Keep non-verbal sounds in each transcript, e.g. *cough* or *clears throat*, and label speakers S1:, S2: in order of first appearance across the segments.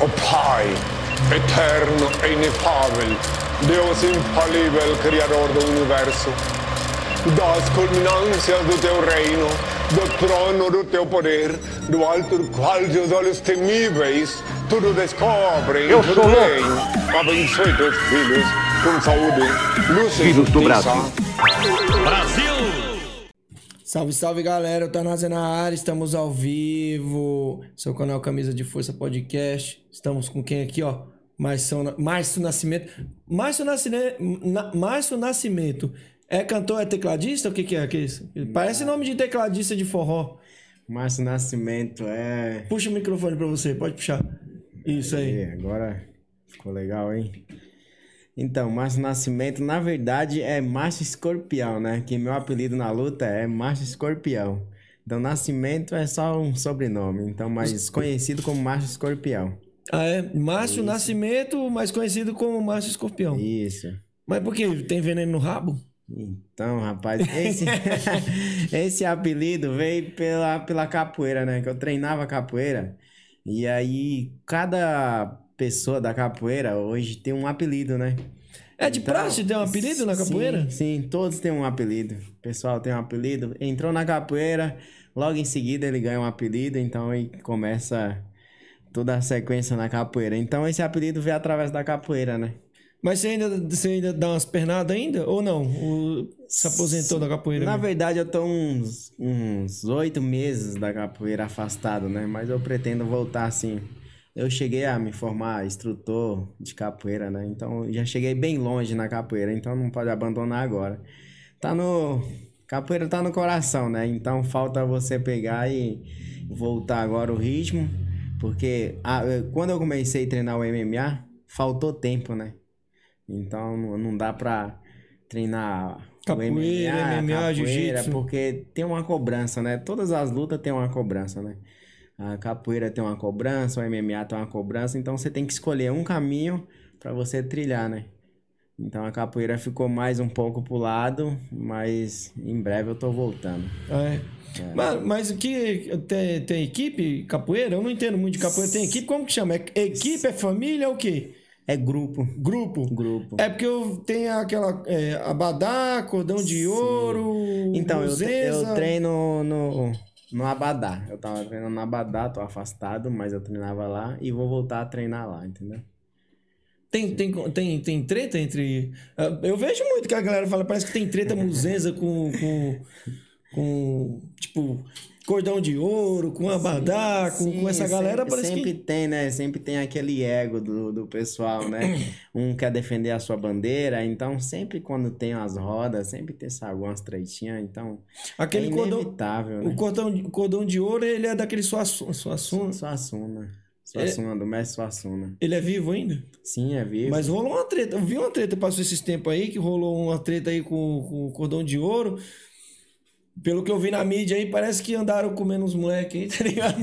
S1: Oh Pai, eterno e inefável, Deus infalível, Criador do Universo, das culminâncias do teu reino, do trono do teu poder, do alto do qual teus olhos temíveis tudo descobrem,
S2: Eu
S1: tudo
S2: sou louco.
S1: bem. Abençoe teus filhos com saúde, luz e
S2: Filhos do
S1: justiça.
S2: Brasil.
S3: Salve, salve galera, eu tô na área, estamos ao vivo. Seu canal Camisa de Força Podcast. Estamos com quem aqui, ó? Márcio, Márcio Nascimento. Márcio Nascimento, Na- Márcio Nascimento é cantor, é tecladista? O que que é que é isso? Parece nome de tecladista de forró.
S4: Márcio Nascimento, é.
S3: Puxa o microfone pra você, pode puxar. Isso aí.
S4: E agora ficou legal, hein? Então, Márcio Nascimento, na verdade, é Márcio Escorpião, né? Que meu apelido na luta é Márcio Escorpião. Então, Nascimento é só um sobrenome, então, mas conhecido como Márcio Escorpião.
S3: Ah, é? Márcio Nascimento, mais conhecido como Márcio Escorpião.
S4: Isso.
S3: Mas por que? Tem veneno no rabo?
S4: Então, rapaz, esse, *laughs* esse apelido veio pela, pela capoeira, né? Que eu treinava capoeira. E aí, cada pessoa da capoeira hoje tem um apelido, né?
S3: É de praxe ter um apelido na
S4: sim,
S3: capoeira?
S4: Sim, todos têm um apelido. O pessoal tem um apelido. Entrou na capoeira, logo em seguida ele ganha um apelido, então aí começa toda a sequência na capoeira. Então esse apelido veio através da capoeira, né?
S3: Mas você ainda, você ainda dá umas pernadas ainda? Ou não? O- se aposentou da capoeira?
S4: Na
S3: mesmo?
S4: verdade, eu tô uns uns oito meses da capoeira afastado, né? Mas eu pretendo voltar assim. Eu cheguei a me formar instrutor de capoeira, né? Então eu já cheguei bem longe na capoeira, então não pode abandonar agora. Tá no. Capoeira tá no coração, né? Então falta você pegar e voltar agora o ritmo, porque a- quando eu comecei a treinar o MMA, faltou tempo, né? Então não- não dá pra treinar o
S3: Capoeira, MMA, jiu-jitsu.
S4: porque tem uma cobrança, né? Todas as lutas têm uma cobrança, né? A capoeira tem uma cobrança, o MMA tem uma cobrança, então você tem que escolher um caminho pra você trilhar, né? Então a capoeira ficou mais um pouco pro lado, mas em breve eu tô voltando.
S3: Ah, é. Mas, mas o que tem, tem equipe? Capoeira? Eu não entendo muito de capoeira. Tem equipe? Como que chama? É equipe? É família? É o quê?
S4: É grupo,
S3: Grupo?
S4: grupo.
S3: É porque eu tenho aquela é, abadá, cordão de
S4: Sim.
S3: ouro.
S4: Então, eu, tre-
S3: buzeza.
S4: eu treino no, no Abadá. Eu tava treinando no Abadá, tô afastado, mas eu treinava lá e vou voltar a treinar lá, entendeu?
S3: Tem, tem, tem, tem treta entre. Ah, Eu vejo muito que a galera fala, parece que tem treta muzenza com. com, com, tipo, cordão de ouro, com abadá, com, com
S4: Sim,
S3: essa galera.
S4: sempre,
S3: parece
S4: sempre
S3: que.
S4: tem, né? Sempre tem aquele ego do, do pessoal,
S3: *coughs*
S4: né? Um quer defender a sua bandeira, então sempre quando tem as rodas, sempre tem sabe, algumas tretinhas, então
S3: Aquele
S4: é
S3: cordão.
S4: inevitável,
S3: O
S4: né?
S3: cordão, de- o cordão de ouro, ele é daquele Suassuna. Suassuna.
S4: Suassuna.
S3: É.
S4: Suassuna, do mestre Suassuna.
S3: Ele é vivo ainda?
S4: Sim, é vivo.
S3: Mas rolou uma treta. Eu vi uma treta, passou esses tempos aí, que rolou uma treta aí com, com o cordão de ouro. Pelo que eu vi na mídia aí, parece que andaram comendo uns moleques aí, tá
S4: *laughs*
S3: ligado?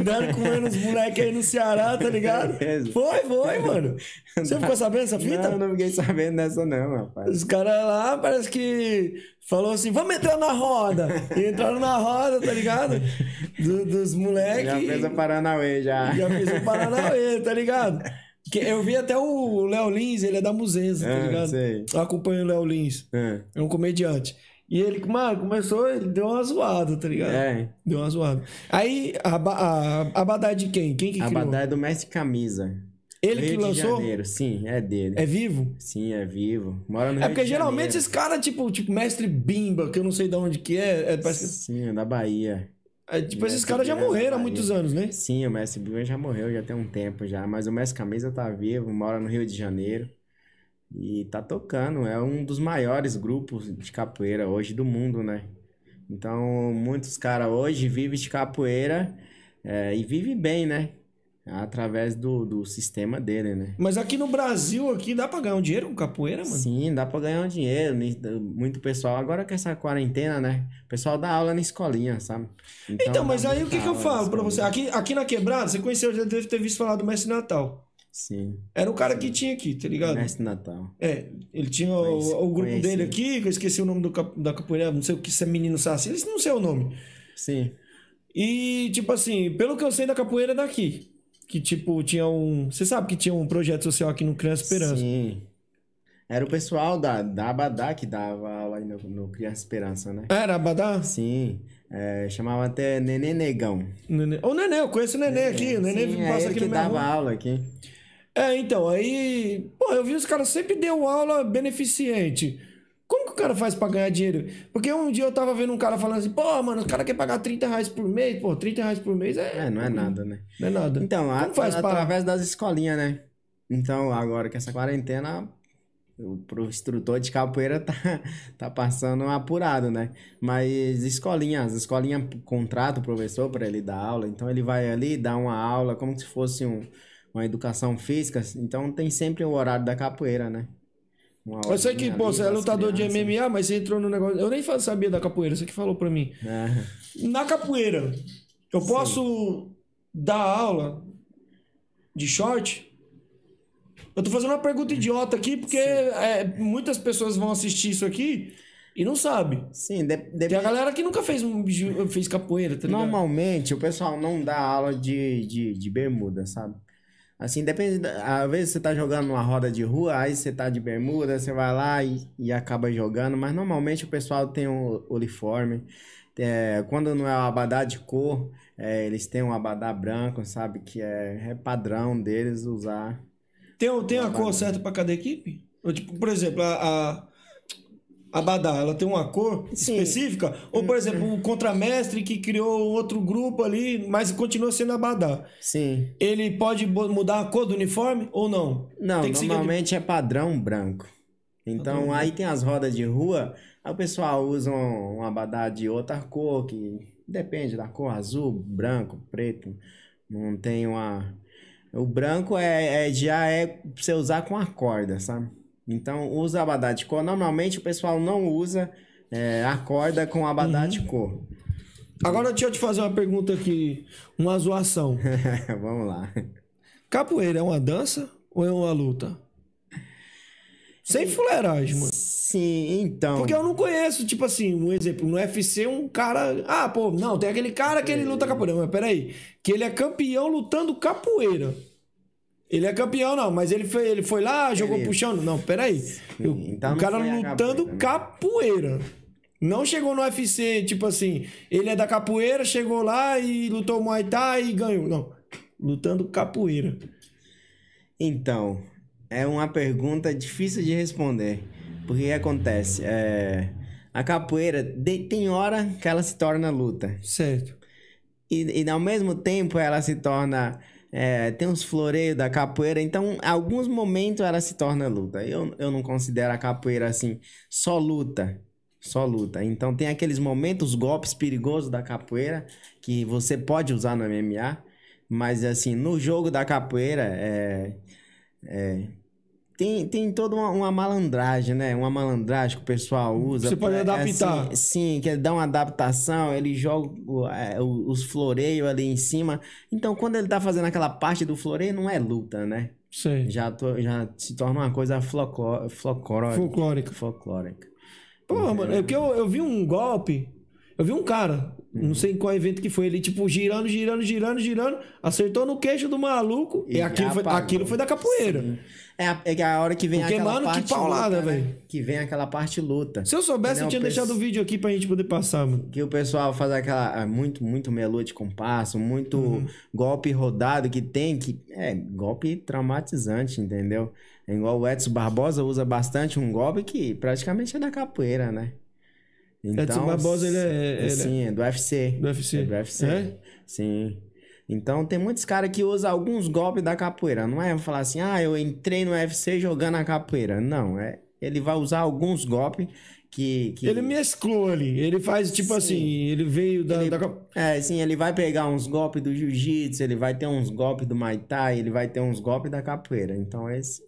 S3: andaram comendo uns moleques aí no Ceará, tá ligado?
S4: Beleza.
S3: Foi, foi, mano. Você ficou sabendo dessa fita?
S4: É Não, não fiquei sabendo dessa não, rapaz.
S3: Os caras lá parece que falou assim, vamos entrar na roda. E entraram na roda, tá ligado? Do- dos moleques.
S4: Já fez o Paranauê, já.
S3: é *laughs* Já fez
S4: *laughs*
S3: o um Paranauê, tá ligado? Que eu vi até o Léo Lins, ele é da Muzenza, tá
S4: Ah,
S3: ligado?
S4: sei.
S3: Eu acompanho o Léo Lins,
S4: É.
S3: é um comediante. E ele, mano, começou, ele deu uma zoada, tá ligado?
S4: É.
S3: Deu uma zoada. Aí, a, ba- a, a Abadá é de quem? Quem que
S4: A
S3: criou?
S4: batalha é do Mestre Camisa.
S3: Ele que
S4: Rio de
S3: lançou?
S4: Janeiro. Sim, é dele.
S3: É vivo?
S4: Sim, é vivo. Mora no
S3: É
S4: Rio
S3: porque
S4: de
S3: geralmente
S4: Janeiro.
S3: esses caras, tipo, tipo, mestre Bimba, que eu não sei de onde que é, é, parece que-
S4: Sim, é da Bahia.
S3: é, tipo, esses
S4: Mestre
S3: caras já
S4: Bimba é
S3: morreram há
S4: da
S3: muitos
S4: Bahia.
S3: anos, né?
S4: Sim, o Mestre Bilba já morreu, já tem um tempo já. Mas o Mestre Camisa tá vivo, mora no Rio de Janeiro. E tá tocando. É um dos maiores grupos de capoeira hoje do mundo, né? Então, muitos caras hoje vivem de capoeira é, e vivem bem, né? Através do, do sistema dele, né?
S3: Mas aqui no Brasil, aqui, dá pra ganhar um dinheiro com capoeira, mano?
S4: Sim, dá pra ganhar um dinheiro, né? muito pessoal. Agora com essa quarentena, né? O pessoal dá aula na escolinha, sabe?
S3: Então, mas
S4: dá
S3: aí o
S4: muita
S3: que, que eu
S4: aula na
S3: falo pra você?
S4: escolinha.
S3: Aqui, aqui na quebrada, você conheceu, já deve ter visto falar do Mestre Natal.
S4: Sim,
S3: Era o cara que tinha aqui, tá ligado?
S4: mestre Natal.
S3: É, ele tinha o,
S4: Conheci-
S3: o grupo
S4: conheci.
S3: dele assim, aqui, que eu esqueci o nome do, cap- da capoeira, não sei o que, se é menino Saci, eles não sei o nome.
S4: Sim,
S3: E, tipo assim, pelo que eu sei da capoeira daqui. Que, tipo, tinha um. Você sabe que tinha um projeto social aqui no Criança Esperança.
S4: Sim. Era o pessoal da, da Abadá que dava aula aí no, no Criança Esperança, né?
S3: Era Abadá?
S4: Sim. É, chamava até Nenê Negão.
S3: Nenê. Ô, Nenê, eu conheço o Nenê aqui. O Nenê
S4: Sim, é
S3: passa
S4: ele
S3: aqui
S4: que
S3: no meu.
S4: dava aula aqui.
S3: É, então, aí. Pô, eu vi os caras sempre deu aula beneficente. Como que o cara faz pra ganhar dinheiro? Porque um dia eu tava vendo um cara falando assim, pô, mano, o cara quer pagar 30 reais por mês, pô, 30 reais por mês é.
S4: É, não é nada, né?
S3: Não é nada.
S4: Então, a-
S3: Como faz pra-
S4: através das escolinhas, né? Então, agora com essa quarentena, o pro instrutor de capoeira tá, *laughs* tá passando apurado, né? Mas escolinha, as escolinhas contratam o professor para ele dar aula, então ele vai ali dar uma aula como se fosse um- uma educação física, então tem sempre o horário da capoeira, né? Uma
S3: Eu sei que,
S4: aulinha
S3: pô,
S4: ali
S3: você é
S4: pras
S3: lutador de
S4: crianças.
S3: MMA, mas você entrou no negócio. Eu nem fa- sabia da capoeira, você que falou pra mim.
S4: É.
S3: Na capoeira, eu posso dar aula de short? Eu tô fazendo uma pergunta idiota aqui, porque é, muitas pessoas vão assistir isso aqui e não sabem.
S4: *laughs* Sim, de, de,
S3: Tem a galera que nunca fez, um ju- fez capoeira, tá ligado?
S4: Normalmente o pessoal não dá aula de, de, de bermuda, sabe? Assim, depende. da- Às vezes você tá jogando numa roda de rua, aí você tá de bermuda, você vai lá e, e acaba jogando, mas normalmente o pessoal tem um uniforme. É, quando não é o abadá de cor, é, eles têm um abadá branco, sabe? Que é, é padrão deles usar.
S3: Tem, tem a cor certa pra cada equipe? Ou, tipo, por exemplo, a, a, a Badá, ela tem uma cor
S4: Sim.
S3: específica? Ou, por exemplo, o contramestre que criou um outro grupo ali, mas continua sendo a Badá.
S4: Sim.
S3: Ele pode bo- mudar a cor do uniforme ou não?
S4: Não,
S3: Tem que seguir
S4: normalmente é padrão branco. Então
S3: Padrão
S4: aí tem as rodas de rua, aí o pessoal usa um, um abadá de outra cor, que depende da cor, azul, branco, preto. Não tem uma. O branco é, é- já é pra você usar com a corda, sabe? Então usa abadá de cor. Normalmente o pessoal não usa é, a corda com abadá de cor. *laughs*
S3: Agora deixa eu te fazer uma pergunta aqui, uma zoação.
S4: Vamos lá.
S3: Capoeira é uma dança ou é uma luta? Sem fuleiragem, mano.
S4: Sim, então.
S3: Porque eu não conheço, tipo assim, um exemplo, no UFC, um cara. Ah, pô, não, tem aquele cara que ele luta capoeira. Mas peraí, que ele é campeão lutando capoeira. Ele é campeão, não, mas ele foi, ele foi lá, jogou
S4: Ele-
S3: puxando. Não, peraí. Eu-
S4: então
S3: o
S4: não
S3: cara
S4: foi a
S3: lutando
S4: capoeira, né?
S3: capoeira. Não chegou no UFC, tipo assim, ele é da capoeira, chegou lá e lutou Muay Thai e ganhou. Não, lutando capoeira.
S4: Então, é uma pergunta difícil de responder. Porque o que acontece? É, a capoeira de- tem hora que ela se torna luta.
S3: Certo.
S4: E, e ao mesmo tempo ela se torna. é, tem uns floreios da capoeira, então em alguns momentos ela se torna luta. Eu, eu não considero a capoeira assim, só luta. Só luta. Então tem aqueles momentos, golpes perigosos da capoeira que você pode usar no MMA, mas assim, no jogo da capoeira é, tem, tem toda uma, uma malandragem, né? Uma malandragem que o pessoal usa.
S3: Você pode
S4: É,
S3: adaptar.
S4: assim, sim, que ele dá uma adaptação, ele joga o- é, o- os floreios ali em cima. Então, quando ele tá fazendo aquela parte do floreio, não é luta, né?
S3: Certo.
S4: Já, to- já se torna uma coisa flocó- folclórica.
S3: Folclórica.
S4: Folclórica. Uhum.
S3: Pô, mano, é porque eu, eu vi um golpe. Eu vi um cara,
S4: Uhum.
S3: não sei em qual evento que foi, ele, tipo, girando, girando, girando, girando, acertou no queixo do maluco. E,
S4: E
S3: É aquilo, foi,
S4: apagou.
S3: aquilo foi da capoeira.
S4: Sim. É a, é que a hora que vem
S3: Porque,
S4: aquela
S3: mano, que
S4: parte
S3: paulada,
S4: luta, né?
S3: velho.
S4: Que vem aquela parte luta.
S3: Se eu soubesse, eu
S4: Não,
S3: tinha
S4: pes-
S3: deixado o vídeo aqui pra gente poder passar, mano.
S4: Que o pessoal faz aquela. ah, Muito, muito melô de compasso, muito
S3: Uhum.
S4: golpe rodado que tem, que é golpe traumatizante, entendeu? É igual o Edson Barbosa usa bastante um golpe que praticamente é da capoeira, né? Então,
S3: Edson Barbosa, ele é- ele é-
S4: Sim, é do UFC.
S3: Do UFC.
S4: É do UFC.
S3: É?
S4: Sim. Então tem muitos caras que usam alguns golpes da capoeira. Não é falar assim, ah, eu entrei no UFC jogando a capoeira. Não, é. Ele vai usar alguns golpes que. que...
S3: Ele mesclou ali. Ele faz, tipo
S4: Sim.
S3: assim, ele veio da.
S4: Ele-
S3: da cap-
S4: É, sim, ele vai pegar uns golpes do jiu-jitsu, ele vai ter uns golpes do Muay Thai, ele vai ter uns golpes da capoeira. Então, esse,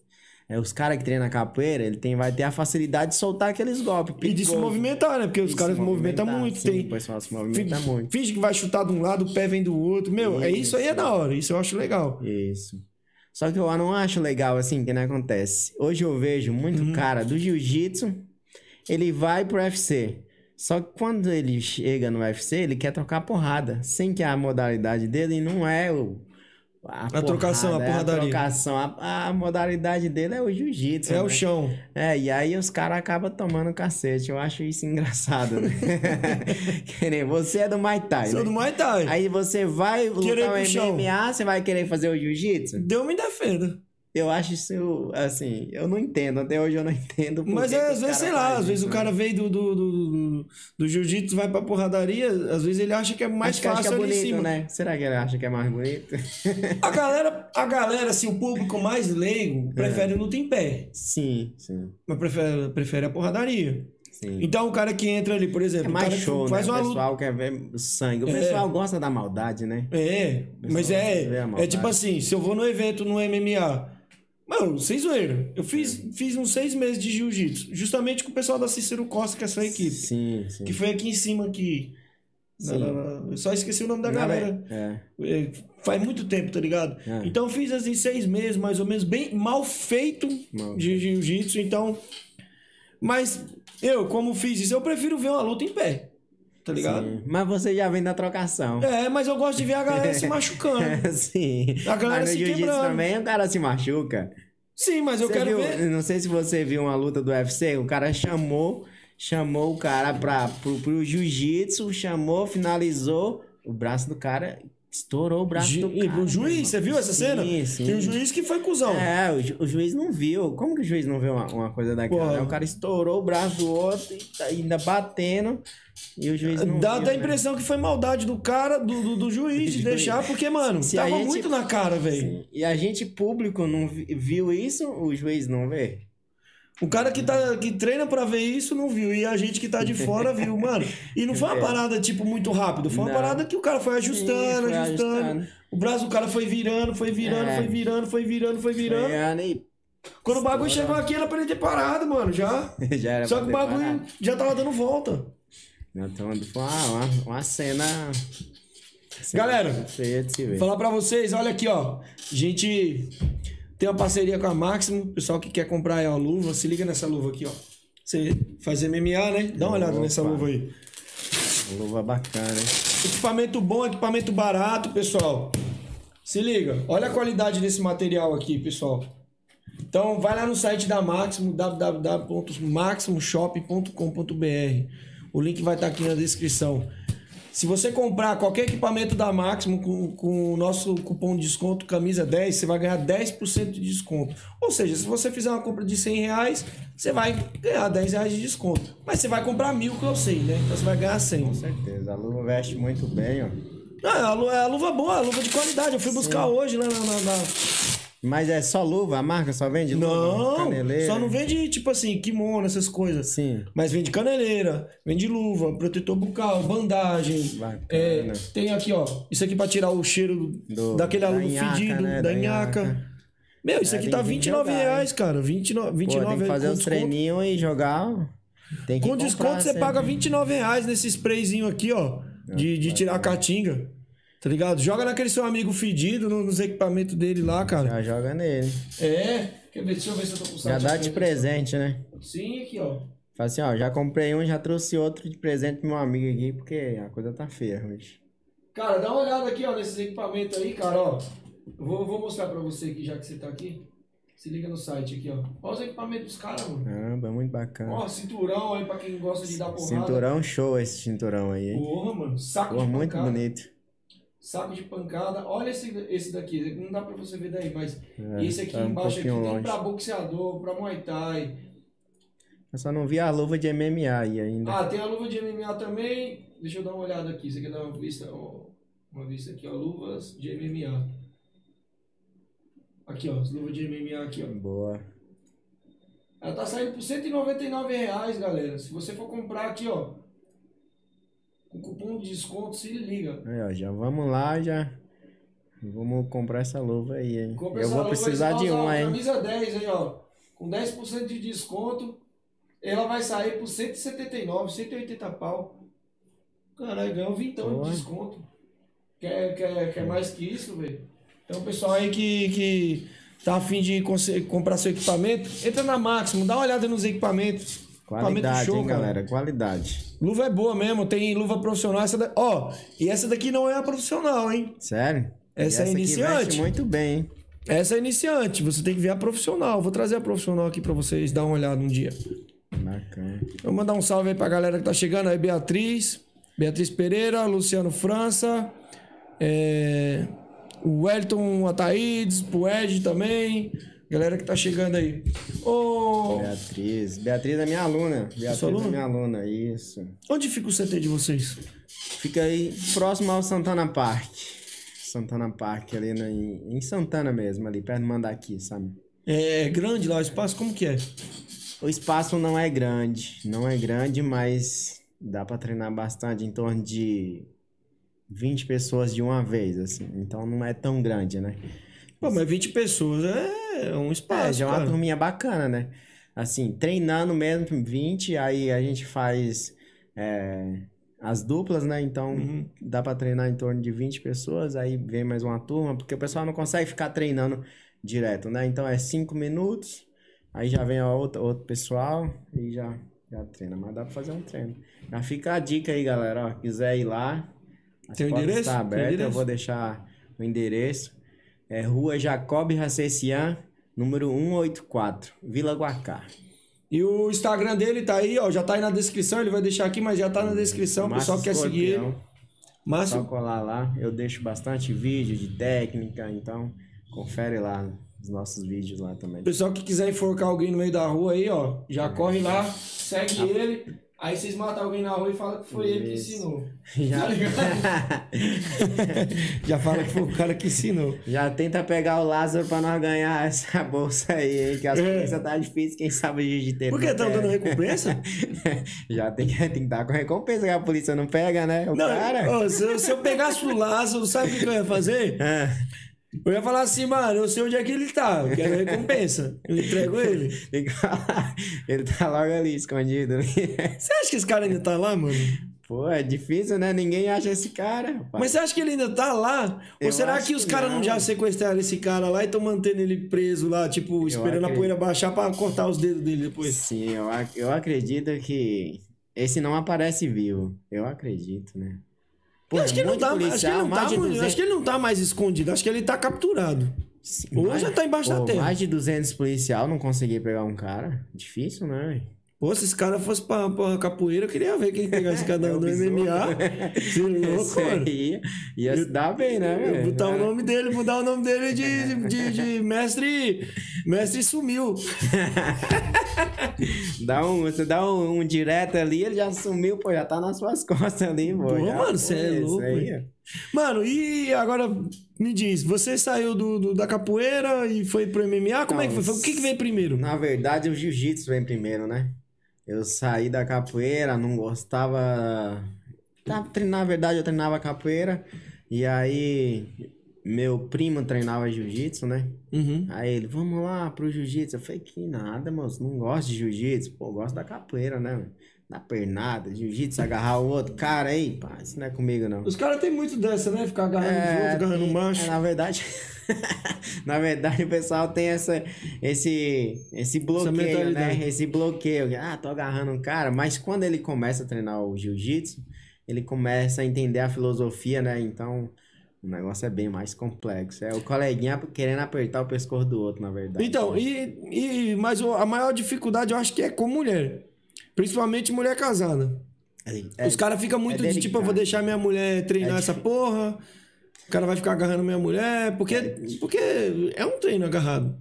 S4: é, os caras que treinam capoeira, ele tem, vai ter a facilidade de soltar aqueles golpes.
S3: E de se
S4: perigoso.
S3: movimentar, né? Porque
S4: E
S3: os
S4: se
S3: caras se movimentam
S4: movimentar,
S3: muito.
S4: sim,
S3: tem...
S4: O pessoal se
S3: finge,
S4: movimenta muito.
S3: finge que vai chutar de um lado, o pé vem do outro. Meu, é isso aí é
S4: Isso.
S3: da hora. Isso eu acho legal.
S4: Isso. Só que eu não acho legal assim que não
S3: Uhum.
S4: acontece. Hoje eu vejo muito cara do jiu-jitsu, ele vai pro UFC. Só que quando ele chega no UFC, ele quer trocar porrada. Sem que a modalidade dele não é o. A,
S3: trocação, a
S4: é
S3: porradaria.
S4: A trocação. A, a modalidade dele é o jiu-jitsu.
S3: É o
S4: né?
S3: chão.
S4: É, e aí os caras acabam tomando cacete. Eu acho isso
S3: *laughs*
S4: engraçado, né? *laughs* Que nem você é do Muay Thai.
S3: Sou
S4: né?
S3: do Muay Thai.
S4: Aí você
S3: *laughs*
S4: vai
S3: Querer
S4: lutar
S3: ir pro chão.
S4: um MMA, você vai querer fazer o jiu-jitsu?
S3: Deu, me defendo.
S4: Eu acho isso, assim, eu não entendo. Até hoje eu não *laughs* entendo. por
S3: Mas
S4: que
S3: é,
S4: que
S3: às
S4: os
S3: vezes,
S4: caras
S3: sei lá,
S4: fazem
S3: às vezes
S4: isso,
S3: o
S4: né?
S3: cara veio do, do, do, do- do jiu-jitsu, vai pra porradaria, às vezes ele acha que é mais
S4: Acho que- acho que
S3: fácil
S4: é
S3: ali em
S4: bonito,
S3: cima.
S4: né? Será que ele acha que é mais bonito? *laughs*
S3: A galera, a galera, assim, o público mais
S4: É.
S3: leigo, prefere luta em pé,
S4: sim, sim,
S3: mas prefere, prefere a porradaria.
S4: sim.
S3: Então o cara que entra ali, por
S4: É
S3: exemplo, o
S4: mais
S3: cara que
S4: show,
S3: faz
S4: né?
S3: uma
S4: O
S3: luta.
S4: pessoal quer ver sangue. O
S3: É.
S4: pessoal gosta da maldade, né?
S3: É, mas
S4: Pessoal, vê a
S3: é, é
S4: maldade.
S3: tipo assim, se eu vou no evento no MMA, mano, sem zoeira, eu fiz,
S4: É.
S3: fiz uns seis meses de jiu-jitsu, justamente com o pessoal da Cícero Costa, que é essa equipe,
S4: Sim, sim.
S3: que foi aqui em cima aqui.
S4: Sim.
S3: Na- na- na- eu só esqueci o nome da
S4: Não,
S3: galera.
S4: É.
S3: É, faz muito tempo, tá ligado?
S4: É.
S3: Então eu fiz assim seis meses, mais ou menos, bem mal feito
S4: Mal
S3: de jiu-jitsu, então. Mas eu, como fiz isso, eu prefiro ver uma luta em pé. Tá ligado?
S4: Sim. Mas você já vem da trocação.
S3: É, mas eu gosto de ver a galera
S4: *laughs*
S3: se machucando.
S4: sim.
S3: É. A galera
S4: Mas no
S3: se
S4: jiu-jitsu
S3: quebrando.
S4: também o cara se machuca.
S3: Sim, mas eu
S4: Você
S3: quero
S4: viu-
S3: ver.
S4: Não sei se você viu uma luta do UFC, o cara chamou, chamou o cara pra, pro, pro jiu-jitsu, chamou, finalizou, o braço do cara estourou o braço
S3: Ju-
S4: do cara.
S3: o juiz, você viu essa cena?
S4: Sim, sim.
S3: Tem um juiz que foi cuzão.
S4: É, o, ju- o juiz não viu. Como que o juiz não vê uma, uma coisa daquela?
S3: Porra.
S4: né? O cara estourou o braço do outro, e tá ainda batendo, e o juiz não
S3: Dá,
S4: viu,
S3: dá a
S4: né?
S3: impressão que foi maldade do cara, do, do, do
S4: *laughs*
S3: juiz, de
S4: Juiz.
S3: deixar, porque, mano,
S4: Se a
S3: tava
S4: gente-
S3: muito na cara, velho.
S4: Sim. E a gente público não vi- viu isso, o juiz não vê?
S3: O cara que, tá, que treina pra ver isso não viu. E a gente que tá de fora
S4: *laughs*
S3: viu, mano. E não foi uma
S4: É.
S3: parada, tipo, muito rápido. Foi uma
S4: Não.
S3: parada que o cara foi ajustando,
S4: Sim, foi
S3: ajustando. O braço do cara foi virando, foi virando,
S4: É.
S3: foi virando, foi virando, foi virando.
S4: Ganhando e *laughs*
S3: Quando o bagulho chegou
S4: Estourando.
S3: aqui, era pra ele ter parado, mano, já.
S4: já era
S3: Só
S4: pra
S3: que o
S4: ter
S3: bagulho
S4: parado.
S3: já tava dando volta.
S4: Então, foi uma, uma, uma cena. cena
S3: Galera,
S4: feia de se ver.
S3: Falar pra vocês, olha aqui, ó. A gente tem uma parceria com a Máximo. Pessoal que quer comprar aí, ó, luva, se liga nessa luva aqui, ó. Você faz MMA, né? Dá uma olhada
S4: Opa.
S3: nessa luva aí.
S4: Luva bacana, hein?
S3: Equipamento bom, equipamento barato, pessoal. Se liga, olha a qualidade desse material aqui, pessoal. Então vai lá no site da Máximo, www.maximoshop.com.br. O link vai estar aqui na descrição. Se você comprar qualquer equipamento da Máximo com, com o nosso cupom de desconto camisa 10, você vai ganhar 10% de desconto. Ou seja, se você fizer uma compra de 100 reais, você vai ganhar 10 reais de desconto. Mas você vai comprar mil, que eu sei, né? Então você vai ganhar 100.
S4: Com certeza. A luva veste muito bem, ó.
S3: Não, é a lu- é a luva boa, a luva de qualidade. Eu fui buscar hoje lá na. na- na-
S4: Mas é só luva? A marca só vende luva?
S3: Não,
S4: Caneleira?
S3: só não vende tipo assim, kimono, essas coisas.
S4: Sim.
S3: Mas vende caneleira, vende luva, protetor bucal, bandagem.
S4: Bacana.
S3: É, tem aqui, ó. Isso aqui pra tirar o cheiro
S4: Do-
S3: daquele
S4: da
S3: aluno
S4: nhaca,
S3: fedido,
S4: né?
S3: da
S4: Da
S3: nhaca.
S4: nhaca.
S3: Meu, isso
S4: É,
S3: aqui
S4: tem
S3: tá
S4: que
S3: 29
S4: jogar,
S3: reais, cara. 29,
S4: Pô,
S3: 29
S4: tem que fazer
S3: com
S4: os
S3: desconto.
S4: treininhos e jogar. Tem que
S3: Com
S4: comprar,
S3: desconto você
S4: sempre.
S3: paga 29 reais nesse sprayzinho aqui, ó. De, de tirar a caatinga. Tá ligado? Joga naquele seu amigo fedido, no- nos equipamentos dele lá, cara.
S4: Já joga nele.
S3: É. Quer ver? Deixa eu ver se eu tô com o
S4: Já
S3: site
S4: dá
S3: aqui.
S4: de presente, né?
S3: Sim, aqui, ó.
S4: Fala assim, ó, já comprei um, já trouxe outro de presente pro meu amigo aqui, porque a coisa tá feia hoje.
S3: Cara, dá uma olhada aqui, ó, nesses equipamentos aí, cara, ó. Eu vou, vou mostrar pra você aqui, já que você tá aqui. Se liga no site aqui, ó. Olha os equipamentos dos caras, mano.
S4: Caramba, é muito bacana.
S3: Ó, cinturão aí pra quem gosta de dar porrada.
S4: Cinturão show esse cinturão aí, hein?
S3: Porra, mano. Saco
S4: Pô,
S3: de
S4: muito
S3: pancada.
S4: bonito.
S3: Saco de pancada. Olha esse, esse daqui. Não dá pra você ver daí, mas.
S4: É,
S3: esse aqui
S4: tá um
S3: embaixo aqui
S4: pouquinho
S3: tem
S4: longe.
S3: pra boxeador, pra muay thai.
S4: Eu só não vi a luva de MMA aí ainda.
S3: Ah, tem a luva de MMA também. Deixa eu dar uma olhada aqui. Você quer dar uma vista? Ó, Uma vista aqui, ó. Luvas de MMA. Aqui, ó. As luvas de MMA aqui, ó.
S4: Boa.
S3: Ela tá saindo por R$ 199 reais, galera. Se você for comprar aqui, ó. Com cupom de desconto, se liga.
S4: Aí, ó, já vamos lá, já. Vamos comprar essa luva aí, hein?
S3: Compra
S4: Eu
S3: essa
S4: vou
S3: luva aí,
S4: precisar
S3: você vai
S4: de
S3: usar
S4: uma,
S3: a
S4: hein?
S3: Camisa 10 aí, ó. Com 10% de desconto. Ela vai sair por 179, 180 pau. Caralho, ganhou um vintão de
S4: Boa.
S3: desconto. Quer, quer, quer mais que isso, velho? Então, pessoal aí que, que tá afim de conse- comprar seu equipamento, entra na Máximo, dá uma olhada nos equipamentos.
S4: Qualidade,
S3: show,
S4: hein,
S3: cara.
S4: galera? Qualidade.
S3: Luva é boa mesmo, tem luva profissional. Essa da... Ó, e essa daqui não é a profissional, hein?
S4: Sério?
S3: Essa é
S4: aqui
S3: iniciante.
S4: veste muito bem, hein?
S3: Essa é iniciante, você tem que ver a profissional. Vou trazer a profissional aqui pra vocês dar uma olhada um dia.
S4: Bacana.
S3: Vou mandar um salve aí pra galera que tá chegando aí, Beatriz, Beatriz Pereira, Luciano França, é, o Wellington Ataídes, pro Ed também, galera que tá chegando aí. Ô,
S4: Beatriz. Beatriz é minha aluna. Beatriz
S3: aluna?
S4: é minha aluna, isso.
S3: onde fica o CT de vocês?
S4: Fica aí próximo ao Santana Park. Santana Park, ali na- em em Santana mesmo, ali perto do Mandaki, sabe?
S3: É grande lá o espaço? Como que é?
S4: O espaço não é grande, não é grande, mas dá pra treinar bastante, em torno de 20 pessoas de uma vez, assim. Então não é tão grande, né?
S3: Pô, mas 20 pessoas é um
S4: É,
S3: espaço,
S4: já é uma
S3: cara.
S4: turminha bacana, né? Assim, treinando mesmo, 20, aí a gente faz é, as duplas, né? Então dá pra treinar em torno de 20 pessoas, aí vem mais uma turma, porque o pessoal não consegue ficar treinando direto, né? Então é 5 minutos, aí já vem a outra, outro pessoal e já, já treina. Mas dá pra fazer um treino. Já fica a dica aí, galera, ó, quiser ir lá. as
S3: Tem o
S4: portas
S3: endereço? Tem
S4: Tá
S3: o
S4: aberta, eu
S3: endereço?
S4: vou deixar o endereço. É Rua Jacob Racecian, número 184, Vila Guacá.
S3: E o Instagram dele tá aí, ó, já tá aí na descrição, ele vai deixar aqui, mas já tá na descrição, o pessoal que quer seguir ele.
S4: Só
S3: Márcio,
S4: colar lá, eu deixo bastante vídeo de técnica, então confere lá os nossos vídeos lá também.
S3: O pessoal que quiser enforcar alguém no meio da rua aí, ó, já corre lá, segue ele. Aí vocês matam alguém na rua e falam que foi ele que
S4: Ah. Isso.
S3: ensinou.
S4: *laughs*
S3: Tá
S4: Já, *laughs*
S3: Já fala que foi o cara que ensinou.
S4: já tenta pegar o Lázaro pra nós ganhar essa bolsa aí, hein, que as
S3: É.
S4: coisas tá difícil, quem sabe jiu-jiteiro.
S3: Por que então,
S4: não
S3: estão
S4: pega.
S3: dando recompensa?
S4: né? *laughs* Já tem, tem que dar com recompensa, que a polícia não pega, né? O
S3: Não,
S4: cara.
S3: ó, se, eu- se eu pegasse o Lázaro, sabe o que eu ia fazer?
S4: Ah,
S3: Eu ia falar assim, mano, eu sei onde é que ele tá, eu quero recompensa. Eu entrego ele.
S4: tem que falar. *laughs* Ele tá logo ali, escondido. né? *laughs*
S3: Você acha que esse cara ainda tá lá, mano?
S4: Pô, é difícil, né? Ninguém acha esse cara. rapaz.
S3: Mas você acha que ele ainda tá lá? Ou
S4: Eu
S3: será
S4: acho
S3: que os
S4: que
S3: caras não
S4: não.
S3: já sequestraram esse cara lá e estão mantendo ele preso lá, tipo, esperando a
S4: acredito.
S3: poeira baixar pra cortar os dedos dele depois?
S4: Sim, eu, ac- eu acredito que esse não aparece vivo. Eu acredito, né? Pô,
S3: Eu acho, que ele não
S4: muito
S3: tá, acho que ele
S4: policial,
S3: não
S4: mais
S3: tá,
S4: de
S3: mano, eu acho que ele não tá mais escondido, acho que ele tá capturado. Ou
S4: mais-
S3: já tá embaixo da
S4: pô,
S3: terra.
S4: Mais de 200 policial não consegui pegar um cara. Difícil, né?
S3: Pô, se esse cara fosse pra, pra capoeira, eu queria ver quem
S4: *laughs*
S3: pegasse cada
S4: É
S3: um
S4: o
S3: do
S4: besouro.
S3: MMA. Você é
S4: *laughs*
S3: louco,
S4: Isso
S3: mano.
S4: aí ia se dar bem, né?
S3: Eu
S4: velho?
S3: botar o nome dele, mudar o nome dele de, de, de mestre. Mestre sumiu.
S4: Dá um, você dá um, um direto ali, ele já sumiu, pô, já tá nas suas *laughs* costas ali, pô.
S3: Pô,
S4: já
S3: mano,
S4: foi
S3: você é
S4: isso
S3: louco,
S4: aí.
S3: velho. Mano, e agora me diz, você saiu do, do- da capoeira e foi pro MMA? Como é que foi? Foi- O que, que veio primeiro?
S4: Na verdade, o jiu-jitsu vem primeiro, né? Eu saí da capoeira, não gostava. Tava trein- Na verdade, eu treinava capoeira. E aí, meu primo treinava jiu-jitsu, né?
S3: Uhum.
S4: Aí ele, vamos lá pro jiu-jitsu. Eu falei, que nada, moço, não gosto de jiu-jitsu. Pô, eu gosto da capoeira, né? mano? Da pernada, jiu-jitsu, agarrar o outro. Cara, aí, pá, isso não é comigo, não.
S3: Os caras têm muito dessa, né? Ficar agarrando o outro, agarrando o
S4: tem-
S3: macho.
S4: é, na verdade, *laughs* na verdade o pessoal tem essa, esse, esse bloqueio,
S3: mentalidade.
S4: né? Esse bloqueio. Ah, tô agarrando um cara. Mas quando ele começa a treinar o jiu-jitsu, ele começa a entender a filosofia, né? Então, o negócio é bem mais complexo. É o coleguinha querendo apertar o pescoço do outro, na verdade.
S3: Então, e, e, mas o- a maior dificuldade eu acho que é com mulher. Principalmente mulher casada.
S4: É-
S3: Os caras ficam muito de tipo, eu vou
S4: delicado.
S3: deixar minha mulher treinar
S4: É
S3: essa porra. O cara vai ficar agarrando minha mulher. Porque é, porque é um treino agarrado.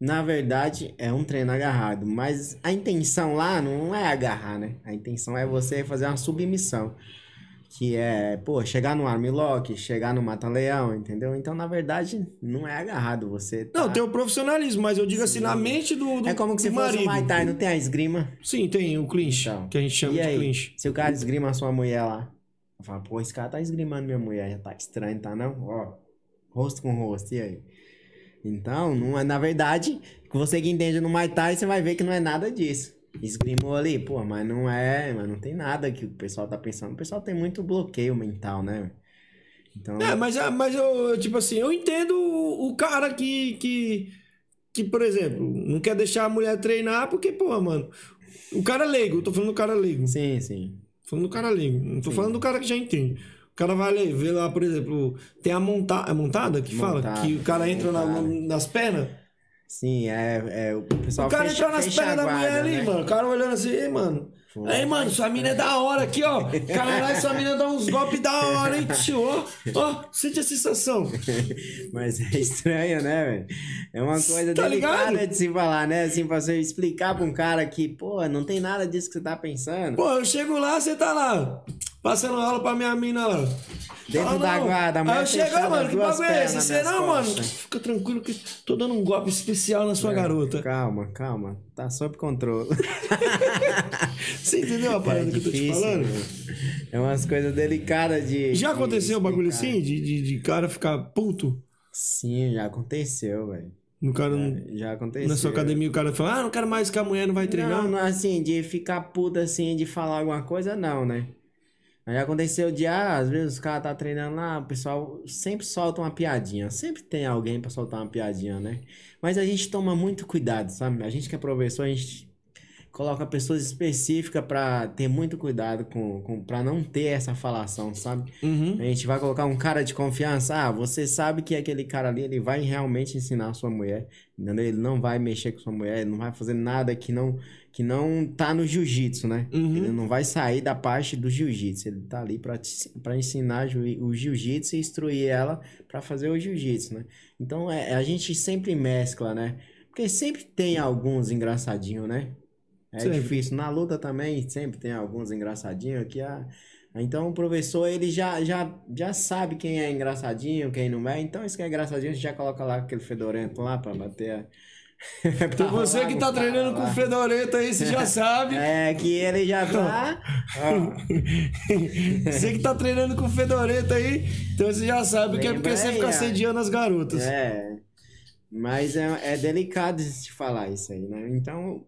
S4: Na verdade, é um treino agarrado, mas a intenção lá não é agarrar, né? A intenção é você fazer uma submissão, que é, pô, chegar no armlock, chegar no mata-leão, entendeu? Então, na verdade, não é agarrado você. tá-
S3: Não, tem o profissionalismo, mas eu digo assim, na mente do, do
S4: É como que se
S3: do
S4: fosse um
S3: marido.
S4: Muay Thai, não tem a esgrima?
S3: Sim, tem o clinch,
S4: Então,
S3: que a gente chama
S4: E
S3: de
S4: aí,
S3: clinch.
S4: se o cara esgrima a sua mulher lá, fala, pô, esse cara tá esgrimando minha mulher, já tá estranho, tá não? Ó, rosto com rosto, e aí? Então, não é, na verdade, você que entende no Muay Thai, você vai ver que não é nada disso. Esgrimou ali, pô, mas não é, mas não tem nada que o pessoal tá pensando. O pessoal tem muito bloqueio mental, né? Então,
S3: É, mas, ah, mas eu, tipo assim, eu entendo o, o cara que, que, que, por exemplo, não quer deixar a mulher treinar porque, pô, mano, O cara é leigo, eu tô falando do cara leigo.
S4: Sim, sim.
S3: Tô falando do cara leigo. Não tô falando do cara que já entende. O cara vai ler, ver lá, por exemplo, tem a monta é montada que fala?
S4: Montada, é
S3: Que o cara entra na-
S4: montada.
S3: nas pernas.
S4: Sim, é, é o pessoal
S3: O cara
S4: fecha-
S3: entrou nas
S4: fecha a
S3: pernas da
S4: guarda,
S3: mulher ali,
S4: né?
S3: mano. O cara olhando assim, ei, mano.
S4: Pô.
S3: Aí, mano, sua mina é da hora aqui,
S4: *laughs*
S3: ó. Caralho, sua mina dá uns golpes da hora, hein, tio? Ó, ó, sente a sensação.
S4: Mas é estranho, né, velho? É uma coisa
S3: Tá
S4: delicada
S3: ligado?
S4: de se falar, né? Assim, pra você explicar pra um cara que, pô, não tem nada disso que você tá pensando.
S3: Pô, eu chego lá, você tá lá, passando aula pra minha mina lá.
S4: Dentro
S3: Ah,
S4: da
S3: não.
S4: guarda, a mulher
S3: Aí eu chego,
S4: fechada,
S3: ah, mano, que
S4: duas
S3: bagulho é esse?
S4: pernas
S3: Você
S4: nas
S3: não, mano?
S4: costas. É,
S3: Fica tranquilo que tô dando um golpe especial na sua garota.
S4: Calma, calma. Tá
S3: *laughs*
S4: sob controle.
S3: Você entendeu
S4: É
S3: a parada que eu tô te falando?
S4: né? mano. É umas coisas delicadas de.
S3: Já
S4: de
S3: aconteceu um bagulho
S4: explicar.
S3: assim? De, de, de cara ficar puto?
S4: Sim, já aconteceu, velho.
S3: No cara, não-
S4: Já aconteceu.
S3: na sua academia, o cara fala, ah, não quero mais que a mulher não vai treinar.
S4: Não, não, assim, de ficar puto assim, de falar alguma coisa, não, né? Aí aconteceu de, ah, às vezes os caras tá treinando lá, o pessoal sempre solta uma piadinha. Sempre tem alguém pra soltar uma piadinha, né? Mas a gente toma muito cuidado, sabe? A gente que é professor, a gente coloca pessoas específicas pra ter muito cuidado com, com para não ter essa falação, sabe?
S3: Uhum.
S4: A gente vai colocar um cara de confiança. Ah, você sabe que aquele cara ali, ele vai realmente ensinar a sua mulher. Entendeu? Ele não vai mexer com sua mulher, ele não vai fazer nada que não, que não tá no jiu-jitsu, né?
S3: Uhum.
S4: Ele não vai sair da parte do jiu-jitsu. Ele tá ali pra, te- pra ensinar ju- o jiu-jitsu e instruir ela pra fazer o jiu-jitsu, né? Então, é, a gente sempre mescla, né? Porque sempre tem alguns engraçadinhos, né? É
S3: Sempre.
S4: difícil. Na luta também sempre tem alguns engraçadinhos que a... Então o professor ele já, já, já sabe quem é engraçadinho, quem não é. Então esse que é engraçadinho, a gente já coloca lá aquele fedorento lá pra bater a... *laughs* pra
S3: Então você
S4: rolar
S3: que
S4: no
S3: tá
S4: cara
S3: treinando com
S4: lá.
S3: o Fedorento aí, você já sabe.
S4: É, que ele já
S3: *laughs*
S4: tá... Ó,
S3: Você que tá treinando com o Fedorento aí, então você já sabe que é porque
S4: Lembra
S3: você
S4: aí,
S3: fica
S4: ó.
S3: assediando as garotas.
S4: é... Mas é, é delicado de se falar isso aí, né? Então,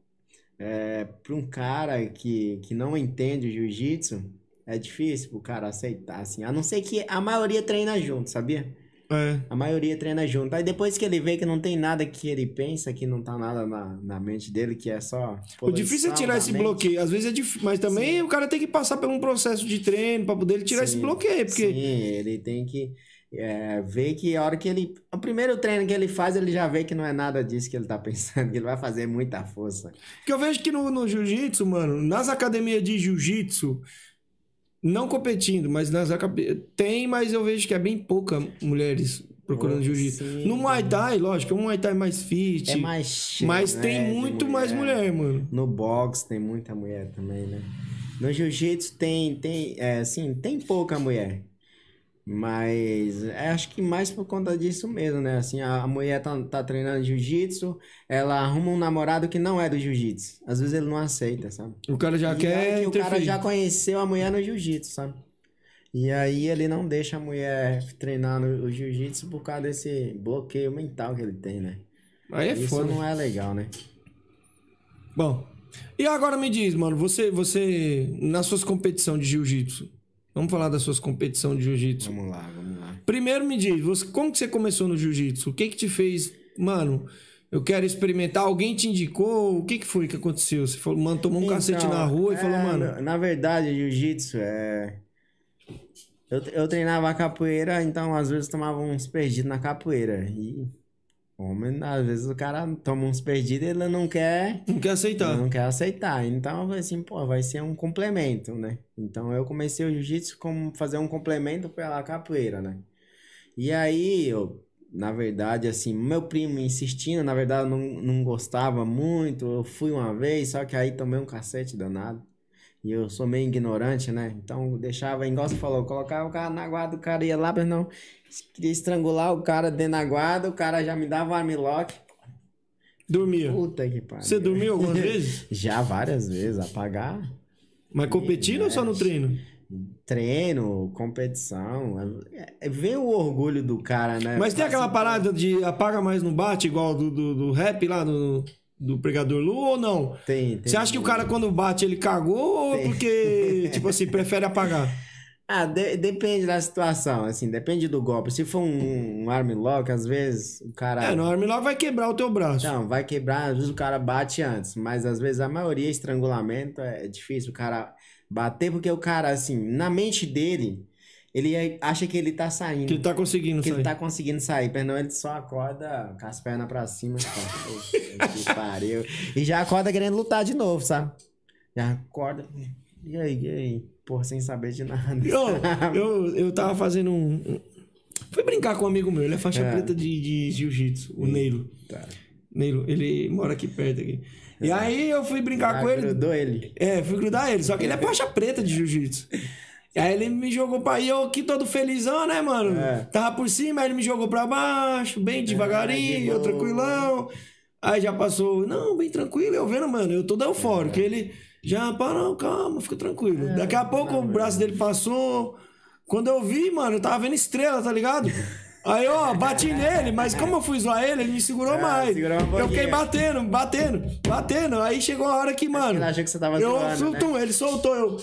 S4: é, pra um cara que, que não entende o jiu-jitsu, é difícil pro cara aceitar, assim. A não ser que a maioria treina junto, sabia?
S3: É.
S4: A maioria treina junto. Aí depois que ele vê que não tem nada que ele pensa, que não tá nada na, na mente dele, que é só.
S3: O difícil é tirar esse bloqueio. Às vezes é difícil, mas também o cara tem que passar por um processo de treino pra poder ele tirar esse
S4: Sim,
S3: bloqueio, porque
S4: Sim, ele tem que é, ver que a hora que ele. O primeiro treino que ele faz, ele já vê que não é nada disso que ele tá *laughs* pensando, que ele vai fazer muita força.
S3: Porque eu vejo que no, no jiu-jitsu, mano, nas academias de jiu-jitsu, não competindo, mas nas academias. Tem, mas eu vejo que é bem pouca mulheres procurando
S4: Sim.
S3: jiu-jitsu. No Muay Thai, lógico, é um Muay Thai mais fit.
S4: É mais cheio,
S3: mas
S4: né,
S3: tem
S4: de
S3: muito mais mulher, mano.
S4: No boxe tem muita mulher também, né? No jiu-jitsu tem, tem, é, assim, tem pouca mulher. Mas é, acho que mais por conta disso mesmo, né? Assim, a, a mulher tá, tá treinando jiu-jitsu, ela arruma um namorado que não é do jiu-jitsu. Às vezes ele não aceita, sabe?
S3: O cara já
S4: E
S3: quer.
S4: aí que o cara
S3: interferir.
S4: já conheceu a mulher no jiu-jitsu, sabe? E aí ele não deixa a mulher treinar no o jiu-jitsu por causa desse bloqueio mental que ele tem, né?
S3: Aí é
S4: Isso
S3: foda.
S4: não é legal, né?
S3: Bom. E agora me diz, mano, você, você. Nas suas competições de jiu-jitsu. Vamos falar das suas competições de jiu-jitsu.
S4: Vamos lá, vamos lá.
S3: Primeiro me diz, você, como que você começou no jiu-jitsu? O que que te fez, mano, eu quero experimentar? Alguém te indicou? O que que foi que aconteceu? Você falou, mano, tomou um cacete
S4: Então,
S3: na rua e
S4: é,
S3: falou, mano,
S4: Na, na verdade, jiu-jitsu é. Eu, eu treinava a capoeira, então às vezes tomava uns perdidos na capoeira. E. Homem, às vezes o cara toma uns perdidos e ele não quer.
S3: não quer aceitar.
S4: Não quer aceitar. Então eu falei assim, pô, vai ser um complemento, né? Então eu comecei o jiu-jitsu como fazer um complemento pela capoeira, né? E aí eu, na verdade, assim, meu primo insistindo, na verdade eu não, não gostava muito. Eu fui uma vez, só que aí tomei um cacete danado. E eu sou meio ignorante, né? Então eu deixava, igual você falou, eu colocava o cara na guarda, o cara ia lá, mas não. Queria estrangular o cara dentro da guarda, o cara já me dava um armlock.
S3: Dormia.
S4: Puta que pariu.
S3: Você dormiu
S4: *laughs*
S3: algumas vezes?
S4: Já várias vezes, apagar
S3: Mas competindo ou só
S4: É.
S3: no treino?
S4: treino, competição. é- é- Vem o orgulho do cara, né?
S3: Mas tem
S4: Fala
S3: aquela
S4: assim,
S3: parada de apaga mais não bate, igual do, do, do rap lá do, do pregador Lu, ou não?
S4: Tem, tem.
S3: Você acha que o cara quando bate ele cagou ou
S4: Tem. *laughs*
S3: porque, tipo assim, prefere apagar?
S4: Ah, de- depende da situação, assim, depende do golpe. Se for um, um armlock, às vezes o cara.
S3: É, no armlock vai quebrar o teu braço.
S4: Então, vai quebrar, às vezes o cara bate antes, mas às vezes a maioria estrangulamento é difícil o cara bater, porque o cara, assim, na mente dele, ele é- acha que ele tá saindo.
S3: Que ele tá conseguindo
S4: que
S3: sair.
S4: ele tá conseguindo sair, perdão, ele só acorda com as pernas pra
S3: *laughs*
S4: cima, fala, "Poxa, que pariu. E já acorda querendo lutar de novo, sabe? Já acorda. E aí, e aí? Porra, sem saber de
S3: *laughs*
S4: nada.
S3: Eu,
S4: *laughs*
S3: eu, eu tava fazendo um. um- Fui brincar com um amigo meu, ele é faixa
S4: É.
S3: preta de, de jiu-jitsu, o Neilo.
S4: Tá.
S3: Neilo, ele mora aqui perto aqui. E aí eu fui brincar tá com ele.
S4: Grudou ele.
S3: É, fui grudar ele, só que ele é faixa preta de jiu-jitsu. E aí ele me jogou pra. E eu aqui todo felizão, né, mano?
S4: É.
S3: Tava por cima, aí ele me jogou pra baixo, bem devagarinho,
S4: de
S3: eu
S4: boa.
S3: tranquilão. Aí já passou, não, bem tranquilo, eu vendo, mano, eu todo eufórico.
S4: É.
S3: Ele já, pá, não, calma, fica tranquilo. Daqui a pouco o braço
S4: é.
S3: dele passou. Quando eu vi, mano, eu tava vendo estrela, tá ligado? Aí, ó,
S4: *laughs*
S3: bati nele, mas como eu fui zoar ele, ele me segurou
S4: Ah,
S3: mais.
S4: segurou um
S3: eu fiquei
S4: pouquinho.
S3: batendo, batendo, batendo. Aí chegou a hora que, mano.
S4: Ele achou que você tava
S3: Eu
S4: zoando, né?
S3: soltou, ele soltou, eu.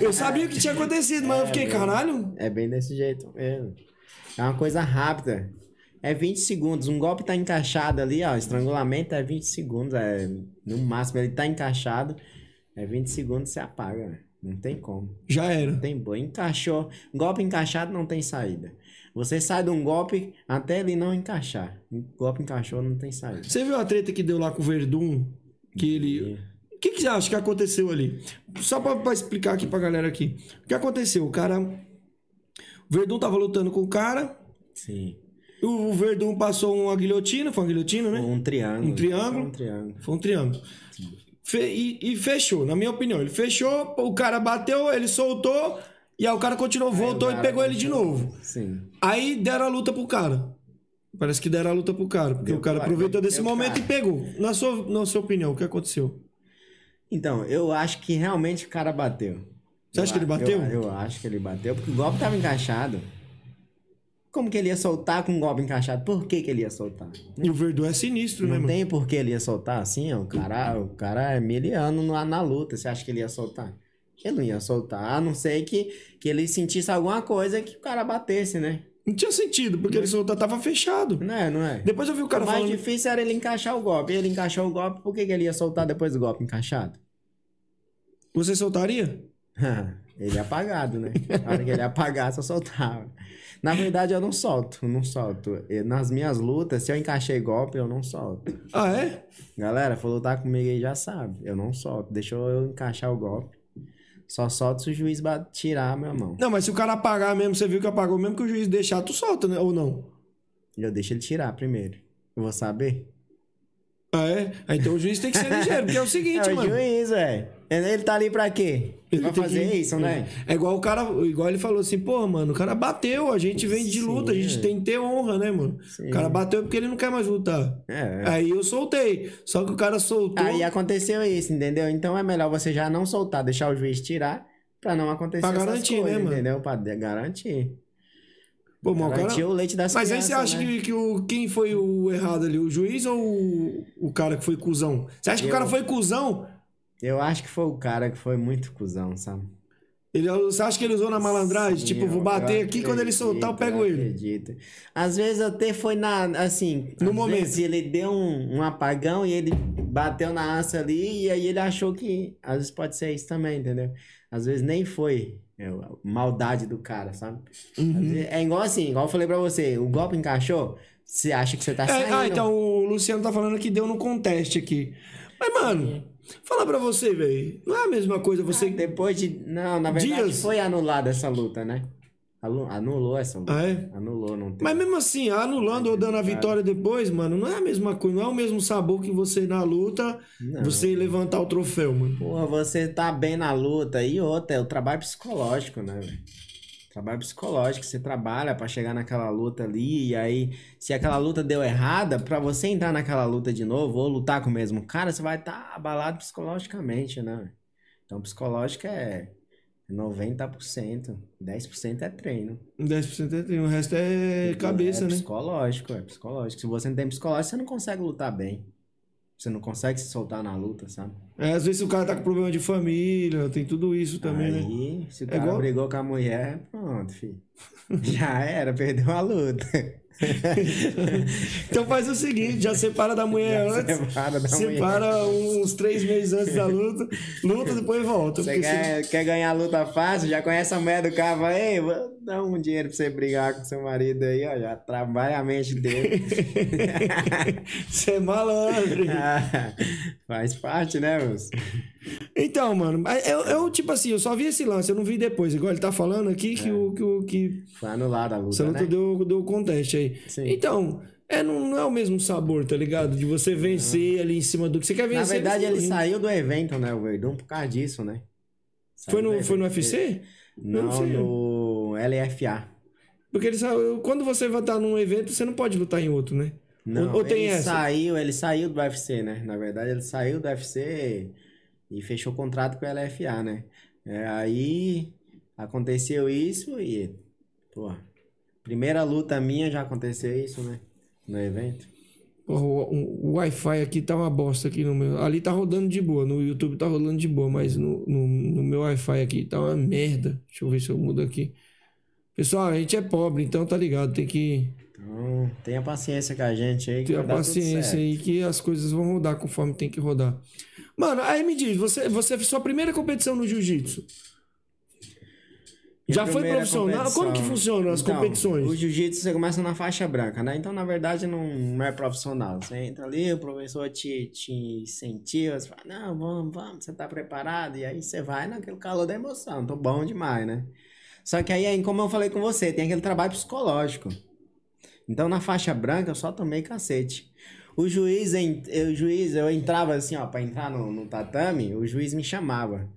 S3: Eu sabia o que tinha acontecido, mas eu fiquei, caralho.
S4: É bem desse jeito mesmo. É uma coisa rápida. É 20 segundos. Um golpe tá encaixado ali, ó. Estrangulamento é 20 segundos. É, no máximo, ele tá encaixado. É 20 segundos você apaga. né? Não tem como.
S3: Já
S4: Não
S3: era.
S4: tem boi. Encaixou. Golpe encaixado não tem saída. Você sai de um golpe até ele não encaixar. Um Golpe encaixou não tem saída.
S3: Você viu a treta que deu lá com o Verdun? Que ele. O que, que você acha que aconteceu ali? Só pra, pra explicar aqui pra galera aqui. O que aconteceu? O cara. O Verdun tava lutando com o cara.
S4: Sim.
S3: O o Verdun passou uma guilhotina, foi uma guilhotina, né?
S4: Um triângulo.
S3: Um triângulo?
S4: Um triângulo.
S3: Foi um triângulo. Fe- e, e fechou, na minha opinião. Ele fechou, o cara bateu, ele soltou. E aí o cara continuou, voltou
S4: cara
S3: e pegou ele de novo.
S4: Sim.
S3: Aí deram a luta pro cara. Parece que deram a luta pro cara, porque
S4: Deu
S3: o cara
S4: pro-
S3: aproveitou
S4: deu
S3: desse
S4: pro
S3: momento
S4: cara.
S3: e pegou. Na sua, na sua opinião, o que aconteceu?
S4: Então, eu acho que realmente o cara bateu.
S3: Você acha
S4: Eu
S3: que ele
S4: a-
S3: bateu?
S4: Eu, eu acho que ele bateu, porque o golpe tava encaixado. Como que ele ia soltar com o golpe encaixado? Por que, que ele ia soltar?
S3: E o Verdun é sinistro, né,
S4: Não
S3: mano?
S4: tem por que ele ia soltar assim, ó. O cara, o cara é miliano lá na luta. Você acha que ele ia soltar? Ele não ia soltar, a não ser que, que ele sentisse alguma coisa que o cara batesse, né?
S3: Não tinha sentido, porque ele soltou, tava fechado.
S4: Não é, não é?
S3: Depois eu vi o cara
S4: o mais
S3: falando.
S4: difícil era ele encaixar o golpe. Ele encaixou o golpe, por que, que ele ia soltar depois do golpe encaixado? *laughs*
S3: Você soltaria?
S4: ele é apagado, né? Na hora que ele apagasse, eu soltava. Na verdade, eu não solto, não solto. Eu- nas minhas lutas, se eu encaixei golpe, eu não solto.
S3: Ah, é?
S4: Galera, for lutar comigo aí já sabe. Eu não solto. Deixa eu encaixar o golpe. Só solto se o juiz ba- tirar a minha mão.
S3: Não, mas se o cara apagar mesmo, você viu que apagou mesmo que o juiz deixar, tu solta, né? Ou não?
S4: Eu deixo ele tirar primeiro. Eu vou saber.
S3: Ah, é? Ah, Então o juiz tem que ser *laughs* ligeiro, porque é o seguinte,
S4: é o
S3: mano.
S4: juiz, velho. Ele ele tá ali pra quê?
S3: Ele
S4: pra
S3: tem
S4: fazer
S3: que-
S4: isso, né?
S3: É igual o cara, igual ele falou assim, pô, mano, o cara bateu, a gente vem de
S4: Sim.
S3: luta, a gente tem que ter honra, né, mano?
S4: Sim.
S3: O cara bateu porque ele não quer mais lutar.
S4: É.
S3: Aí eu soltei. Só que o cara soltou
S4: Aí aconteceu isso, entendeu? Então é melhor você já não soltar, deixar o juiz tirar pra não acontecer
S3: Pra
S4: essas
S3: garantir,
S4: coisas,
S3: né, mano?
S4: entendeu? Pra de- garantir.
S3: Pô, mas o cara-
S4: garantir o leite das
S3: Mas aí
S4: crianças,
S3: você acha
S4: né?
S3: que, que o, quem foi o errado ali? O juiz ou o, o cara que foi cuzão? Você acha que o
S4: Eu.
S3: cara foi cuzão?
S4: Eu acho que foi o cara que foi muito cuzão, sabe?
S3: Ele, você acha que ele usou na malandragem?
S4: Sim,
S3: tipo,
S4: eu-
S3: vou bater
S4: eu
S3: aqui, quando ele soltar, eu
S4: acredito,
S3: pego ele.
S4: acredito. Às vezes até foi na, assim...
S3: No
S4: às
S3: momento.
S4: vezes ele deu um, um apagão e ele bateu na assa ali e aí ele achou que... Às vezes pode ser isso também, entendeu? Às vezes nem foi é, maldade do cara, sabe?
S3: Uhum.
S4: Às vezes- É igual assim, igual eu falei pra você, o golpe encaixou, você acha que você tá
S3: É,
S4: saindo.
S3: ah, então o Luciano tá falando que deu no conteste aqui. Mas, mano, falar pra você, velho. Não é a mesma coisa você.
S4: Depois de... Não, na verdade
S3: Dias.
S4: foi anulada essa luta, né? Alu- Anulou essa luta.
S3: Ah, é?
S4: Anulou, não tem.
S3: Mas mesmo assim, anulando ou dando a vitória depois, mano, não é a mesma coisa, não é o mesmo sabor que você na luta,
S4: Não.
S3: você levantar o troféu, mano.
S4: Porra, você tá bem na luta. E outra, é o trabalho psicológico, né, velho? Trabalho psicológico, você trabalha pra chegar naquela luta ali, e aí, se aquela luta deu errada, pra você entrar naquela luta de novo, ou lutar com o mesmo cara, você vai estar abalado psicologicamente, né? velho? Então, psicológico é 90%, 10% é treino.
S3: 10% é treino, o resto é cabeça,
S4: é
S3: né?
S4: psicológico, é psicológico. Se você não tem psicológico, você não consegue lutar bem. Você não consegue se soltar na luta, sabe?
S3: É, às vezes o cara tá com problema de família, tem tudo isso também, né?
S4: Aí, se o cara
S3: igual-
S4: brigou com a mulher,
S3: *laughs*
S4: pronto, filho. Já era, perdeu a luta.
S3: Então faz o seguinte, já separa da mulher
S4: *laughs* Já
S3: antes.
S4: separa
S3: Separa,
S4: da
S3: uns três meses antes da luta. Luta, depois volta.
S4: Você
S3: porque se-
S4: quer, quer ganhar a luta fácil? Já conhece a mulher do cara, fala, ei, vou dar um dinheiro pra você brigar com seu marido aí, ó. Já trabalha a mente
S3: *laughs*
S4: dele. *laughs*
S3: Você é malandro.
S4: Ah, Faz parte, né, moço?
S3: Então, mano, mas eu, eu, tipo assim, eu só vi esse lance, eu não vi depois. Igual ele tá falando aqui
S4: É.
S3: que o que, o- que
S4: Foi anulada a luta,
S3: essa
S4: né?
S3: luta deu, deu conteste aí.
S4: Sim.
S3: Então, é, não, não é o mesmo sabor, tá ligado? De você vencer ali em cima do que você quer vencer.
S4: Na verdade,
S3: mas-
S4: ele saiu do evento, né, o Verdun, por causa disso, né? Saiu
S3: Foi
S4: do
S3: no,
S4: evento.
S3: foi no UFC? Eu
S4: Não,
S3: não sei.
S4: no LFA.
S3: Porque ele saiu. Quando você vai estar num evento, você não pode lutar em outro, né?
S4: Não,
S3: Ou- ou tem
S4: ele
S3: essa?
S4: saiu, ele saiu do UFC, né? Na verdade, ele saiu do UFC e fechou contrato com a LFA, né? É, aí aconteceu isso e, pô, primeira luta minha já aconteceu isso, né? No evento.
S3: Porra, o, o- o Wi-Fi aqui tá uma bosta aqui no meu. Ali tá rodando de boa, no YouTube tá rodando de boa, mas no, no, no meu Wi-Fi aqui tá uma merda. Deixa eu ver se eu mudo aqui. Pessoal, a gente é pobre, então tá ligado, tem que
S4: Então, tenha paciência com a gente aí. que
S3: ter a
S4: vai dar tudo
S3: paciência
S4: certo.
S3: aí que as coisas vão rodar conforme tem que rodar. Mano, aí me diz, você, você é sua primeira competição no jiu-jitsu. Já
S4: Minha
S3: foi
S4: primeira
S3: profissional?
S4: competição.
S3: Como que funcionam as
S4: Então,
S3: competições?
S4: O jiu-jitsu você começa na faixa branca, né? Então, na verdade, não, não é profissional. Você entra ali, o professor te, te incentiva, você fala, não, vamos, vamos, você tá preparado. E aí você vai naquele calor da emoção, tô bom demais, né? Só que aí, aí, como eu falei com você, tem aquele trabalho psicológico. Então, na faixa branca, eu só tomei cacete. O juiz, en- eu, o juiz, eu entrava assim, ó, pra entrar no, no tatame, o juiz me chamava.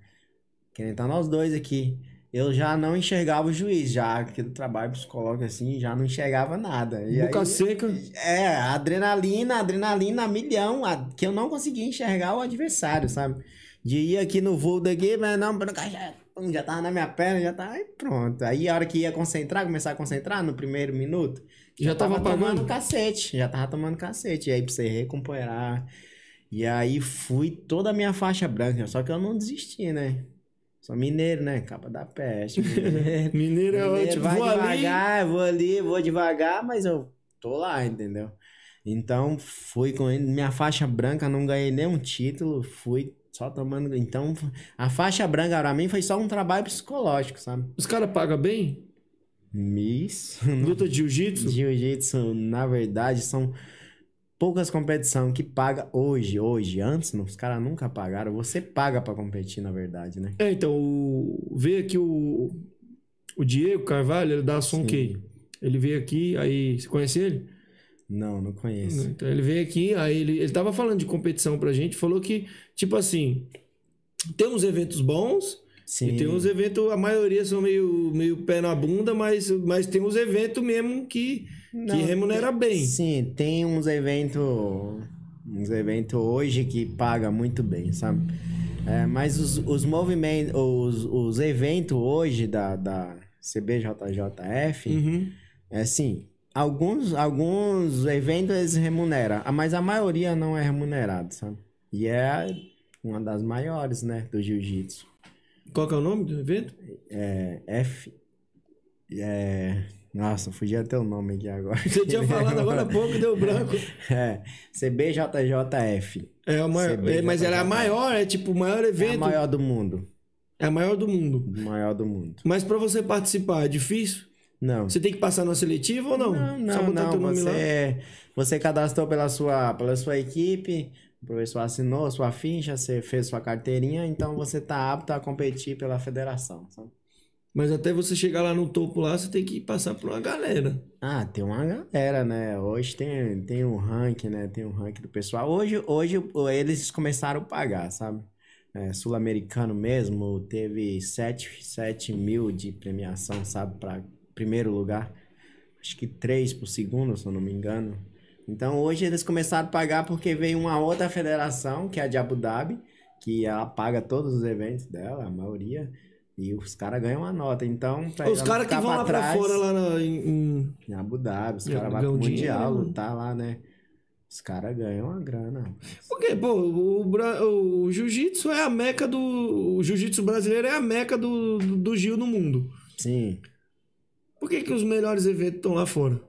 S4: Querendo entrar nós dois aqui. Eu já não enxergava o juiz, já, aquele trabalho psicológico assim, já não enxergava nada. E
S3: Boca
S4: aí,
S3: seca.
S4: é, adrenalina, adrenalina a milhão, a- que eu não conseguia enxergar o adversário, sabe? De ir aqui no voo daqui, mas não, mas não, já, pum, já tava na minha perna, já tava, aí pronto. Aí a hora que ia concentrar, começar a concentrar no primeiro minuto,
S3: Já tava
S4: tomando
S3: apagando?
S4: cacete, já tava tomando cacete. E aí pra você recuperar. E aí fui toda a minha faixa branca, só que eu não desisti, né? Sou mineiro, né? Capa da peste,
S3: *laughs*
S4: mineiro.
S3: Mineiro é
S4: Primeiro
S3: ótimo.
S4: vai
S3: Vou ali.
S4: devagar, eu vou ali, vou devagar, mas eu tô lá, entendeu? Então, fui com ele, minha faixa branca, não ganhei nenhum título, fui só tomando. Então, a faixa branca pra mim foi só um trabalho psicológico, sabe?
S3: Os caras pagam bem?
S4: Miss. *laughs*
S3: Luta de jiu-jitsu?
S4: Jiu-jitsu, na verdade, são poucas competições que paga hoje, hoje. Antes, não, os caras nunca pagaram. Você paga pra competir, na verdade, né?
S3: É, então, o... veio aqui o... o Diego Carvalho, ele da Sonkei. Ele veio aqui, aí. Você conhece ele?
S4: Não, não conheço.
S3: Então, ele veio aqui, aí ele, ele tava falando de competição pra gente, falou que, tipo assim, tem uns eventos bons
S4: Sim.
S3: e tem um uns eventos, a maioria são meio, meio pé na bunda, mas, mas tem uns eventos mesmo que,
S4: Não,
S3: que remunera bem.
S4: Sim, tem uns eventos. Uns eventos hoje que paga muito bem, sabe? É, mas os, os movimentos. Os, os eventos hoje da, da CBJJF.
S3: Uhum.
S4: É assim, alguns, alguns eventos eles remuneram, ah, mas a maioria não é remunerado, sabe? E é uma das maiores, né, do jiu-jitsu.
S3: Qual que é o nome do evento?
S4: É, F... É... Nossa, fugi até o nome aqui agora.
S3: Você tinha
S4: *laughs*
S3: falado agora há pouco, deu branco.
S4: É, CBJJF.
S3: É, a maior,
S4: CBJJF.
S3: é, mas ela é a maior, é tipo o maior
S4: É a
S3: evento.
S4: maior do mundo.
S3: é a maior do mundo.
S4: Maior do mundo.
S3: Mas pra você participar é difícil?
S4: Não.
S3: Você tem que passar na seletiva ou não?
S4: Não,
S3: Só
S4: não,
S3: botar
S4: não.
S3: teu nome lá.
S4: Você, é- você cadastrou pela sua, pela sua equipe, o professor assinou sua ficha, você fez sua carteirinha, então você tá apto a competir pela federação. sabe?
S3: Mas até você chegar lá no topo lá, você tem que passar por uma galera.
S4: Ah, tem uma galera, né? Hoje tem, tem um ranking, né? Tem um ranking do pessoal. Hoje, hoje eles começaram a pagar, sabe? É, Sul-americano mesmo teve 7, 7 mil de premiação, sabe? Para primeiro lugar. Acho que 3 por segundo, se eu não me engano. Então hoje eles começaram a pagar porque veio uma outra federação, que é a de Abu Dhabi, que ela paga todos os eventos dela, a maioria. E os caras ganham uma nota. Então, pra
S3: Os
S4: ela não
S3: caras que
S4: ficar
S3: vão lá pra
S4: trás-
S3: fora, lá na- em, em-
S4: em Abu Dhabi, os
S3: Já
S4: caras vão pro
S3: ganham é um dinheiro,
S4: Mundial,
S3: né?
S4: lutar tá lá, né? Os caras ganham uma grana. rapaz.
S3: Porque, pô, o, bra- o jiu-jitsu é a meca do. O jiu-jitsu brasileiro é a meca do, do, do Gil no mundo.
S4: Sim.
S3: Por que, que os melhores eventos estão lá fora?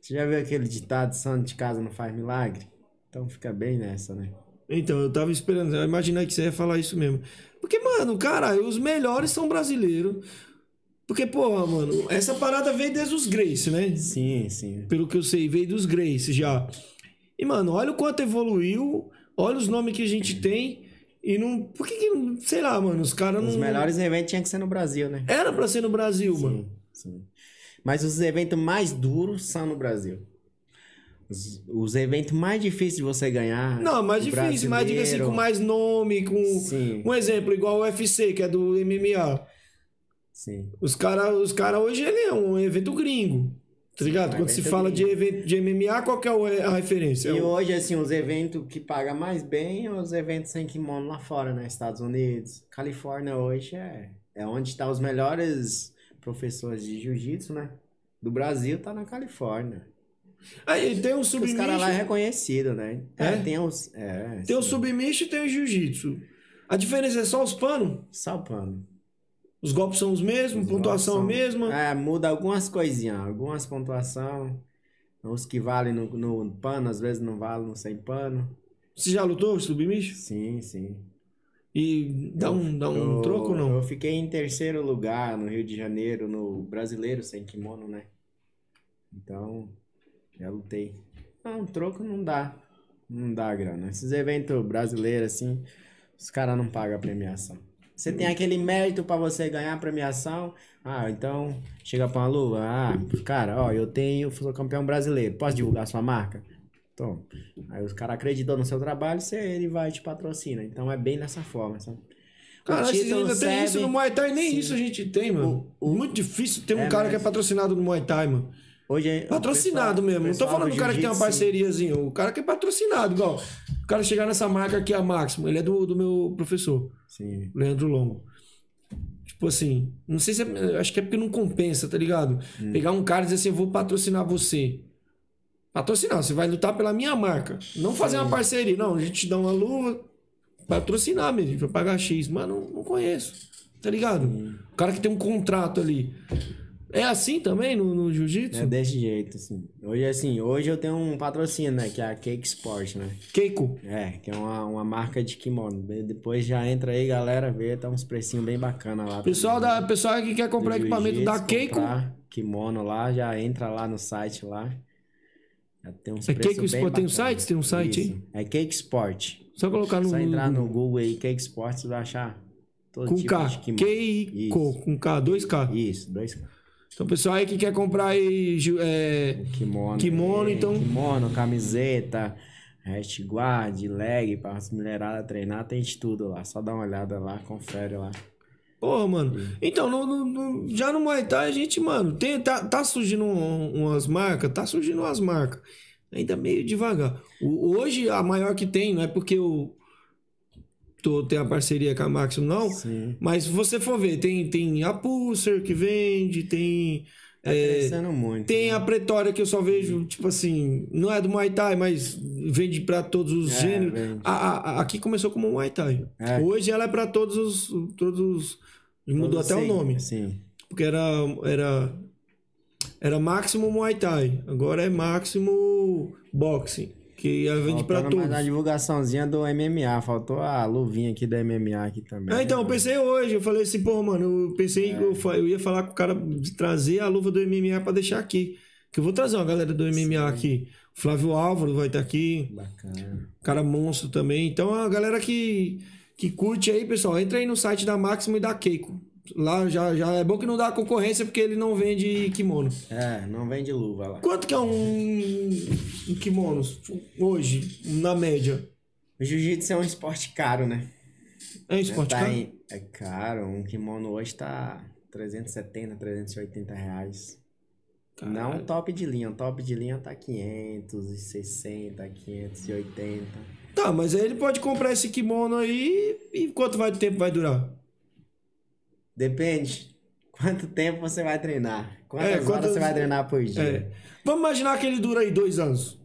S4: Você já viu aquele ditado, santo de casa não faz milagre? Então fica bem nessa, né?
S3: Então, eu tava esperando, eu imaginei que você ia falar isso mesmo. Porque, mano, cara, os melhores são brasileiros. Porque, porra, mano, essa parada veio desde os Grace, né?
S4: Sim, sim.
S3: Pelo que eu sei, veio dos Grace já. E, mano, olha o quanto evoluiu, olha os nomes que a gente tem. E não. Por que que. não- Sei lá, mano, os caras não.
S4: Os melhores eventos tinham que ser no Brasil, né?
S3: Era pra ser no Brasil, mano.
S4: Sim, sim. Mas os eventos mais duros são no Brasil. Os, os eventos mais difíceis de você ganhar.
S3: Não, mais
S4: o
S3: difícil, mas diga assim,
S4: brasileiro-
S3: com mais nome, com.
S4: Sim,
S3: Um exemplo, igual o UFC, que é do MMA.
S4: sim.
S3: Os caras os cara hoje ele é um evento gringo. Tá ligado?
S4: É um
S3: Quando se
S4: evento
S3: fala de
S4: gringo.
S3: evento de MMA, qual que é o- a referência?
S4: E
S3: É o-
S4: hoje, assim, os eventos que pagam mais bem é os eventos sem kimono lá fora, né? Estados Unidos. Califórnia hoje é, é onde estão os melhores professores de jiu-jitsu, né? Do Brasil tá na Califórnia.
S3: Aí tem um o
S4: Os
S3: submission.
S4: caras lá é reconhecido, né?
S3: É?
S4: tem os. É,
S3: Tem um o
S4: sim.
S3: submission e tem o jiu-jitsu. A diferença é só os panos?
S4: Só o pano.
S3: Os golpes são os mesmos,
S4: Os
S3: pontuação
S4: golpes
S3: a mesma.
S4: É, muda algumas coisinhas, algumas pontuação. Os que valem no, no pano, às vezes não valem no sem pano.
S3: Você já lutou submission?
S4: Sim, sim.
S3: E dá um, dá um
S4: Eu-
S3: troco ou não?
S4: Eu fiquei em terceiro lugar no Rio de Janeiro, no brasileiro sem kimono, né? Então, já lutei. Ah, um troco não dá. Não dá grana. Esses eventos brasileiros, assim, os caras não pagam a premiação. Você tem aquele mérito pra você ganhar a premiação. Ah, então chega pra uma lua. Ah, cara, ó, eu tenho, eu sou campeão brasileiro. Posso divulgar sua marca? Então, aí os caras acreditam no seu trabalho, você, ele vai e te patrocina. Então é bem nessa forma, sabe? O
S3: Cara, vocês
S4: título
S3: ainda tem
S4: serve-
S3: isso no Muay Thai, nem
S4: Sim.
S3: isso a gente tem, mano. Muito difícil ter um
S4: É,
S3: cara que é
S4: mas-
S3: patrocinado no Muay Thai, mano.
S4: Hoje é- o
S3: Patrocinado
S4: pessoal-
S3: mesmo. Não tô
S4: pessoal
S3: falando do cara que tem uma
S4: jiu-jitsu,
S3: parceriazinha. O cara que é patrocinado, igual. O cara chegar nessa marca aqui, a Máximo. Ele é do, do meu professor,
S4: Sim.
S3: Leandro Longo. Tipo assim, não sei se é, Acho que é porque não compensa, tá ligado?
S4: Hum.
S3: Pegar um cara e dizer assim, eu vou patrocinar você. Patrocinar, você vai lutar pela minha marca. Não fazer uma parceria, não. A gente te dá uma luva, patrocinar mesmo, vai pagar X. Mas não, não conheço, tá ligado? O cara que tem um contrato ali. É assim também no, no jiu-jitsu?
S4: É desse jeito, assim. Hoje, assim, hoje eu tenho um patrocínio, né? Que é a Cake Sport, né?
S3: Keiko.
S4: É, que é uma, uma marca de kimono. Bem, Depois já entra aí, galera, vê, tá uns precinhos bem bacana lá.
S3: Pessoal, da, pessoal que quer
S4: Do
S3: comprar equipamento da
S4: jiu-jitsu,
S3: Keiko.
S4: comprar Kimono lá, já entra lá no site lá. Já tem uns
S3: É
S4: preços
S3: Keiko
S4: bem
S3: Sport, tem um
S4: bacana.
S3: site? Tem um site,
S4: Isso. É Cake Sport.
S3: Só colocar no.
S4: Só entrar no Google aí, Cake Sport, você vai achar todo
S3: Com
S4: tipo
S3: K.
S4: de kimono.
S3: Keiko.
S4: Isso.
S3: Com K. 2K.
S4: Isso, dois
S3: Então, pessoal aí que quer comprar aí. ju- É,
S4: Kimono.
S3: Kimono,
S4: é,
S3: então.
S4: Kimono, camiseta, hat guard, leg, pra as mulheradas treinar, tem de tudo lá. Só dá uma olhada lá, confere lá.
S3: porra, mano. Então, no- no- no- já no Muay Thai, a gente, mano, tem, tá, tá surgindo um- umas marcas. Tá surgindo umas marcas. Ainda meio devagar. O- hoje, a maior que tem, não é porque eu. Tô, tenho a parceria com a Maxim, não.
S4: Sim.
S3: Mas se você for ver, tem, tem a Pulser que vende, tem.
S4: Tá crescendo muito. né?
S3: Tem a Pretória que eu só vejo, tipo assim, não é do Muay Thai, mas vende pra todos os
S4: É,
S3: gêneros.
S4: vende.
S3: A, a- a- aqui começou como Muay Thai.
S4: É.
S3: Hoje ela é pra todos os. Todos os- Mudou até
S4: Sim,
S3: o nome.
S4: Sim.
S3: Porque era. Era. Era Máximo Muay Thai. Agora é Máximo Boxing. Que ela vende pra
S4: Faltando mais
S3: todos.
S4: a divulgaçãozinha do MMA. Faltou a luvinha aqui do MMA aqui também.
S3: Ah, então, eu pensei hoje, eu falei assim, pô, mano, eu pensei que eu, fa- eu ia falar com o cara de trazer a luva do MMA pra deixar aqui. Que eu vou trazer uma galera do MMA aqui. O Flávio Álvaro vai estar aqui,
S4: Bacana.
S3: cara monstro também. Então, a galera que, que curte aí, pessoal, entra aí no site da Máximo e da Keiko. Lá já, já é bom que não dá concorrência porque ele não vende kimono.
S4: É, não vende luva lá.
S3: Quanto que é um, um kimono hoje, na média?
S4: O jiu-jitsu é um esporte caro, né?
S3: É um esporte,
S4: tá
S3: cara?
S4: em- É caro. Um kimono hoje tá 370, 380 reais. Não top de linha, o top de linha tá 560, 580.
S3: Tá, mas aí ele pode comprar esse kimono aí e quanto vai, tempo vai durar?
S4: Depende quanto tempo você vai treinar. Quantas
S3: É,
S4: horas
S3: quantas-
S4: É. você vai treinar por dia.
S3: É. Vamos imaginar que ele dura aí dois anos.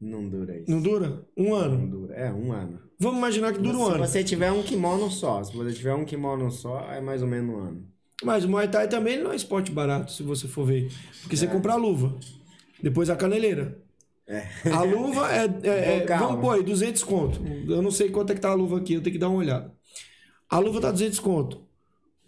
S4: Não dura isso.
S3: Não dura? Um
S4: Não
S3: ano.
S4: dura. É, um ano.
S3: Vamos imaginar que dura um
S4: Se
S3: ano.
S4: você tiver um kimono só, se você tiver um kimono só, é mais ou menos um ano.
S3: Mas o Muay Thai também não é esporte barato, se você for ver. Porque
S4: É.
S3: você compra a luva, depois a caneleira. A luva é. é- é-
S4: Bom, calma.
S3: vamos pôr aí, 200 conto. Eu não sei quanto é que tá a luva aqui, eu tenho que dar uma olhada. A luva tá 200 conto.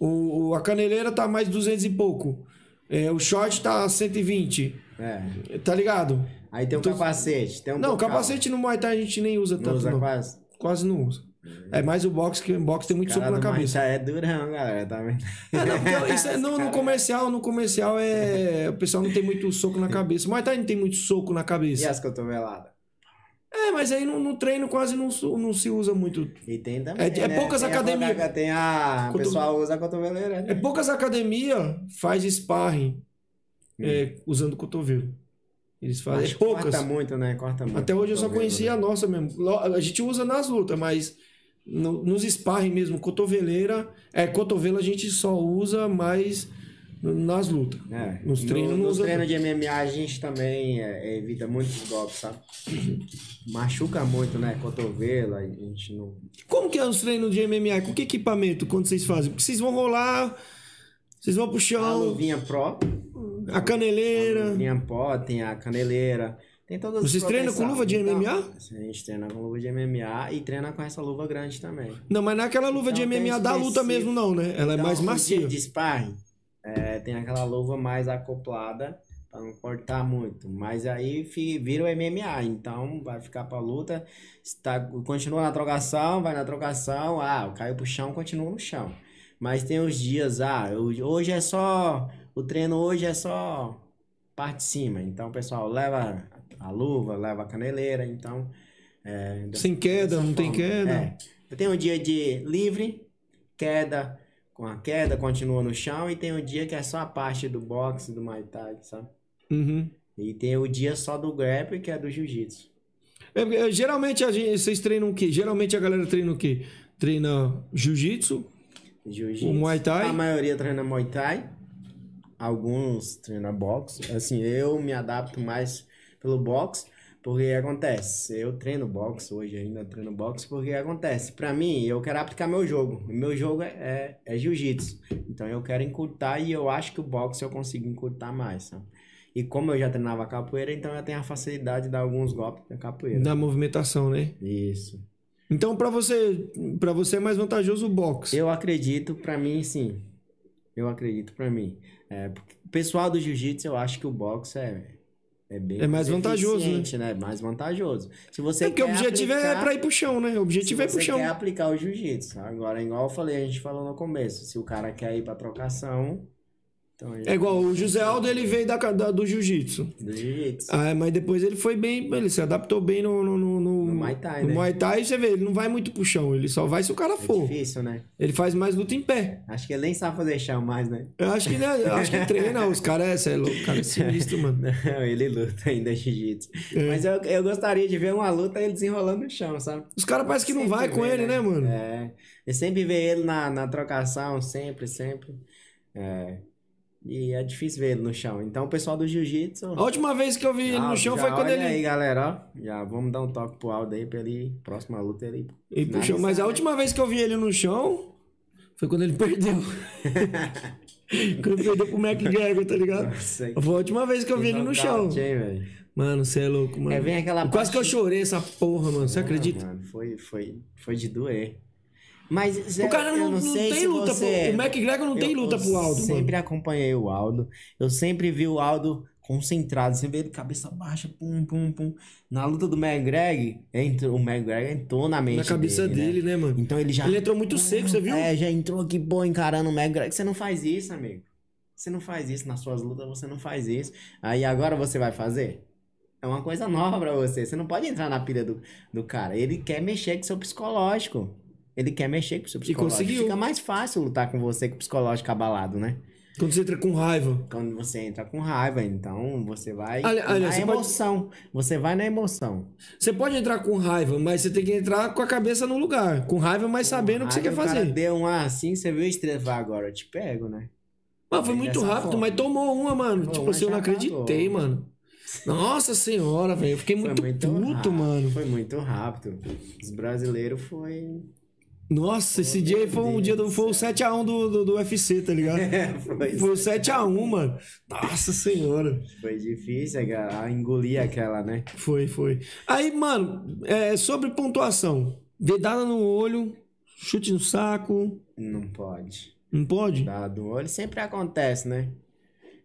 S3: O, o- a caneleira tá mais 200 e pouco. É, o short tá 120.
S4: É.
S3: Tá ligado?
S4: Aí tem o
S3: Então-
S4: capacete. Tem um
S3: Não,
S4: bocal.
S3: capacete tá no Muay Thai a gente nem usa
S4: Não
S3: tanto.
S4: usa
S3: não.
S4: quase.
S3: Quase não usa. É mais o boxe, que o boxe tem muito
S4: Cara
S3: soco na
S4: do Muay
S3: cabeça.
S4: Thai é durão, galera, tá vendo?
S3: É, não, porque isso é- no, no comercial, no comercial é. O pessoal não tem muito soco na cabeça. Muay Thai não tem muito soco na
S4: E
S3: cabeça.
S4: as cotoveladas?
S3: É, mas aí no, no treino quase não, su- não se usa muito.
S4: E tem também,
S3: É de- é
S4: né?
S3: poucas
S4: Tem a
S3: academias.
S4: cotovelada, Tem a... O
S3: Coto-
S4: pessoal usa a cotoveleira,
S3: É,
S4: né?
S3: poucas academias faz sparring é, usando cotovelo. Eles fazem.
S4: Mas
S3: é poucas.
S4: Corta muito, né? Corta muito.
S3: Até hoje eu só
S4: cotovelo,
S3: conhecia a
S4: né?
S3: nossa mesmo. Lo- A gente usa nas lutas, mas no- nos sparring mesmo, cotoveleira. É, cotovelo a gente só usa mais nas lutas.
S4: É.
S3: Nos
S4: No-
S3: treinos não
S4: nos
S3: usa
S4: treinos de MMA a gente também é, evita muitos golpes,
S3: *clears throat*
S4: sabe? Machuca muito, né? Cotovelo, a gente não.
S3: Como que é os treinos de MMA? Com que equipamento quando vocês fazem? Porque vocês vão rolar, vocês vão pro
S4: A
S3: chão,
S4: luvinha pró,
S3: a
S4: a
S3: caneleira.
S4: luvinha pó, tem a caneleira. Tem todas as
S3: Vocês treinam com
S4: proteções,
S3: luva de
S4: então.
S3: MMA?
S4: Sim, a gente treina com luva de MMA e treina com essa luva grande também.
S3: Não, mas não é aquela luva
S4: Então,
S3: de
S4: tem
S3: MMA da luta
S4: específico.
S3: mesmo, não, né? Ela é
S4: Então,
S3: mais
S4: no
S3: macia.
S4: dia De sparring, é, tem aquela luva mais acoplada pra não cortar muito. Mas aí fi- vira o MMA, então vai ficar pra luta. Está, continua na trocação, vai na trocação. Ah, caiu pro chão, continua no chão. Mas tem os dias, ah, eu- hoje é só. O treino hoje é só parte de cima. Então, pessoal, leva a luva, leva a caneleira, então. é,
S3: Sem queda, não tem
S4: forma.
S3: queda.
S4: É. Eu tenho um dia de livre, queda, com a queda continua no chão, e tem um dia que é só a parte do boxe, do Muay Thai, sabe?
S3: Uhum.
S4: E tem o dia só do grappling, que é do jiu-jitsu.
S3: É, é, geralmente a gente- vocês treinam o quê? Geralmente a galera treina o quê? Treina jiu-jitsu.
S4: Jiu-jitsu.
S3: O Muay Thai?
S4: A maioria treina Muay Thai. Alguns treinam boxe. Assim, eu me adapto mais pelo boxe. Porque acontece, eu treino boxe hoje ainda, treino boxe, porque acontece, pra mim, eu quero aplicar meu jogo, o meu jogo é, é, é jiu-jitsu, então eu quero encurtar e eu acho que o boxe eu consigo encurtar mais, sabe? E como eu já treinava capoeira, então eu tenho a facilidade de dar alguns golpes na capoeira.
S3: Da movimentação, né?
S4: Isso.
S3: Então, pra você, para você é mais vantajoso o boxe.
S4: Eu acredito, pra mim, sim. Eu acredito, pra mim. É, porque o pessoal do jiu-jitsu, eu acho que o boxe é, é bem
S3: É mais vantajoso, né?
S4: eficiente, né? É mais vantajoso. Se você
S3: é porque o
S4: quer
S3: objetivo é
S4: aplicar-
S3: pra ir pro chão, né? O
S4: se
S3: objetivo é ir
S4: você
S3: pro chão.
S4: quer aplicar o jiu-jitsu. Agora, igual eu falei, a gente falou no começo, se o cara quer ir pra trocação, então ele
S3: É igual o José Aldo, ele veio da, ca- da- do jiu-jitsu.
S4: do jiu-jitsu.
S3: Ah, mas depois ele foi bem, ele se adaptou bem no, no, no, no,
S4: No Muay Thai,
S3: no
S4: né?
S3: Muay Thai, você vê, ele não vai muito pro chão, ele só vai se o cara
S4: É
S3: for.
S4: difícil, né?
S3: Ele faz mais luta em pé.
S4: Acho que ele nem sabe fazer chão mais, né? *laughs*
S3: Eu acho que, né, eu acho que treina os caras, é, cê é louco, o cara é sinistro, mano.
S4: Não, ele luta ainda jiu-jitsu.
S3: É.
S4: Mas eu, eu gostaria de ver uma luta ele desenrolando no chão, sabe?
S3: Os caras parece que não
S4: Sempre
S3: vai com
S4: vê,
S3: ele, né, mano?
S4: É. Eu sempre vê ele na, na trocação, sempre, sempre. É. E é difícil ver ele no chão. Então o pessoal do jiu-jitsu.
S3: A última vez que eu vi ele
S4: Ah,
S3: no chão
S4: já
S3: foi quando
S4: olha
S3: ele.
S4: aí, galera, ó. Já vamos dar um toque pro Aldo aí pra ele. Próxima luta ele.
S3: ele pro chão.
S4: finalizar,
S3: Mas a
S4: né?
S3: última vez que eu vi ele no chão foi quando ele
S4: *laughs*
S3: perdeu. quando ele perdeu pro McGregor, tá ligado?
S4: Nossa, hein?
S3: Foi a última vez que eu vi ele no chão.
S4: Nocaute, hein, velho?
S3: Mano, você é louco, mano.
S4: É, vem aquela
S3: Quase que eu chorei essa porra, mano. Você
S4: Ah,
S3: acredita?
S4: mano, foi, foi, foi de doer. Mas Zé,
S3: O cara
S4: eu
S3: não, não,
S4: sei
S3: tem
S4: se
S3: luta,
S4: você...
S3: pô. O McGregor não tem
S4: Eu-
S3: luta pro Aldo,
S4: Eu sempre acompanhei o Aldo. Eu sempre vi o Aldo concentrado. Você vê ele cabeça baixa, pum, pum, pum. Na luta do McGreg, entrou, o McGreg entrou na mente
S3: mano. Na cabeça
S4: dele, né?
S3: dele, né, mano?
S4: Então ele já...
S3: Ele entrou muito seco, você viu?
S4: É, já entrou aqui, pô, encarando o McGregor. Você não faz isso, amigo. Você não faz isso nas suas lutas, você não faz isso. Aí agora você vai fazer? É uma coisa nova pra você. Você não pode entrar na pilha do, do cara. Ele quer mexer com seu psicológico. Ele quer mexer com seu psicológico.
S3: conseguiu.
S4: Fica mais fácil lutar com você com o psicológico abalado, né?
S3: Quando você entra com raiva.
S4: Quando você entra com raiva, então você vai
S3: Olha- olha,
S4: na
S3: você pode-
S4: emoção. Você vai na emoção.
S3: Você pode entrar com raiva, mas você tem que entrar com a cabeça no lugar. Com raiva, mas sabendo o que você
S4: Aí
S3: quer
S4: o cara
S3: fazer.
S4: deu um ar assim, você viu estrevar agora. Eu te pego, né?
S3: Mano, foi
S4: Bem
S3: muito
S4: dessa
S3: rápido,
S4: forma.
S3: mas tomou uma, mano.
S4: Tomou
S3: tipo
S4: uma,
S3: assim, eu
S4: já
S3: não acreditei,
S4: acabou.
S3: mano. Nossa senhora, velho. Eu fiquei
S4: Foi
S3: muito, puto,
S4: rápido,
S3: mano.
S4: Foi muito rápido. Os brasileiros foi. *laughs*
S3: Nossa, esse dia aí foi um
S4: Deus
S3: dia do.
S4: do
S3: Foi o 7x1 do, do, do UFC, tá
S4: *laughs*
S3: ligado?
S4: É, foi,
S3: Foi o 7x1, mano. Nossa senhora.
S4: foi difícil é a, a engolir aquela, né?
S3: Foi, foi. Aí, mano, é, sobre pontuação. Dedada no olho, chute no saco.
S4: Não pode.
S3: Não pode?
S4: Dado um olho sempre acontece, né?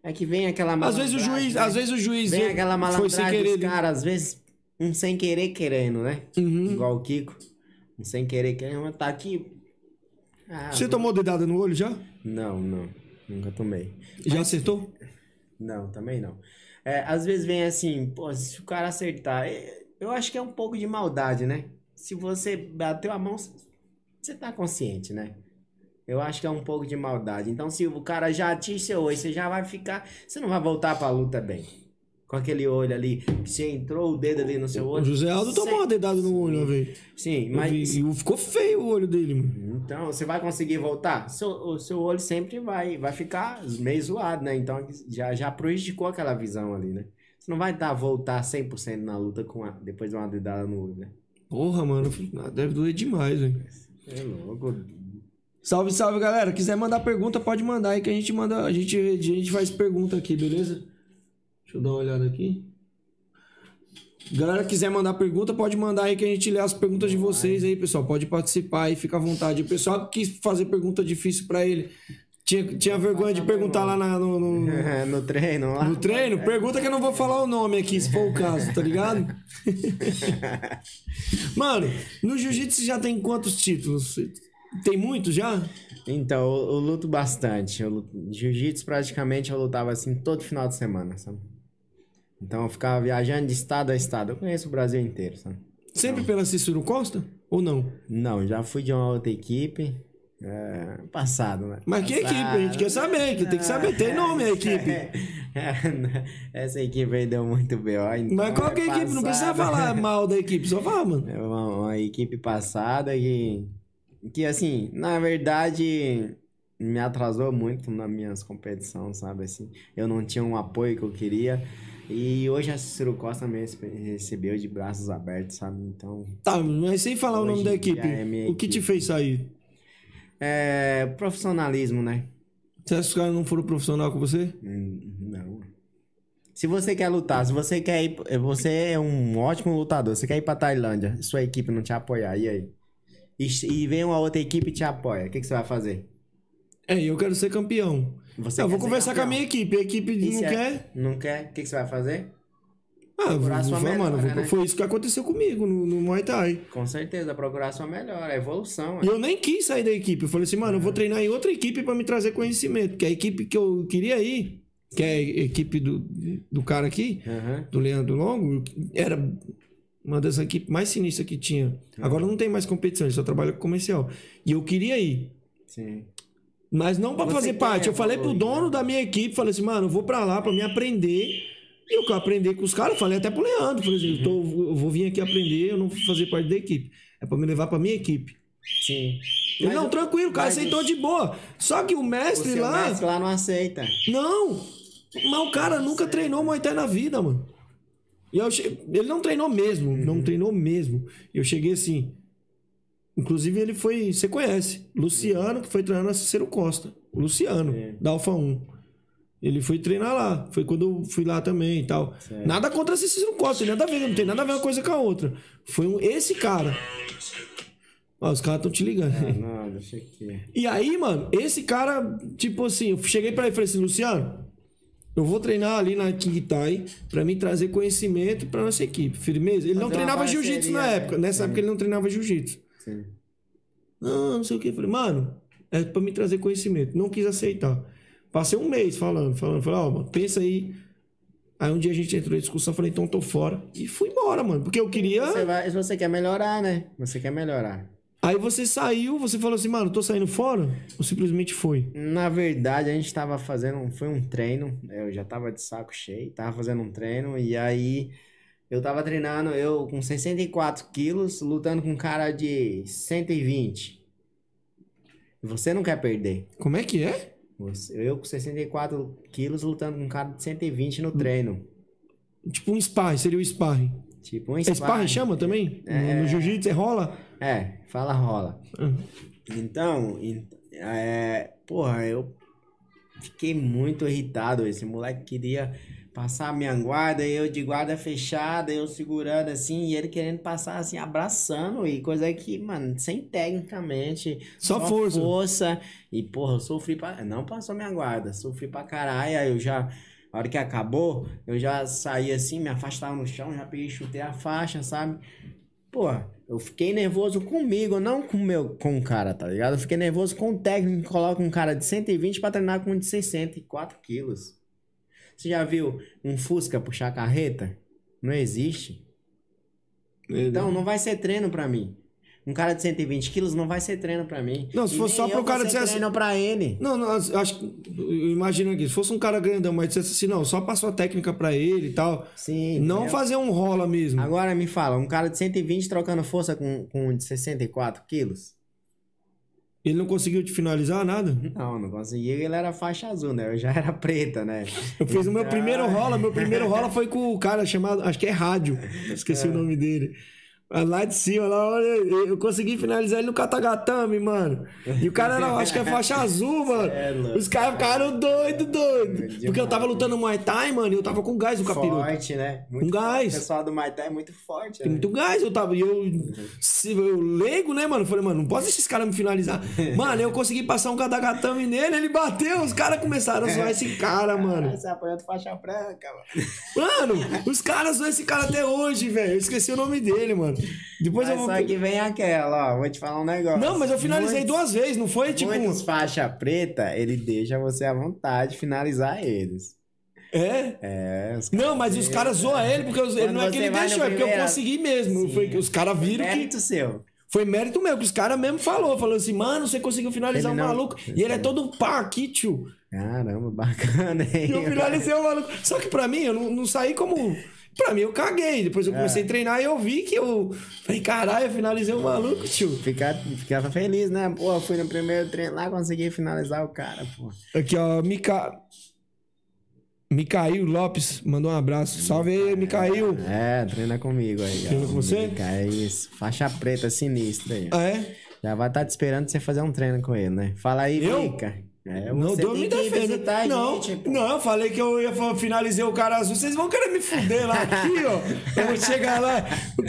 S4: É que vem aquela
S3: Às vezes o juiz,
S4: né?
S3: às vezes o juiz
S4: vem
S3: ele-
S4: aquela
S3: foi sem
S4: malandragem
S3: querer. né?
S4: dos caras, às vezes um sem querer querendo, né?
S3: Uhum.
S4: Igual o Kiko. Um sem querer querendo, mas tá aqui. Ah,
S3: Você tomou dedada no olho já?
S4: Não, não. Nunca tomei.
S3: Já acertou?
S4: Não, também não. É, às vezes vem assim, pô, se o cara acertar, é, eu acho que é um pouco de maldade, né? Se você bateu a mão, você tá consciente, né? Eu acho que é um pouco de maldade. Então, se o cara já atinge seu olho, você já vai ficar. Você não vai voltar pra luta bem. Com aquele olho ali, você entrou o dedo ali no seu
S3: O
S4: olho.
S3: José Aldo
S4: você-
S3: tomou uma dedada no olho, uma vez.
S4: Sim,
S3: Eu
S4: mas.
S3: vi- E ficou feio o olho dele, mano.
S4: Então, você vai conseguir voltar? Seu, o seu olho sempre vai, vai ficar meio zoado, né? Então, já, já prejudicou aquela visão ali, né? Você não vai dar voltar 100% na luta com a- depois de uma dedada no olho, né?
S3: Porra, mano, ah, deve doer demais, velho.
S4: É louco.
S3: Salve, salve, galera. Quiser mandar pergunta, pode mandar aí que a gente manda, a gente, a gente faz pergunta aqui, beleza? Deixa eu dar uma olhada aqui. Galera, quiser mandar pergunta, pode mandar aí que a gente lê as perguntas de vocês aí, pessoal. Pode participar aí, fica à vontade. O pessoal que quis fazer pergunta difícil pra ele. Tinha, tinha vergonha de perguntar lá na- no, *laughs* no-
S4: *laughs* no treino lá.
S3: no treino? Pergunta que eu não vou falar o nome aqui, se for o caso, tá
S4: *laughs*
S3: ligado? Mano, no jiu-jitsu já tem quantos títulos? Tem muitos já?
S4: Então, eu, eu luto bastante. Eu luto- Jiu-jitsu, praticamente, eu lutava assim todo final de semana, sabe? Então, eu ficava viajando de estado a estado. Eu conheço o Brasil inteiro, sabe?
S3: Sempre pela Cícero Costa? Ou não?
S4: Não, já fui de uma outra equipe. é, passado, né?
S3: Mas que equipe? A gente quer saber, que tem que saber. Tem nome
S4: *laughs*
S3: a equipe.
S4: É, Essa equipe aí deu muito B.O. então
S3: Mas qual
S4: é
S3: que é a equipe? Não precisa
S4: passada.
S3: falar mal da equipe, só fala, mano.
S4: *laughs* É uma, uma equipe passada que, que, assim, na verdade, me atrasou muito nas minhas competições, sabe? Assim, eu não tinha um apoio que eu queria. E hoje a Cícero Costa me rece- recebeu de braços abertos, sabe? Então,
S3: Tá, mas sem falar o
S4: Hoje
S3: nome da
S4: em dia
S3: equipe.
S4: é minha
S3: O que te
S4: equipe.
S3: fez sair?
S4: é profissionalismo, né?
S3: Você acha que os caras não foram profissional com você? Uhum,
S4: Hum, Não. Se você quer lutar, se você quer ir. Você é um ótimo lutador, você quer ir pra Tailândia, sua equipe não te apoiar, e aí? E, e vem uma outra equipe e te apoia, o que, que você vai fazer?
S3: É, eu quero ser campeão.
S4: Você
S3: Eu
S4: quer
S3: vou
S4: ser
S3: conversar com a
S4: campeão. é
S3: minha equipe. A equipe
S4: E
S3: não
S4: se a-
S3: quer.
S4: Não quer? O que, que você vai fazer?
S3: Ah, vou,
S4: procurar
S3: vou,
S4: sua
S3: falar,
S4: melhora,
S3: mano, vou-
S4: né?
S3: foi isso que aconteceu comigo no, no Muay Thai.
S4: Com certeza, procurar sua melhor, a evolução.
S3: E
S4: é.
S3: eu nem quis sair da equipe. Eu falei assim, mano, eu vou treinar em outra equipe pra me trazer conhecimento. Porque a equipe que eu queria ir, que é a equipe do, do cara aqui,
S4: Aham.
S3: do Leandro Longo, era uma das equipes mais sinistras que tinha. Agora não tem mais competição, ele só trabalha com comercial. E eu queria ir.
S4: Sim.
S3: Mas não pra
S4: Você
S3: fazer
S4: quer
S3: parte. Eu falei pro
S4: evoluir,
S3: dono
S4: né?
S3: da minha equipe, falei assim, mano, eu vou pra lá pra me aprender. E o que eu aprendi com os caras, eu falei até pro Leandro, falei assim, eu,
S4: Uhum.
S3: tô- eu vou vir aqui aprender, eu não vou fazer parte da equipe. É pra me levar pra minha equipe.
S4: Sim.
S3: Ele,
S4: Mas
S3: não,
S4: o-
S3: tranquilo, o cara
S4: mas
S3: aceitou
S4: o-
S3: de boa. Só que o
S4: o
S3: mestre
S4: seu
S3: lá.
S4: mestre lá não aceita.
S3: Não! Mas o cara nunca treinou Muay Thai na vida, mano. E eu che... Ele não treinou mesmo,
S4: Uhum.
S3: não treinou mesmo. Eu cheguei assim. Inclusive, ele foi. Você conhece. Luciano, que foi treinar na Cicero Costa. O Luciano,
S4: Sim.
S3: da Alfa 1. Ele foi treinar lá. Foi quando eu fui lá também e tal.
S4: Certo.
S3: Nada contra Cicero Costa, ele nada a ver, não tem nada a ver uma coisa com a outra. Foi um... esse cara. Ó, os caras estão te ligando.
S4: Ah, não, deixa aqui.
S3: E aí, mano, esse cara, tipo assim, eu cheguei pra ele e falei assim, Luciano, eu vou treinar ali na King Tai pra me trazer conhecimento pra nossa equipe. Firmeza? Ele não
S4: Fazer uma
S3: treinava jiu-jitsu na
S4: parceria, né?
S3: época. Nessa época ele não treinava jiu-jitsu.
S4: Sim.
S3: Não, não sei o que. Falei, mano, é pra me trazer conhecimento. Não quis aceitar. Passei um mês falando, falando, falei, ó, mano, pensa aí. Aí um dia a gente entrou em discussão, falei, então eu tô fora. E fui embora, mano, porque eu queria.
S4: Você, vai, você quer melhorar, né? Você quer melhorar.
S3: Aí você saiu, você falou assim, mano, tô saindo fora? Ou simplesmente foi?
S4: Na verdade, a gente tava fazendo, um- foi um treino, eu já tava de saco cheio, tava fazendo um treino, e aí eu tava treinando, eu com 64 quilos, lutando com um cara de 120. Você não quer perder.
S3: Como é que é?
S4: Você- Eu com 64 quilos, lutando com um cara de 120 no treino.
S3: Tipo um sparring, seria o sparring.
S4: Tipo um
S3: É sparring chama também? No, no jiu-jitsu é rola?
S4: É, fala rola. Então, en- é, porra, eu fiquei muito irritado. Esse moleque queria passar a minha guarda, eu de guarda fechada, eu segurando assim, e ele querendo passar assim, abraçando e coisa que, mano, sem tecnicamente.
S3: Só força.
S4: força. E, porra, eu sofri pra. Não passou minha guarda, sofri pra caralho. Aí eu já. A hora que acabou, eu já saí assim, me afastava no chão, já peguei, e chutei a faixa, sabe? Pô, eu fiquei nervoso comigo, não com o meu, com o cara, tá ligado? Eu fiquei nervoso com o técnico que coloca um cara de 120 pra treinar com um de 64 quilos. Você já viu um Fusca puxar carreta? Não existe. Então não vai ser treino pra mim. Um cara de 120 quilos não vai ser treino pra mim.
S3: Não, se
S4: E
S3: fosse só
S4: nem
S3: pro
S4: eu
S3: cara
S4: vou
S3: de
S4: ser
S3: 60
S4: treino pra ele.
S3: Não, não, eu acho que. Eu imagino aqui, se fosse um cara grandão, mas dissesse assim, não, só passou a técnica pra ele e tal.
S4: Sim.
S3: não
S4: entendeu?
S3: fazer um rola mesmo.
S4: Agora me fala, um cara de 120 trocando força com, com um de 64 quilos?
S3: Ele não conseguiu te finalizar nada?
S4: Não, não consegui. Ele era faixa azul, né? Eu já era preta, né?
S3: Eu fiz o meu
S4: Ah.
S3: primeiro rola, meu primeiro rola foi com o cara chamado, acho que é Rádio, esqueci o nome dele. Mas Lá de cima, lá, olha, eu consegui finalizar ele no Katagatame, mano. E o cara era, acho que é faixa azul, mano.
S4: Cê é louco.
S3: Os caras ficaram doido, doido.
S4: Demais.
S3: Porque eu tava lutando Muay Thai, mano, e eu tava com gás no capiroto.
S4: Forte, né? Muito
S3: Um gás.
S4: forte. O pessoal do Muay Thai é muito forte,
S3: Tem
S4: né?
S3: muito gás, eu tava. E eu, se, eu leigo, né, mano? Eu Falei, mano, não posso deixar esse cara me finalizar. Mano, eu consegui passar um katagatame nele, ele bateu, os caras começaram a zoar esse cara, mano.
S4: Ah, Você apanhou de faixa branca, mano.
S3: Mano, os caras zoam esse cara até hoje, velho. Eu esqueci o nome dele, mano. Depois
S4: Mas
S3: eu vou.
S4: só que vem aquela, ó. Vou te falar um negócio.
S3: Não, mas eu finalizei
S4: Muitos-
S3: duas vezes, não foi? Tipo.
S4: Muitos faixa preta, ele deixa você à vontade finalizar eles.
S3: É?
S4: É, os
S3: Não, mas os caras zoam ele, porque os- ele
S4: Quando
S3: não é que
S4: você
S3: ele
S4: vai no
S3: deixou, é porque eu
S4: primeiro-
S3: consegui mesmo.
S4: Sim.
S3: Foi que os caras viram que.
S4: mérito seu.
S3: Foi mérito meu, que os caras mesmo falou. Falou assim, mano, você conseguiu finalizar o
S4: Ele não-
S3: maluco. E ele é todo pá aqui, tio.
S4: Caramba, bacana, hein?
S3: E eu
S4: *laughs*
S3: finalizei o maluco. Só que pra mim, eu não, não saí como. Pra mim, eu caguei. Depois
S4: É.
S3: eu comecei a treinar e eu vi que eu. Falei, caralho, eu finalizei o maluco, tio.
S4: Ficar, ficava feliz, né? Pô, eu fui no primeiro treino lá, consegui finalizar o cara, pô.
S3: Aqui, ó, Mica... Micael Lopes mandou um abraço. Salve aí, Micael.
S4: É, treina comigo aí. ó.
S3: Treina com você?
S4: É isso. Faixa preta sinistra aí. ó.
S3: Ah, é?
S4: Já vai estar te esperando você fazer um treino com ele, né? Fala aí,
S3: Eu?
S4: Mica. É,
S3: Não,
S4: você
S3: deu
S4: tem
S3: me
S4: que
S3: defesa.
S4: visitar a
S3: né? Não,
S4: gente, pô.
S3: não, eu falei que eu ia fa- finalizar o cara azul. Vocês vão querer me fuder lá aqui,
S4: *laughs*
S3: ó. Eu vou chegar lá.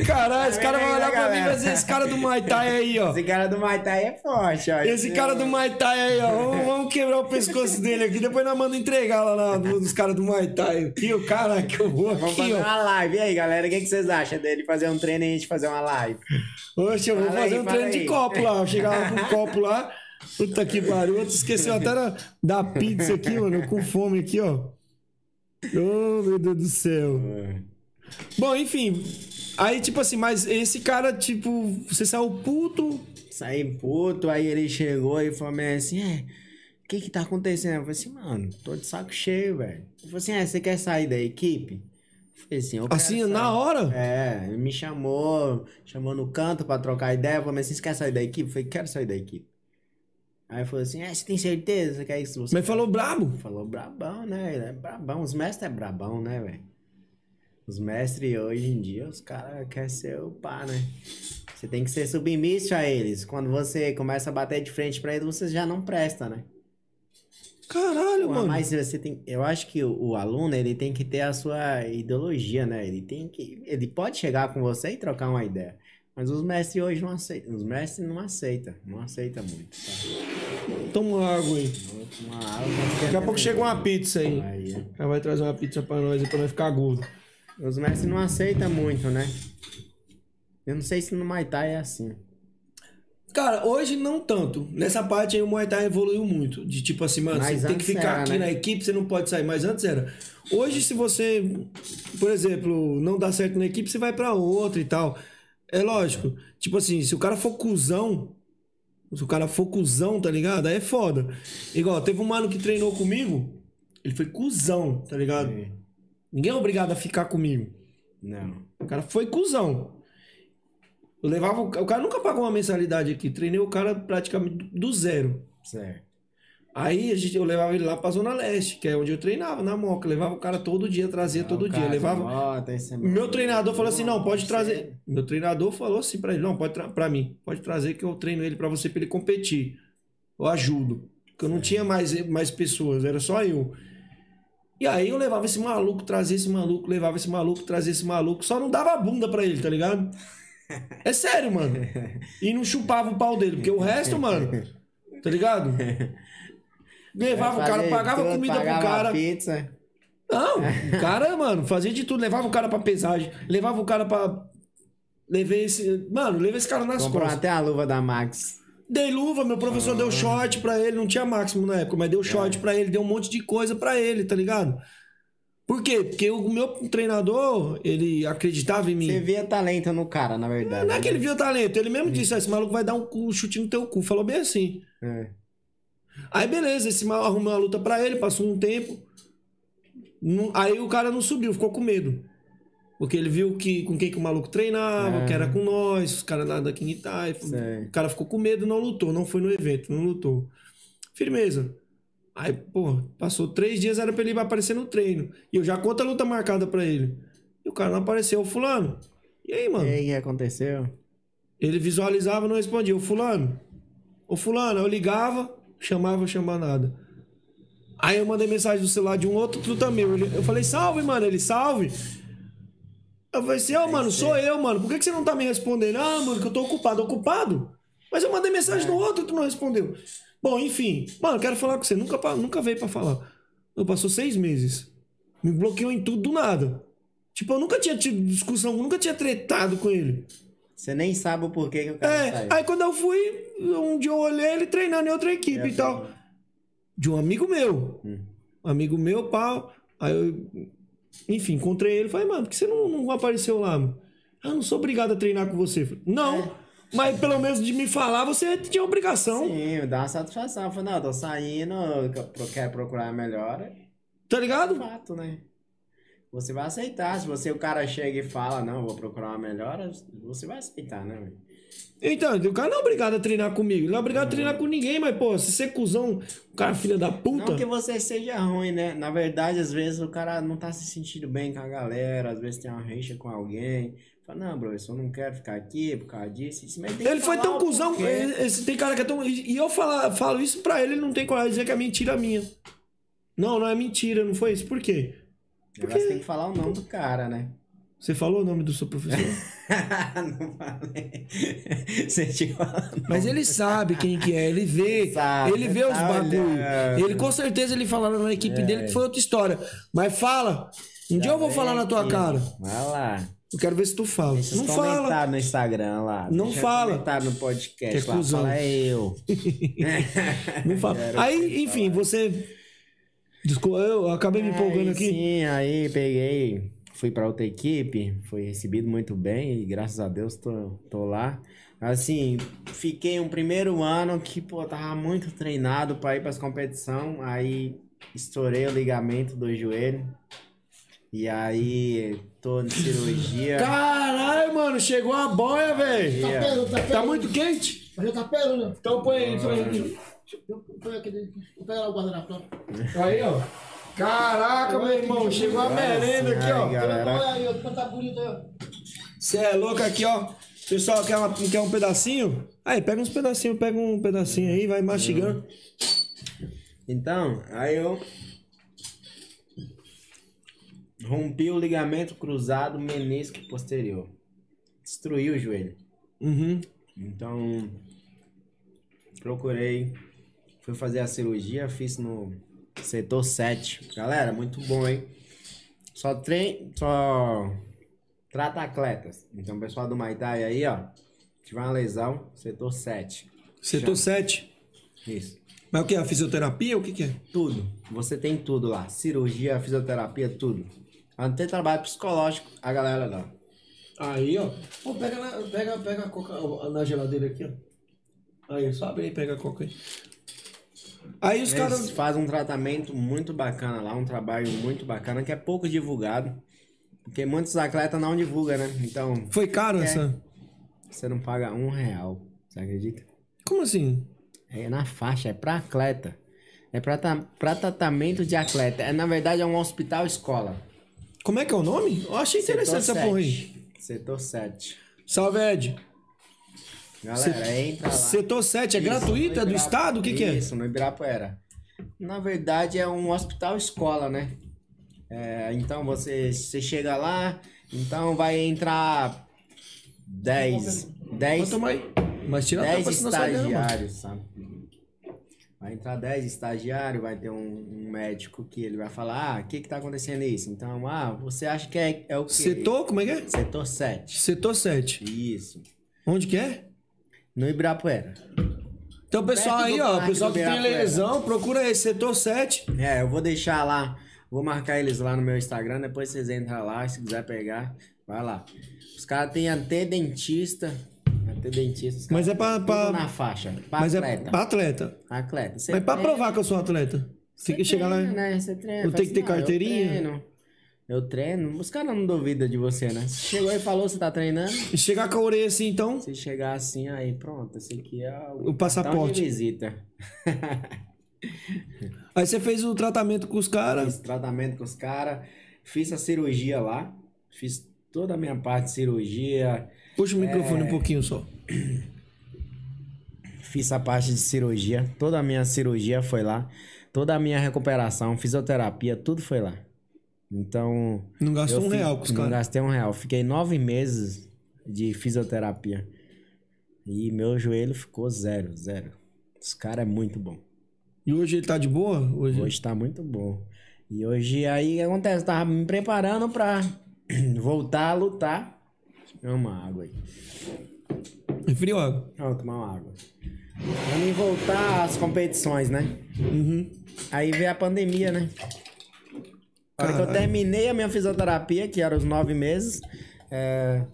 S3: Caralho, esse cara vai olhar pra mim e vai dizer, esse cara do Muay Thai aí, ó.
S4: Esse cara do Muay Thai é forte, ó.
S3: Esse cara do Muay Thai aí, ó. Vamos, vamos quebrar o pescoço dele aqui. Depois nós mandamos entregar lá na, nos caras do Muay Thai. Aqui, o cara que eu vou
S4: Vamos
S3: aqui,
S4: fazer
S3: ó.
S4: uma live. E aí, galera, o que, que vocês acham dele fazer um treino e a gente fazer uma live?
S3: Oxe, eu vou
S4: Fala
S3: fazer
S4: aí,
S3: um
S4: fala
S3: treino de
S4: aí.
S3: copo lá. Eu chegava
S4: *laughs*
S3: com um copo lá. Puta que pariu. Outro esqueceu até da, da pizza aqui, mano. Eu com fome aqui, ó. Ô, meu Deus do céu.
S4: É.
S3: Bom, enfim. Aí, tipo assim, mas esse cara, tipo, você saiu puto.
S4: Saí puto, aí ele chegou e falou meio assim, é, o que que tá acontecendo? Eu falei assim, mano, tô de saco cheio, velho. Ele falou assim, é, você quer sair da equipe? Eu falei assim, eu quero
S3: Assim,
S4: sair.
S3: na hora.
S4: É, ele me chamou, chamou no canto pra trocar ideia, falou, mas você quer sair da equipe? Eu falei, quero sair da equipe. Aí falou assim, é, você tem certeza? Você quer isso? Você
S3: Mas falou brabo.
S4: Falou brabão, né? Ele é brabão. Os mestres é brabão, né, velho? Os mestres hoje em dia, os caras querem ser o pá, né? Você tem que ser submisso a eles. Quando você começa a bater de frente pra eles, você já não presta, né?
S3: Caralho,
S4: Porra,
S3: mano.
S4: Mas você tem, eu acho que o, o aluno, ele tem que ter a sua ideologia, né? Ele tem que, ele pode chegar com você e trocar uma ideia. Mas os mestres hoje não aceitam. Os mestres não aceitam. Não aceita muito. Tá?
S3: Toma uma água aí.
S4: Uma
S3: Daqui a pouco chega uma pizza aí.
S4: Aí, ó.
S3: Ela vai trazer uma pizza pra nós aí pra nós ficar gordo.
S4: Os mestres não aceitam muito, né? Eu não sei se no Muay Thai é assim.
S3: Cara, hoje não tanto. Nessa parte aí o Muay Thai evoluiu muito. De tipo assim, mano,
S4: Mas
S3: você tem que
S4: antes
S3: ficar
S4: era,
S3: aqui
S4: né?
S3: na equipe, você não pode sair. Mas antes era. Hoje, se você, por exemplo, não dá certo na equipe, você vai pra outra e tal. É lógico. Tipo assim, se o cara for cuzão, se o cara for cuzão, tá ligado? Aí é foda. Igual, teve um mano que treinou comigo, ele foi cuzão, tá ligado? Ninguém é obrigado a ficar comigo.
S4: Não.
S3: O cara foi cuzão. Eu levava. O ca- o cara nunca pagou uma mensalidade aqui. Treinei o cara praticamente do zero.
S4: Certo.
S3: Aí a gente, eu levava ele lá pra Zona Leste, que é onde eu treinava, na Moca. Levava o cara todo dia, trazia
S4: Então,
S3: todo dia.
S4: é
S3: Levava. Meu treinador falou assim: não, pode trazer. Meu treinador falou assim pra ele: não, pode tra- pra mim, pode trazer que eu treino ele pra você, pra ele competir. Eu ajudo. Porque eu não tinha mais, mais pessoas, era só eu. E aí eu levava esse maluco, trazia esse maluco, levava esse maluco, trazia esse maluco. Só não dava a bunda pra ele, tá ligado? É sério, *laughs* mano. E não chupava o pau dele, porque o resto, mano. Tá *laughs* ligado? Levava o cara, pagava comida pro cara.
S4: Pizza.
S3: Não, o cara, mano, fazia de tudo. Levava o cara pra pesagem, levava o cara pra. Levei esse. Mano, levei esse cara nas
S4: Comprou
S3: costas.
S4: até a luva da Max.
S3: Dei luva, meu professor deu short pra ele, não tinha máximo na época, mas deu short pra ele, deu um monte de coisa pra ele, tá ligado? Por quê? Porque o meu treinador, ele acreditava em mim.
S4: Você via talento no cara, na verdade. né?
S3: Não é que ele viu o talento, ele mesmo disse, "Ah, esse maluco vai dar um, cu- um chute no teu cu. Falou bem assim.
S4: É.
S3: Aí beleza, esse mal arrumou uma luta pra ele, passou um tempo. Não- aí o cara não subiu, ficou com medo. Porque ele viu que, com quem que o maluco treinava, que era com nós, os caras lá da King Tai.
S4: Sei.
S3: O cara ficou com medo, não lutou, não foi no evento, não lutou. Firmeza. Aí, pô, passou três dias, era pra ele aparecer no treino. E eu já conto a luta marcada pra ele. E o cara não apareceu, fulano. E aí, mano?
S4: E aí, o que aconteceu?
S3: Ele visualizava e não respondia. Ô fulano, ô fulano, eu ligava, chamava, chamava nada. Aí eu mandei mensagem do celular de um outro truta meu. Ele- Eu falei, salve, mano. Ele, salve. Eu falei assim, ó, mano, sou eu, mano. Por que, que você não tá me respondendo? Ah, mano, que eu tô ocupado. Ocupado? Mas eu mandei mensagem no outro e tu não respondeu. Bom, enfim. Mano, quero falar com você. Nunca, pa- nunca veio pra falar. Eu passou seis meses. Me bloqueou em tudo do nada. Tipo, eu nunca tinha tido discussão, nunca tinha tretado com ele.
S4: Você nem sabe o porquê que o cara
S3: É,
S4: saiu.
S3: aí quando eu fui, um dia eu olhei ele treinando em outra
S4: É
S3: equipe e
S4: assim,
S3: tal.
S4: né?
S3: De um amigo meu.
S4: Hum.
S3: Um amigo meu, pau. Aí eu, enfim, encontrei ele. Falei, mano, por que você não, não apareceu lá, mano? Ah, não sou obrigado a treinar com você. Falei, não,
S4: É.
S3: mas pelo menos de me falar, você tinha obrigação.
S4: Sim, dá uma satisfação. Eu Falei, não, eu tô saindo, eu pro- quero procurar melhor.
S3: Tá
S4: É
S3: ligado?
S4: fato, né? Você vai aceitar. Se você o cara chega e fala, não, eu vou procurar uma melhora, você vai aceitar, né, velho?
S3: Então, o cara não é obrigado a treinar comigo. Ele não é obrigado a treinar com ninguém, mas, pô, se você é cuzão, o cara é filha da puta.
S4: Não que você seja ruim, né? Na verdade, às vezes o cara não tá se sentindo bem com a galera, às vezes tem uma rixa com alguém. Fala, não, bro, eu só não quero ficar aqui por causa disso. isso, mas tem que
S3: Ele foi
S4: falar
S3: tão
S4: o
S3: cuzão.
S4: porquê.
S3: ele- Esse, tem cara que é tão. E e eu falo, falo isso pra ele, ele não tem coragem de dizer que é mentira minha. Não, não é mentira, não foi isso. Por quê?
S4: Agora você tem que falar o nome do cara, né?
S3: Você falou o nome do seu professor?
S4: *laughs* não falei. Você tinha falado.
S3: *laughs* Mas ele sabe quem que é, ele é. vê.
S4: Sabe,
S3: ele vê os
S4: tá
S3: bagulho.
S4: olhando.
S3: Ele com certeza ele falou na equipe dele que foi outra história. Mas fala. Um dia eu vou falar na tua cara.
S4: Vai lá.
S3: Eu quero ver se tu fala.
S4: Deixa
S3: Não
S4: os
S3: fala.
S4: comentários no Instagram lá.
S3: Não
S4: Deixa
S3: fala.
S4: comentário no podcast
S3: Que é
S4: lá.
S3: cuzão.
S4: Fala eu.
S3: *laughs* Não
S4: *laughs*
S3: fala. Aí, enfim, você. Desculpa, eu acabei me empolgando
S4: Aí
S3: aqui.
S4: Sim, aí peguei, fui pra outra equipe, fui recebido muito bem e graças a Deus tô, tô lá. Assim, fiquei um primeiro ano que, pô, tava muito treinado pra ir pras competição, aí estourei o ligamento do joelho. E aí, tô em
S3: é.
S4: cirurgia.
S3: Caralho, mano, chegou a boia, velho.
S4: Yeah.
S2: Tapelo, tapelo.
S3: Tá muito quente?
S2: Fazer tapelo, né?
S3: Então põe aí, põe aí.
S2: Eu- Põe aquele. Vou pegar lá o guardanapo. né? ó.
S3: Aí, ó. Caraca, meu irmão, chegou a merenda aqui,
S4: Ai,
S3: ó.
S4: galera.
S2: Olha aí, ó. Quanto tá bonito aí, ó.
S3: Você é louco aqui, ó. Pessoal, quer, uma- quer um pedacinho? Aí, pega uns pedacinhos, pega um pedacinho aí, vai mastigando.
S4: Então, aí eu rompi o ligamento cruzado menisco posterior. Destruí o joelho.
S3: Uhum.
S4: Então, procurei, fui fazer a cirurgia, fiz no setor 7. Galera, muito bom, hein? Só trein, só trata atletas. Então, pessoal do Maitai aí, ó, tiver uma lesão, setor 7.
S3: Setor 7.
S4: Isso.
S3: Mas o que? A fisioterapia? O que que é?
S4: Tudo. Você tem tudo lá. Cirurgia, fisioterapia, tudo. Não tem trabalho psicológico, a galera lá.
S3: Aí, ó. Pô, pega, na, pega, pega a coca ó, na geladeira aqui, ó. Aí, só abre aí e pega a coca aí. Aí os
S4: Eles
S3: caras...
S4: fazem um tratamento muito bacana lá, um trabalho muito bacana, que é pouco divulgado. Porque muitos atletas não divulgam, né? Então,
S3: Foi caro
S4: É.
S3: essa...
S4: você não paga um real. Você acredita?
S3: Como assim?
S4: É na faixa, é pra atleta. É pra, tra- pra tratamento de atleta. É, na verdade, é um hospital escola.
S3: Como é que é o nome? Eu achei interessante essa porra aí.
S4: Setor 7.
S3: Salve, Ed.
S4: Galera, entra lá.
S3: Setor 7 é
S4: Isso,
S3: gratuito?
S4: no
S3: É do
S4: Ibirapu-
S3: estado? O que, que é?
S4: Isso, no Ibirapuera. Na verdade, é um hospital escola, né? É, então você, você chega lá, então vai entrar 10. 10
S3: Pode tomar aí. Mas tira a
S4: 10
S3: tampa, senão sai dela, mano.
S4: estagiários, sabe? Vai entrar 10 estagiários, vai ter um, um médico que ele vai falar, ah, o que que tá acontecendo isso? Então, ah, você acha que é, é o quê?
S3: Setor, como é que é?
S4: Setor 7.
S3: Setor 7.
S4: Isso.
S3: Onde que é?
S4: No Ibirapuera.
S3: Então, pessoal
S4: Perto do
S3: aí, ó,
S4: parque
S3: pessoal
S4: do
S3: que tem
S4: Ibirapuera.
S3: lesão, procura aí, setor 7.
S4: É, eu vou deixar lá, vou marcar eles lá no meu Instagram, depois vocês entram lá, se quiser pegar, vai lá. Os caras têm até dentista, até dentista. os
S3: Mas
S4: caras
S3: é pra-
S4: têm
S3: pra-
S4: tudo na faixa, pra
S3: Mas
S4: atleta.
S3: é pra atleta.
S4: Atleta. Você
S3: Mas pra
S4: treina-
S3: provar que eu sou um atleta. Tem que
S4: Você
S3: chegar lá.
S4: treina, Né? Você treina,
S3: Não
S4: fala
S3: tem que ter
S4: assim, "Ah,
S3: carteirinha?"
S4: Eu treino. Eu treino. Os caras não duvidam de você, né? Você chegou e falou, você tá treinando.
S3: E chegar com a orelha assim, então.
S4: Se chegar assim, aí pronto. Esse aqui é
S3: O passaporte.
S4: cartão de visita.
S3: Aí você fez o tratamento com os caras.
S4: Fiz tratamento com os caras. Fiz a cirurgia lá. Fiz toda a minha parte de cirurgia.
S3: Puxa o
S4: É.
S3: microfone um pouquinho só.
S4: Fiz a parte de cirurgia. Toda a minha cirurgia foi lá. Toda a minha recuperação, fisioterapia, tudo foi lá. Então,
S3: Não gastou
S4: Eu
S3: um
S4: fi-
S3: real com os
S4: não
S3: caras.
S4: gastei um real. Fiquei nove meses de fisioterapia. E meu joelho ficou zero, zero. Os caras é muito bom.
S3: E hoje ele tá de boa? Hoje.
S4: Hoje tá muito bom. E hoje aí o que acontece? Eu tava me preparando pra *clears throat* voltar a lutar. É uma água aí.
S3: Refriou água.
S4: Ah, Vou tomar uma água. Pra mim voltar às competições, né?
S3: Uhum.
S4: Aí veio a pandemia, né? A hora que eu
S3: Caralho.
S4: terminei a minha fisioterapia, que era os nove meses, é,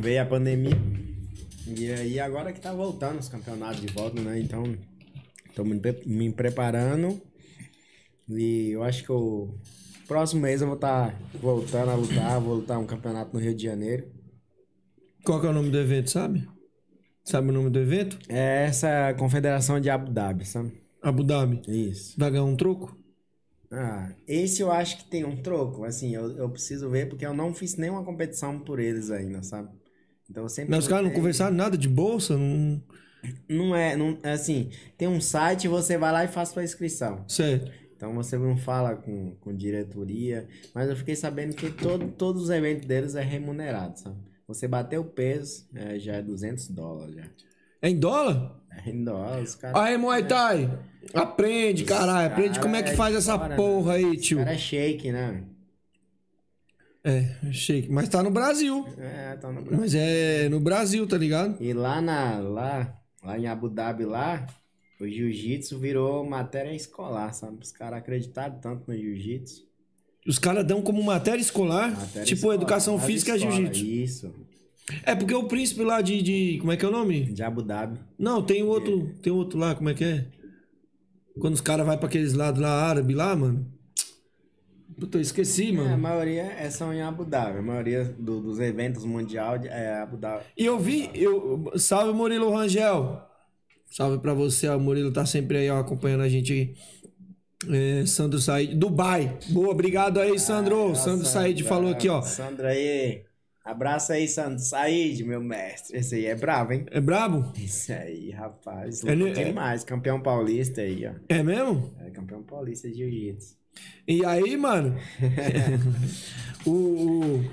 S4: veio a pandemia. E aí agora que tá voltando os campeonatos de volta, né? Então, tô me, pre- me preparando. E eu acho que o próximo mês eu vou estar voltando a lutar, vou lutar um campeonato no Rio de Janeiro.
S3: Qual que é o nome do evento, sabe? Sabe o nome do evento?
S4: É essa confederação de Abu Dhabi, sabe?
S3: Abu Dhabi.
S4: Isso.
S3: Vai ganhar um troco?
S4: Ah, esse eu acho que tem um troco. Assim, eu, eu preciso ver porque eu não fiz nenhuma competição por eles ainda, sabe? Então eu sempre.
S3: Mas os caras não
S4: é,
S3: conversaram nada de bolsa? Não.
S4: Não é, não, é assim, tem um site, você vai lá e faz sua inscrição.
S3: Certo.
S4: Então você não fala com, com diretoria, mas eu fiquei sabendo que todo, todos os eventos deles é remunerado, sabe? Você bater o peso, é, já é 200 dólares já.
S3: É em dólar?
S4: É em dólar, os caras.
S3: Aí, Muay Thai. Aprende, caralho. Aprende como é que faz essa porra aí, tio.
S4: Cara é shake, né?
S3: É, shake. Mas tá no Brasil.
S4: É, tá no
S3: Mas é no Brasil, tá ligado?
S4: E lá na lá, lá em Abu Dhabi lá, o jiu-jitsu virou matéria escolar, sabe? Os caras acreditaram tanto no jiu-jitsu.
S3: Os caras dão como matéria escolar,
S4: matéria
S3: tipo
S4: escolar,
S3: educação
S4: lá de
S3: física e
S4: escola,
S3: jiu-jitsu.
S4: Isso,
S3: É porque o príncipe lá de, de- Como é que é o nome?
S4: de Abu Dhabi.
S3: Não,
S4: É.
S3: tem um outro. Tem outro lá, como é que é? Quando os caras vão pra aqueles lados lá árabe lá, mano. Puta, eu esqueci,
S4: É, a
S3: mano.
S4: maioria é são em Abu Dhabi, a maioria do- dos eventos mundial de- é Abu Dhabi.
S3: E eu vi. Eu, salve Murilo Rangel. Salve pra você, ó. O Murilo tá sempre aí, ó, acompanhando a gente aí. É, Sandro Said, Dubai. Boa, obrigado aí, Sandro.
S4: Ah,
S3: Sandro
S4: Sandra,
S3: Said falou aqui, ó.
S4: Sandra aí. Abraço aí, Sandro Said, meu mestre. Esse aí é bravo, hein?
S3: É brabo?
S4: Esse aí, rapaz.
S3: Ele-
S4: luta demais, campeão paulista aí, ó.
S3: É mesmo?
S4: É campeão paulista de jiu-jitsu.
S3: E aí,
S4: *laughs*
S3: mano, o, o-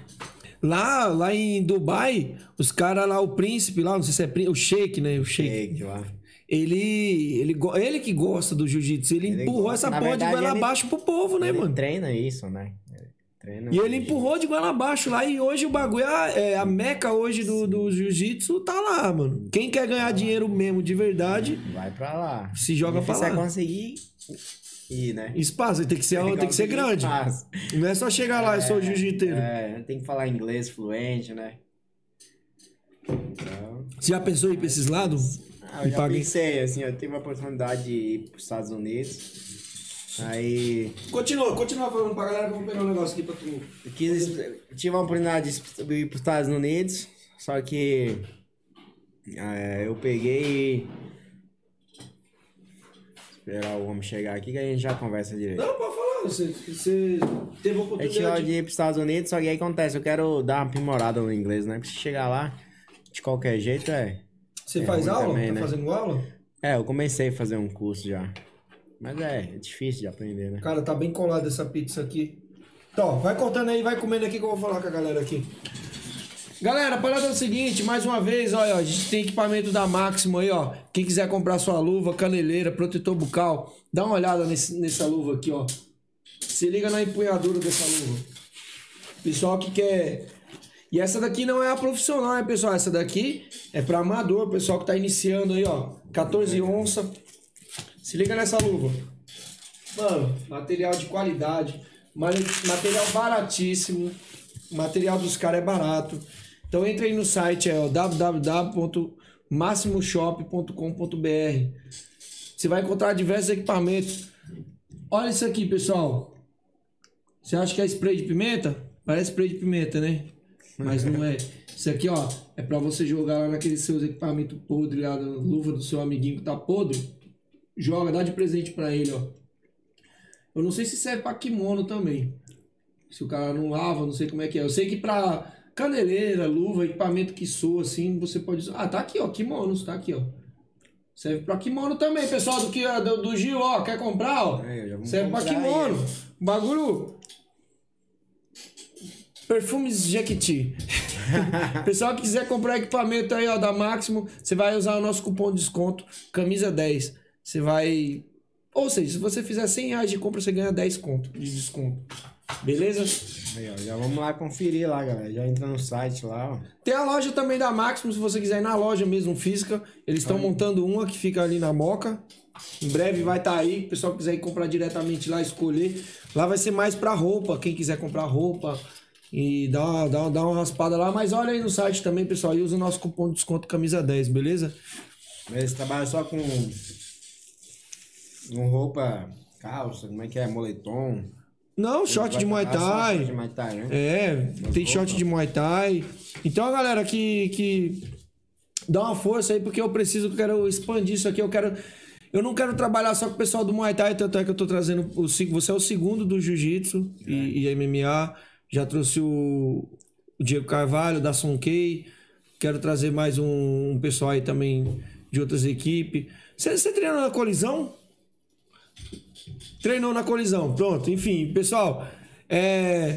S3: lá, lá em Dubai, os caras lá, o príncipe lá, não sei se é príncipe, o Sheik, né? O Sheik.
S4: Shake lá.
S3: Ele, ele, go- ele que gosta do jiu-jitsu, ele,
S4: Ele
S3: empurrou
S4: gosta.
S3: essa
S4: Na
S3: porra de
S4: verdade,
S3: goela
S4: ele-
S3: abaixo pro povo, né,
S4: ele
S3: mano?
S4: treina isso, né? Ele treina
S3: E ele
S4: isso.
S3: empurrou de goela abaixo lá, e hoje o bagulho, a, é, a meca hoje do, do jiu-jitsu tá lá, mano. Quem quer
S4: Tá
S3: ganhar dinheiro mesmo, de verdade,
S4: Vai pra lá.
S3: se joga pra
S4: Difícil é
S3: lá.
S4: conseguir ir, né? um
S3: Espaço, tem que ser, tem que ser
S4: Conseguir
S3: grande.
S4: espaço.
S3: Não é só chegar lá, eu sou jiu-jiteiro.
S4: É, tem que falar inglês fluente, né? Então,
S3: Você já pensou em ir pra esses lados?
S4: ah,
S3: Me
S4: eu já
S3: paga-
S4: pensei, assim, eu tive a oportunidade de ir pros Estados Unidos. Aí,
S3: Continua, continua falando pra galera que eu vou pegar um negócio aqui pra tu.
S4: eu quis, tive a oportunidade de ir pros Estados Unidos, só que É, eu peguei. Esperar o homem chegar aqui que a gente já conversa direito.
S3: Não, pode falar. Você, você teve a
S4: Eu tinha hora
S3: oportunidade.
S4: de ir pros Estados Unidos, só que aí acontece, eu quero dar uma aprimorada no inglês, né? Porque se chegar lá, de qualquer jeito, é.
S3: Você
S4: É
S3: faz
S4: ruim
S3: aula?
S4: também,
S3: tá
S4: né?
S3: fazendo aula?
S4: É, eu comecei a fazer um curso já. Mas é, é difícil de aprender, né?
S3: Cara, tá bem colada essa pizza aqui. Então, vai cortando aí, vai comendo aqui que eu vou falar com a galera aqui. Galera, a parada é o seguinte, mais uma vez, olha, ó, a gente tem equipamento da Máximo aí, ó. Quem quiser comprar sua luva, caneleira, protetor bucal, dá uma olhada nesse- nessa luva aqui, ó. Se liga na empunhadura dessa luva. Pessoal que quer. E essa daqui não é a profissional, hein, pessoal? Essa daqui é pra amador, pessoal que tá iniciando aí, ó. 14 onça. Se liga nessa luva. Mano, material de qualidade, mane- material baratíssimo. O material dos caras é barato. Então entra aí no site, é o www.maximoshop.com.br. Você vai encontrar diversos equipamentos. Olha isso aqui, pessoal. Você acha que é spray de pimenta? Parece spray de pimenta, né? Mas não é. Isso aqui, ó, é pra você jogar lá naqueles seus equipamentos podres, lá na luva do seu amiguinho que tá podre. Joga, dá de presente pra ele, ó. Eu não sei se serve pra kimono também. Se o cara não lava, não sei como é que é. Eu sei que pra caneleira, luva, equipamento que soa, assim, você pode usar. Ah, tá aqui, ó. Kimonos, tá aqui, ó. Serve pra kimono também, pessoal do, que, ah, do, do Gil, ó. Quer comprar, ó?
S4: É, já vamos
S3: serve pra
S4: comprar aí,
S3: kimono. Bagulho. Perfumes Jequiti. Pessoal que quiser comprar equipamento aí, ó, da Máximo, você vai usar o nosso cupom de desconto, camisa 10. Você vai. Ou seja, se você fizer 100 reais de compra, você ganha 10 conto de desconto. Beleza?
S4: Aí, ó, já vamos lá conferir lá, galera. Já entra no site lá, ó.
S3: Tem a loja também da Máximo, se você quiser ir na loja mesmo física. Eles estão montando uma que fica ali na Moca. Em breve vai estar aí. O pessoal que quiser ir comprar diretamente lá, escolher. Lá vai ser mais pra roupa, quem quiser comprar roupa. E dá uma, dá, uma, dá uma raspada lá. Mas olha aí no site também, pessoal. E usa o nosso cupom de desconto camisa 10, beleza?
S4: Mas eles trabalham só com. Com roupa, calça, como é que é? Moletom.
S3: Não, short de Muay
S4: Ah, só short de
S3: Thai.
S4: Muay Thai, né?
S3: É, tem short de Muay Thai. Então, galera, que, que dá uma força aí, porque eu preciso, eu quero expandir isso aqui, eu quero... Eu não quero trabalhar só com o pessoal do Muay Thai, tanto é que eu tô trazendo... O, se- você é o segundo do Jiu-Jitsu e, e MMA. Já trouxe o, o Diego Carvalho, da Sonkei. Quero trazer mais um, um pessoal aí também de outras equipes. Você você treinou na colisão? Treinou na colisão, pronto. Enfim, pessoal,
S4: *laughs*
S3: é...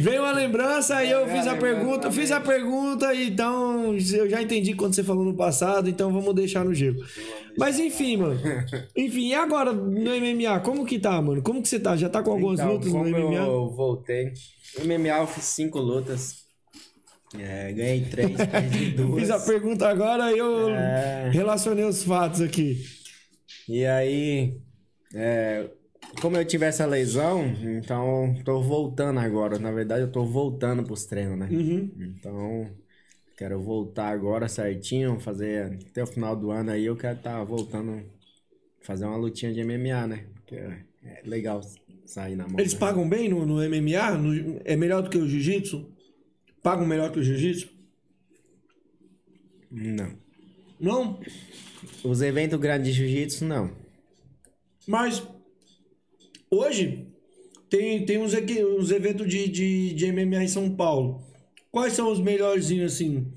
S3: Veio uma lembrança e eu
S4: Veio
S3: fiz
S4: a
S3: a
S4: lembrança né?
S3: pergunta,
S4: também.
S3: fiz a pergunta, então eu já entendi quando você falou no passado, então vamos deixar no gelo. Mas enfim, mano. Enfim, e agora no MMA, como que tá, mano? Como que você tá? Já tá com algumas
S4: Então,
S3: lutas no
S4: como
S3: MMA?
S4: eu voltei. No MMA eu fiz cinco lutas. É, ganhei três, perdi
S3: *laughs*
S4: duas.
S3: Fiz a pergunta agora e eu
S4: É.
S3: relacionei os fatos aqui.
S4: E aí, é, como eu tive essa lesão, então tô voltando agora. Na verdade, eu tô voltando pros treinos, né?
S3: Uhum.
S4: Então, quero voltar agora certinho, fazer até o final do ano aí. Eu quero estar voltando, fazer uma lutinha de MMA, né? Porque é é legal sair na mão.
S3: Eles
S4: né?
S3: pagam bem no, no MMA? No- é melhor do que o jiu-jitsu? Pagam melhor que o jiu-jitsu?
S4: Não.
S3: Não?
S4: Os eventos grandes de jiu-jitsu, não.
S3: Mas hoje tem, tem uns, equi- uns eventos de, de, de MMA em São Paulo. Quais são os melhorzinhos, assim?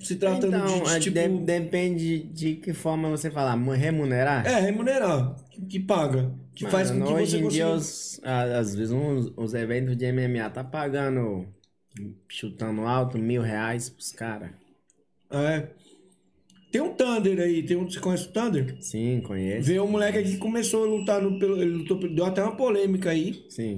S3: Se tratando
S4: Então,
S3: de,
S4: é,
S3: tipo.
S4: de- depende de que forma você falar, mu- remunerar.
S3: É, remunerar. Que, que paga. Que
S4: Mano,
S3: faz com que
S4: hoje
S3: você
S4: em
S3: consiga.
S4: dia, os- a- às vezes, uns- os eventos de MMA tá pagando, chutando alto, mil reais pros caras.
S3: É. Tem um Thunder aí, tem um. Você conhece o Thunder?
S4: Sim, conheço.
S3: Veio um moleque aqui que começou a lutar no, pelo. Ele lutou, pelo- deu até uma polêmica aí.
S4: Sim.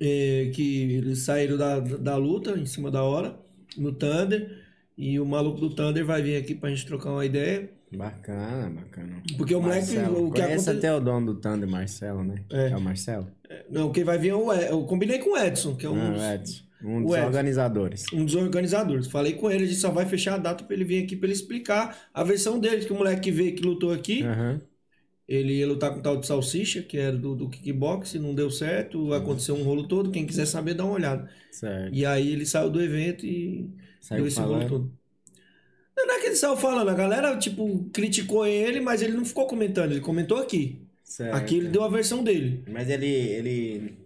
S3: é, que eles saíram da, da luta em cima da hora, no Thunder. E o maluco do Thunder vai vir aqui pra gente trocar uma ideia.
S4: Bacana, bacana.
S3: Porque o moleque, o que
S4: Conhece
S3: acontece-
S4: até o dono do Thunder, Marcelo, né?
S3: É.
S4: É, o Marcelo?
S3: Não, quem vai vir é o Ed, Eu combinei com o Edson, que é um,
S4: Não,
S3: dos,
S4: o Edson. Um
S3: o
S4: dos
S3: Edson.
S4: organizadores.
S3: um dos organizadores. Falei com ele, a gente só vai
S4: É.
S3: fechar a data pra ele vir aqui pra ele explicar a versão dele, que o moleque que veio que lutou aqui.
S4: Aham.
S3: Ele ia lutar com o tal de Salsicha, que era do, do kickboxing, não deu certo, aconteceu um rolo todo. Quem quiser saber, dá uma olhada.
S4: Certo.
S3: E aí ele saiu do evento e
S4: Saiu
S3: deu esse
S4: falando.
S3: rolo todo. Não, não é que ele saiu falando, a galera, tipo, criticou ele, mas ele não ficou comentando, ele comentou aqui.
S4: Certo.
S3: Aqui ele deu a versão dele.
S4: Mas ele, ele...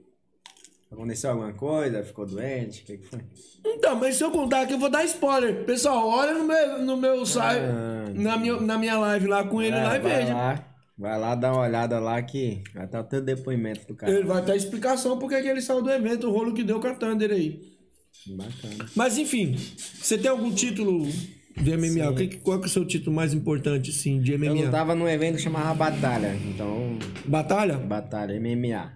S4: Aconteceu alguma coisa? Ficou doente? O que, que foi?
S3: Então, mas se eu contar aqui, eu vou dar spoiler. Pessoal, olha no meu, no meu site,
S4: Ah.
S3: na, minha, na minha live lá com ele
S4: É,
S3: lá e
S4: vai
S3: veja.
S4: lá. Vai lá dar uma olhada lá que vai estar até o depoimento do cara.
S3: Ele vai ter explicação porque que ele saiu do evento, o rolo que deu com a Thunder aí.
S4: Bacana.
S3: Mas enfim, você tem algum título de MMA? O que que- qual que é o seu título mais importante, assim, de
S4: Eu
S3: MMA?
S4: lutava num evento que chamava Batalha, então
S3: Batalha?
S4: Batalha MMA.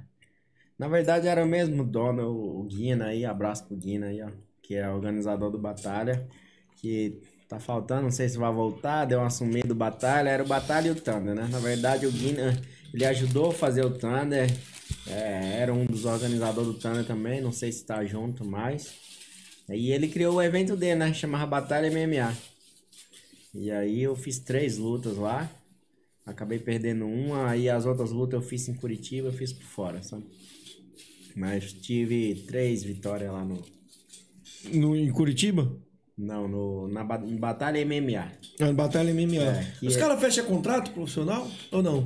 S4: Na verdade era o mesmo dono, o Guina aí, abraço pro Guina aí, ó, que é organizador do Batalha, que tá faltando, não sei se vai voltar, deu uma sumida do Batalha, era o Batalha e o Thunder, né? Na verdade o Guina, ele ajudou a fazer o Thunder, é, era um dos organizadores do Thunder também, não sei se tá junto mais. E ele criou o evento dele, né? Chamava Batalha MMA. E aí eu fiz três lutas lá. Acabei perdendo uma, aí as outras lutas eu fiz em Curitiba, eu fiz por fora, sabe? Mas tive três vitórias lá no.
S3: No, em Curitiba?
S4: Não, no, na ba- em Batalha MMA.
S3: Ah, Batalha MMA.
S4: É, aqui
S3: Os
S4: é-
S3: caras fecham contrato profissional ou não?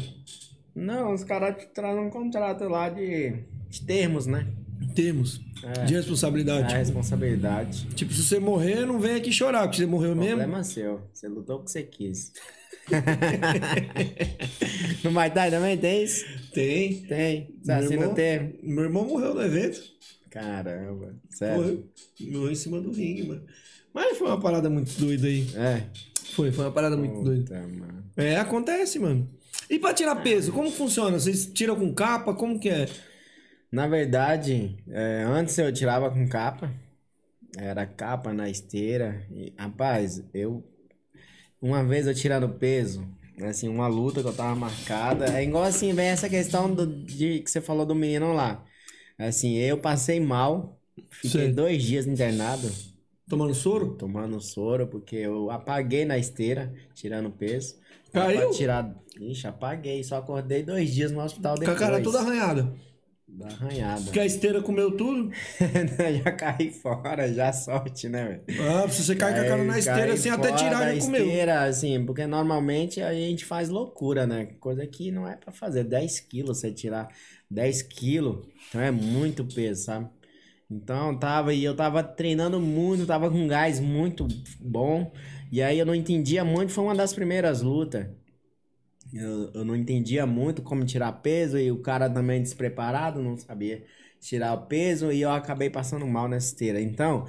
S4: Não, os caras te trazem um contrato lá de, de termos, né?
S3: Temos. De
S4: É A
S3: responsabilidade.
S4: responsabilidade.
S3: Tipo, se você morrer, não vem aqui chorar, porque você morreu mesmo.
S4: Problema é seu. Você lutou o que você quis. *laughs* no Muay Thai também tem isso?
S3: é- Tem.
S4: Tem. Você
S3: Meu
S4: assina
S3: irmão-
S4: o termo?
S3: Meu irmão morreu no evento.
S4: Caramba. Sério?
S3: Morreu. Morreu em cima do ringue, mano. Mas foi uma parada muito doida aí.
S4: É.
S3: Foi, foi uma parada muito doida.
S4: Puta, mano.
S3: É, acontece, mano. E pra tirar peso, como funciona? Vocês tiram com capa? Como que é?
S4: Na verdade, é, antes eu tirava com capa. Era capa na esteira. E, rapaz, eu. Uma vez eu tirando peso, assim, uma luta que eu tava marcada. É igual assim, vem essa questão do, de, que você falou do menino lá. Assim, eu passei mal. Fiquei
S3: Sei.
S4: dois dias internado.
S3: Tomando soro?
S4: tomando soro, porque eu apaguei na esteira, tirando peso. Era
S3: Caiu?
S4: pra Tirar... Ixi, apaguei, só acordei dois dias no hospital
S3: Com a
S4: depois.
S3: cara toda arranhada.
S4: Da arranhada.
S3: Porque a esteira comeu tudo.
S4: *laughs* já caí fora, já sorte, né, velho?
S3: Ah, se você cai com a cara na
S4: Aí
S3: esteira,
S4: caí
S3: assim, até
S4: fora
S3: tirar
S4: da
S3: já comeu.
S4: esteira, assim, porque normalmente a gente faz loucura, né? Coisa que não é pra fazer. 10 quilos, você tirar 10 quilos, então é muito peso, sabe? Então tava, e eu tava treinando muito, tava com gás muito bom, e aí eu não entendia muito, foi uma das primeiras lutas. Eu, eu não entendia muito como tirar peso e o cara também despreparado, não sabia tirar o peso e eu acabei passando mal nessa esteira. Então,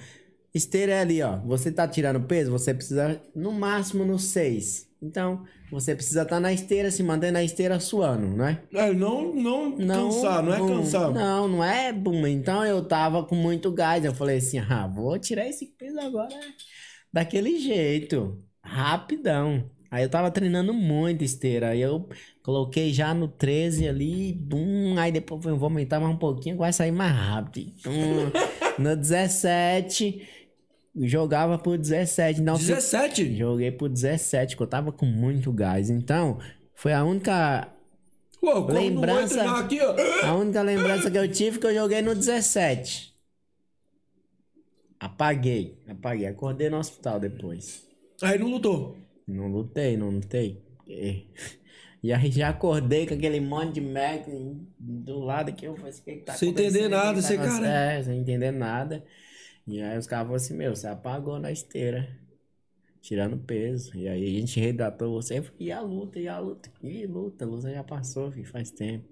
S4: esteira é ali, ó. Você tá tirando peso, você precisa no máximo no 6. Então, você precisa estar na esteira, se manter na esteira suando, né?
S3: É, não, não, cansar, não é cansar.
S4: Não, não é bum. Então eu tava com muito gás. Eu falei assim: ah, vou tirar esse peso agora daquele jeito, rapidão. Aí eu tava treinando muito esteira. Aí eu coloquei já no 13 ali, bum. Aí depois eu falei, vou aumentar mais um pouquinho, vai sair mais rápido. Bum. no 17, jogava por 17. Não,
S3: 17?
S4: Joguei por 17, que eu tava com muito gás. Então, foi a única
S3: Pô, como
S4: Lembrança-
S3: Lembrança... aqui, ó.
S4: a única lembrança que eu tive é que eu joguei no 17. Apaguei, apaguei. Acordei no hospital depois.
S3: Aí não lutou.
S4: Não lutei, não lutei. E, e aí já acordei com aquele monte de Mac do lado aqui. Eu falei, assim, o que que tá
S3: Sem entender
S4: acontecendo?
S3: nada,
S4: O que
S3: esse
S4: que tá
S3: cara.
S4: acontecendo? É, sem entender nada. E aí os caras falaram assim, meu, você apagou na esteira. Tirando peso. E aí a gente reidratou você. Eu falei, E a luta, e a luta, e luta. A luta já passou, filho, faz tempo.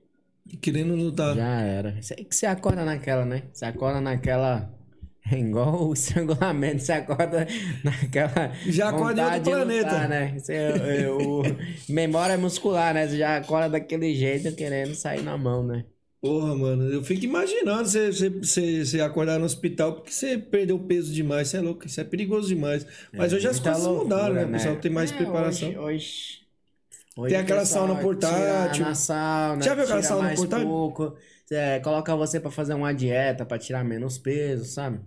S3: Querendo lutar.
S4: Já era. Isso aí que você acorda naquela, né? Você acorda naquela. *laughs* É igual o estrangulamento, você acorda naquela.
S3: Já acorda em outro
S4: vontade de
S3: planeta.
S4: lutar, né? Você, eu, memória muscular, né? Você já acorda daquele jeito querendo sair na mão, né?
S3: Porra, mano, eu fico imaginando você, você, você, você acordar no hospital porque você perdeu peso demais, você é louco, isso é perigoso demais. Mas hoje as
S4: Muita
S3: coisas
S4: loucura,
S3: mudaram, né? O pessoal tem mais
S4: É,
S3: preparação.
S4: Hoje, hoje, hoje
S3: Tem aquela
S4: o pessoal
S3: sauna portátil.
S4: tira Na sauna,
S3: Já viu aquela
S4: tira
S3: sauna
S4: mais
S3: portátil?
S4: Pouco, é, coloca você pra fazer uma dieta, pra tirar menos peso, sabe?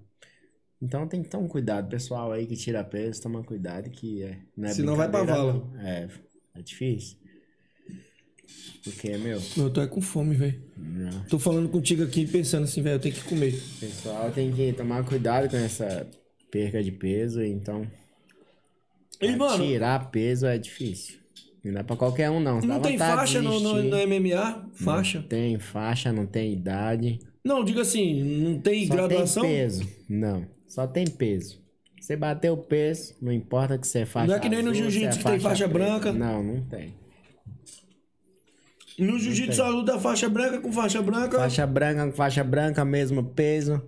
S4: Então tem que tomar um cuidado, pessoal aí que tira peso, toma cuidado que é. Não é
S3: Senão vai pra
S4: brincadeira,
S3: vala.
S4: não. É, é difícil. Porque, meu,
S3: Eu tô aí com fome, velho. Tô falando contigo aqui pensando assim, velho, eu tenho que comer.
S4: o pessoal tem que tomar cuidado com essa perca de peso, então. É,
S3: E, mano,
S4: Tirar peso é difícil. Não dá pra qualquer um, não. Dá
S3: não tem
S4: vontade de
S3: faixa no, no,
S4: desistir.
S3: no MMA? Faixa?
S4: Tem faixa, não tem idade.
S3: Não, diga assim, não tem
S4: Só
S3: graduação?
S4: tem peso. Não, só tem peso. Você bateu o peso, não importa que você é faixa
S3: Não é que nem no
S4: azul,
S3: jiu-jitsu
S4: se é
S3: que tem faixa
S4: preta.
S3: branca.
S4: Não, não tem.
S3: No jiu-jitsu só luta é faixa branca com faixa branca.
S4: Faixa branca com faixa branca, mesmo peso.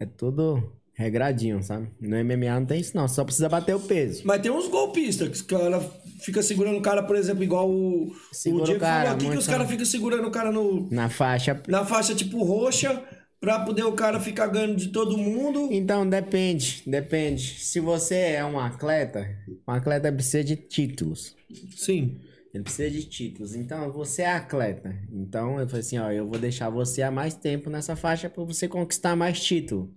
S4: É tudo regradinho, sabe? No MMA não tem isso não, só precisa bater o peso.
S3: Mas tem uns golpistas que os cara fica segurando o cara, por exemplo, igual o,
S4: Segura
S3: o
S4: o
S3: Diego
S4: cara,
S3: falou aqui, que
S4: muito né?
S3: os caras ficam segurando o cara no,
S4: Na faixa...
S3: na faixa tipo roxa pra poder o cara ficar ganhando de todo mundo.
S4: Então, depende, depende. Se você é um atleta, um atleta precisa de títulos.
S3: Sim.
S4: Ele precisa de títulos. Então, você é atleta. Então, eu falei assim, ó, eu vou deixar você há mais tempo nessa faixa para você conquistar mais título.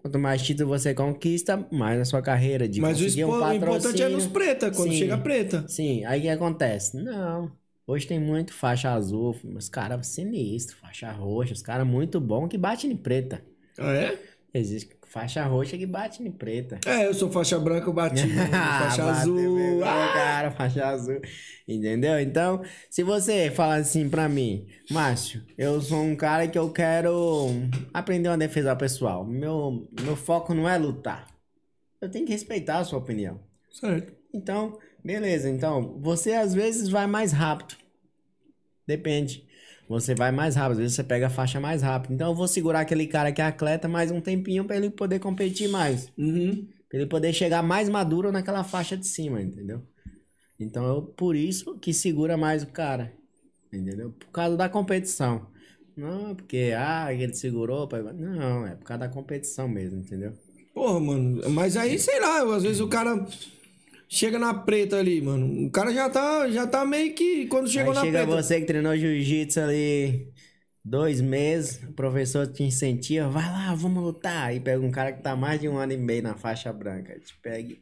S4: Quanto mais título você conquista, mais a sua carreira de
S3: Mas o,
S4: conseguir
S3: expo-
S4: um
S3: o importante é nos
S4: patrocínio.
S3: preta, quando
S4: Sim.
S3: chega preta.
S4: Sim, aí o que acontece? Não. Hoje tem muito faixa azul, os caras sinistros, faixa roxa, os caras muito bom que bate em preta.
S3: Ah, é?
S4: Existe faixa roxa que bate em preta.
S3: É, eu sou faixa branca, eu
S4: *laughs*
S3: bati no- no Tipo, faixa
S4: Ah, Bateu
S3: azul.
S4: mesmo,
S3: Ah,
S4: cara, faixa azul. Entendeu? Então, se você falar assim pra mim, Márcio, eu sou um cara que eu quero aprender uma defesa pessoal. Meu, meu foco não é lutar. Eu tenho que respeitar a sua opinião.
S3: certo.
S4: Então, beleza. Então, você às vezes vai mais rápido. Depende. Você vai mais rápido, às vezes você pega a faixa mais rápido. Então, eu vou segurar aquele cara que é atleta mais um tempinho pra ele poder competir mais.
S3: Uhum.
S4: Pra ele poder chegar mais maduro naquela faixa de cima, entendeu? Então eu, por isso que segura mais o cara. Entendeu? Por causa da competição. Não, é porque ah, ele segurou. pá, pá. Não, é por causa da competição mesmo, entendeu?
S3: Porra, mano. Mas aí, sei lá, eu- às vezes o cara chega na preta ali, mano. O cara já tá, já tá meio que. Quando chegou
S4: Aí
S3: na
S4: chega
S3: preta.
S4: você que treinou jiu-jitsu ali dois meses, o professor te incentiva, vai lá, vamos lutar. Aí pega um cara que tá mais de um ano e meio na faixa branca, te pega e.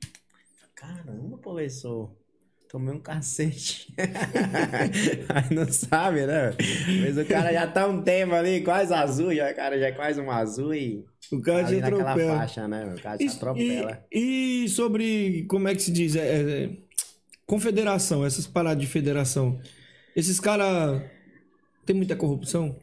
S4: Caramba, professor. Tomei um cacete. *laughs* Aí não sabe, né? Mas o cara já tá um tempo ali, quase azul, já, o cara já é quase um azul e.
S3: O cara
S4: ali
S3: te
S4: naquela
S3: atropela.
S4: faixa, né? O cara te
S3: E,
S4: atropela.
S3: e- e sobre, como é que se diz? É, é, é, confederação, essas paradas de federação. Esses caras. Tem muita corrupção?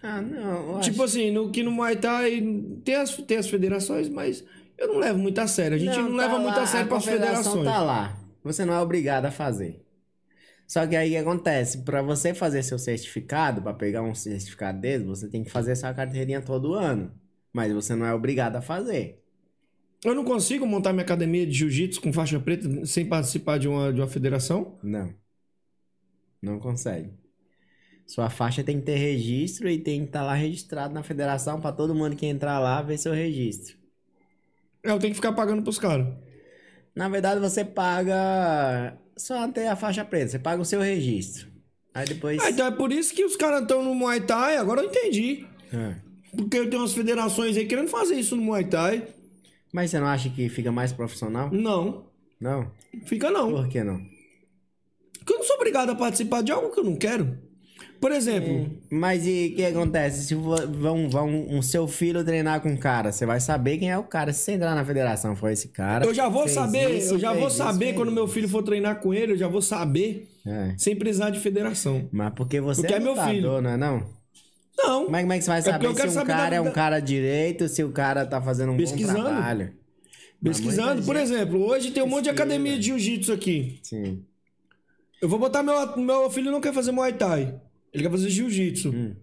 S4: Ah, não. eu
S3: Tipo
S4: acho-
S3: assim, no, que no Muay Thai tem as, tem as federações, mas eu não levo muito a sério. A gente não,
S4: tá
S3: leva muito
S4: lá,
S3: a sério para as
S4: confederação
S3: federações.
S4: tá lá. Você não é obrigado a fazer. Só que aí o que acontece? Pra você fazer seu certificado, pra pegar um certificado desse, você tem que fazer sua carteirinha todo ano. Mas você não é obrigado a fazer.
S3: Eu não consigo montar minha academia de jiu-jitsu com faixa preta sem participar de uma, de uma federação.
S4: Não. Não consegue. Sua faixa tem que ter registro e tem que estar lá registrado na federação pra todo mundo que entrar lá ver seu registro.
S3: Eu tenho que ficar pagando pros caras.
S4: Na verdade, você paga só até a faixa preta, você paga o seu registro. Aí depois.
S3: Ah, então é por isso que os caras estão no Muay Thai, agora eu entendi.
S4: Ah.
S3: Porque tem umas federações aí querendo fazer isso no Muay Thai.
S4: Mas você não acha que fica mais profissional?
S3: Não,
S4: Não?
S3: fica não.
S4: Por que não?
S3: Porque eu não sou obrigado a participar de algo que eu não quero. Por exemplo,
S4: Mas e o que acontece? Se vo- vão, vão um seu filho treinar com um cara, você vai saber quem é o cara. Se você entrar na federação, foi esse cara.
S3: eu já vou
S4: É. fez
S3: saber,
S4: isso,
S3: eu já
S4: fez
S3: vou
S4: isso,
S3: saber
S4: fez
S3: quando meu
S4: isso.
S3: filho for treinar com ele, eu já vou saber
S4: É.
S3: sem precisar de federação.
S4: Mas porque você
S3: Porque é meu
S4: lutador,
S3: filho.
S4: não é não?
S3: Não.
S4: Como é, como é que você vai
S3: porque
S4: saber
S3: eu quero
S4: se um
S3: saber da
S4: cara é um
S3: vida-
S4: cara direito, se o cara tá fazendo um
S3: Pesquisando.
S4: bom trabalho?
S3: Pesquisando,
S4: muita
S3: por
S4: gente
S3: exemplo, hoje tem um monte de
S4: é. pesquisa. né?
S3: academia de jiu-jitsu aqui.
S4: Sim.
S3: Eu vou botar meu, meu filho não quer fazer Muay Thai. Ele quer fazer jiu-jitsu.
S4: Hum.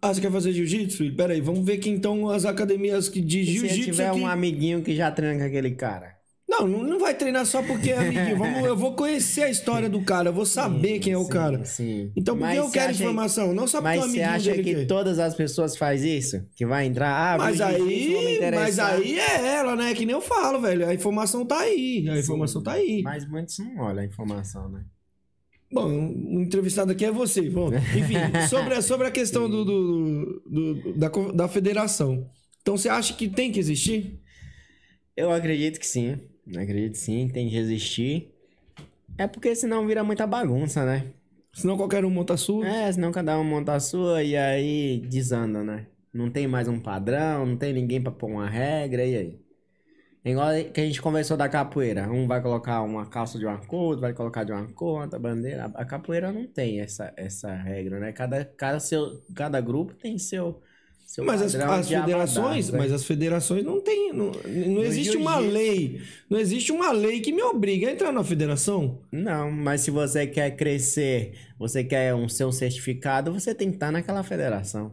S3: Ah, você quer fazer jiu-jitsu? filho? Pera aí, vamos ver que então as academias que de
S4: E se
S3: jiu-jitsu
S4: tiver
S3: aqui-
S4: um amiguinho que já treina com aquele cara?
S3: Não, não não vai treinar só porque é
S4: *laughs*
S3: amiguinho. Vamos, eu vou conhecer a história do cara, eu vou saber quem é o
S4: Sim,
S3: cara.
S4: Sim.
S3: Então por que
S4: Mas
S3: eu
S4: você
S3: quero
S4: acha-
S3: informação? Não só porque é um
S4: Mas você
S3: amiguinho
S4: acha
S3: dele
S4: que
S3: quer.
S4: todas as pessoas faz isso? Que vai entrar, ah,
S3: Mas
S4: vou jiu-jitsu, vou me
S3: aí, mas
S4: interessar.
S3: aí é ela, né? Que nem eu falo, velho. A informação tá aí. A informação tá aí.
S4: Mas muitos não olham a informação, né?
S3: Bom, o entrevistado aqui é você. Bom,
S4: *laughs*
S3: enfim, sobre, a- sobre a questão do, do- do- da, co- da federação. Então você acha que tem que existir?
S4: Eu acredito que sim. Eu acredito sim, tem que resistir. É porque senão vira muita bagunça, né?
S3: Senão qualquer um monta a sua.
S4: É, senão cada um monta a sua e aí desanda, né? Não tem mais um padrão, não tem ninguém pra pôr uma regra, e aí? É Igual que a gente conversou da capoeira. Um vai colocar uma calça de uma cor, outro vai colocar de uma cor, outra bandeira. A capoeira não tem essa, essa regra, né? Cada, cada, seu, cada grupo tem seu. seu
S3: Mas as,
S4: padrão
S3: as
S4: de
S3: federações,
S4: abordagem, né?
S3: mas as federações não tem, não, não existe uma
S4: jiu-jitsu.
S3: lei, não existe uma lei que me obrigue a entrar na federação.
S4: Não, mas se você quer crescer, você quer um seu certificado, você tem que estar naquela federação.